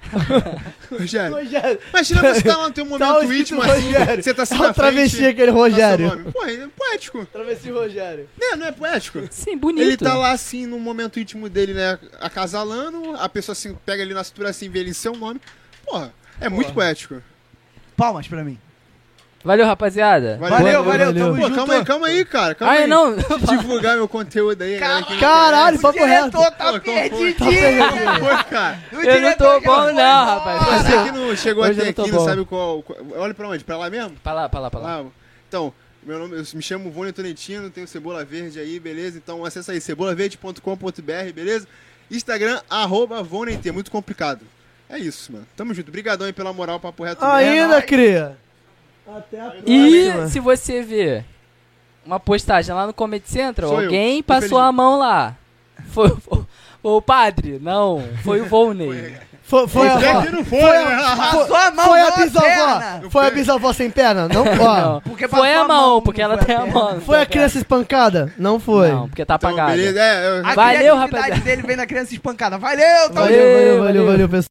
D: Rogério.
B: Rogério.
D: Imagina você tá lá no teu
B: Tá
D: momento
B: escrito
D: íntimo assim.
B: Rogério.
D: Você tá se
B: Olha o É travesti aquele Rogério.
D: Pô, é poético.
B: Travesti Rogério.
D: Né, não é poético?
C: Sim, bonito.
D: Ele tá lá assim, no momento íntimo dele, né? Acasalando, a pessoa assim, pega ele na cintura assim, vê ele em seu nome. Porra, é muito poético.
E: Palmas pra mim.
C: Valeu, rapaziada.
E: Valeu, valeu,
B: valeu.
E: tamo
D: Pô,
E: junto.
D: calma aí, calma aí, cara. Calma
C: Ai,
D: aí.
C: não.
D: Deixa eu divulgar meu conteúdo aí. galera, que não
B: Caralho,
E: O
B: papo reto.
E: diretor
D: Pô,
E: tá
D: qual foi?
E: perdidinho.
D: conhece. Pô, cara.
E: O
C: Eu não tô
E: diretor é já
C: bom
E: foi
C: não,
E: embora.
C: rapaz.
D: Você que não chegou
C: Hoje eu
D: até
C: não tô
D: aqui, não
C: bom.
D: sabe qual, qual- Olha pra onde? Pra lá mesmo?
C: Pra lá, pra lá, pra lá.
D: Lá. Então, meu nome, eu me chamo Vônia Tonetino, tenho Cebola Verde aí, beleza? Então acessa aí cebolaverde.com.br, beleza? Instagram, arroba Vonnet, muito complicado. É isso, mano. Tamo junto. Obrigadão aí pela moral, papo reto. mesmo.
B: Ainda,
E: nóis.
B: cria.
C: E
B: é mano.
C: se você ver uma postagem lá no Comedy Central,
D: Sou eu.
C: alguém passou
D: Infelizmente.
C: a mão lá. Foi, foi- foi o padre? Não, foi o Volney.
B: Foi, foi, a,
D: Quem é
B: foi,
D: que não foi, né?
E: Passou a mão
B: foi a
E: na perna.
B: bisavó. Foi a bisavó sem perna? Não, ó.
C: Não.
E: Porque passou
C: Foi a
E: a mão,
C: mão,
E: não
C: porque ela
E: foi a
C: tem a
E: perna.
C: mão.
B: Foi a criança espancada? Não foi.
C: Não, porque tá
D: Então,
C: apagada.
D: beleza? É, eu-
C: Valeu,
E: A criatividade
C: rapaziada.
E: dele vem na criança espancada. Valeu,
B: Valeu,
E: tamo
B: valeu,
C: Valeu,
B: valeu,
C: valeu.
B: valeu, pessoal.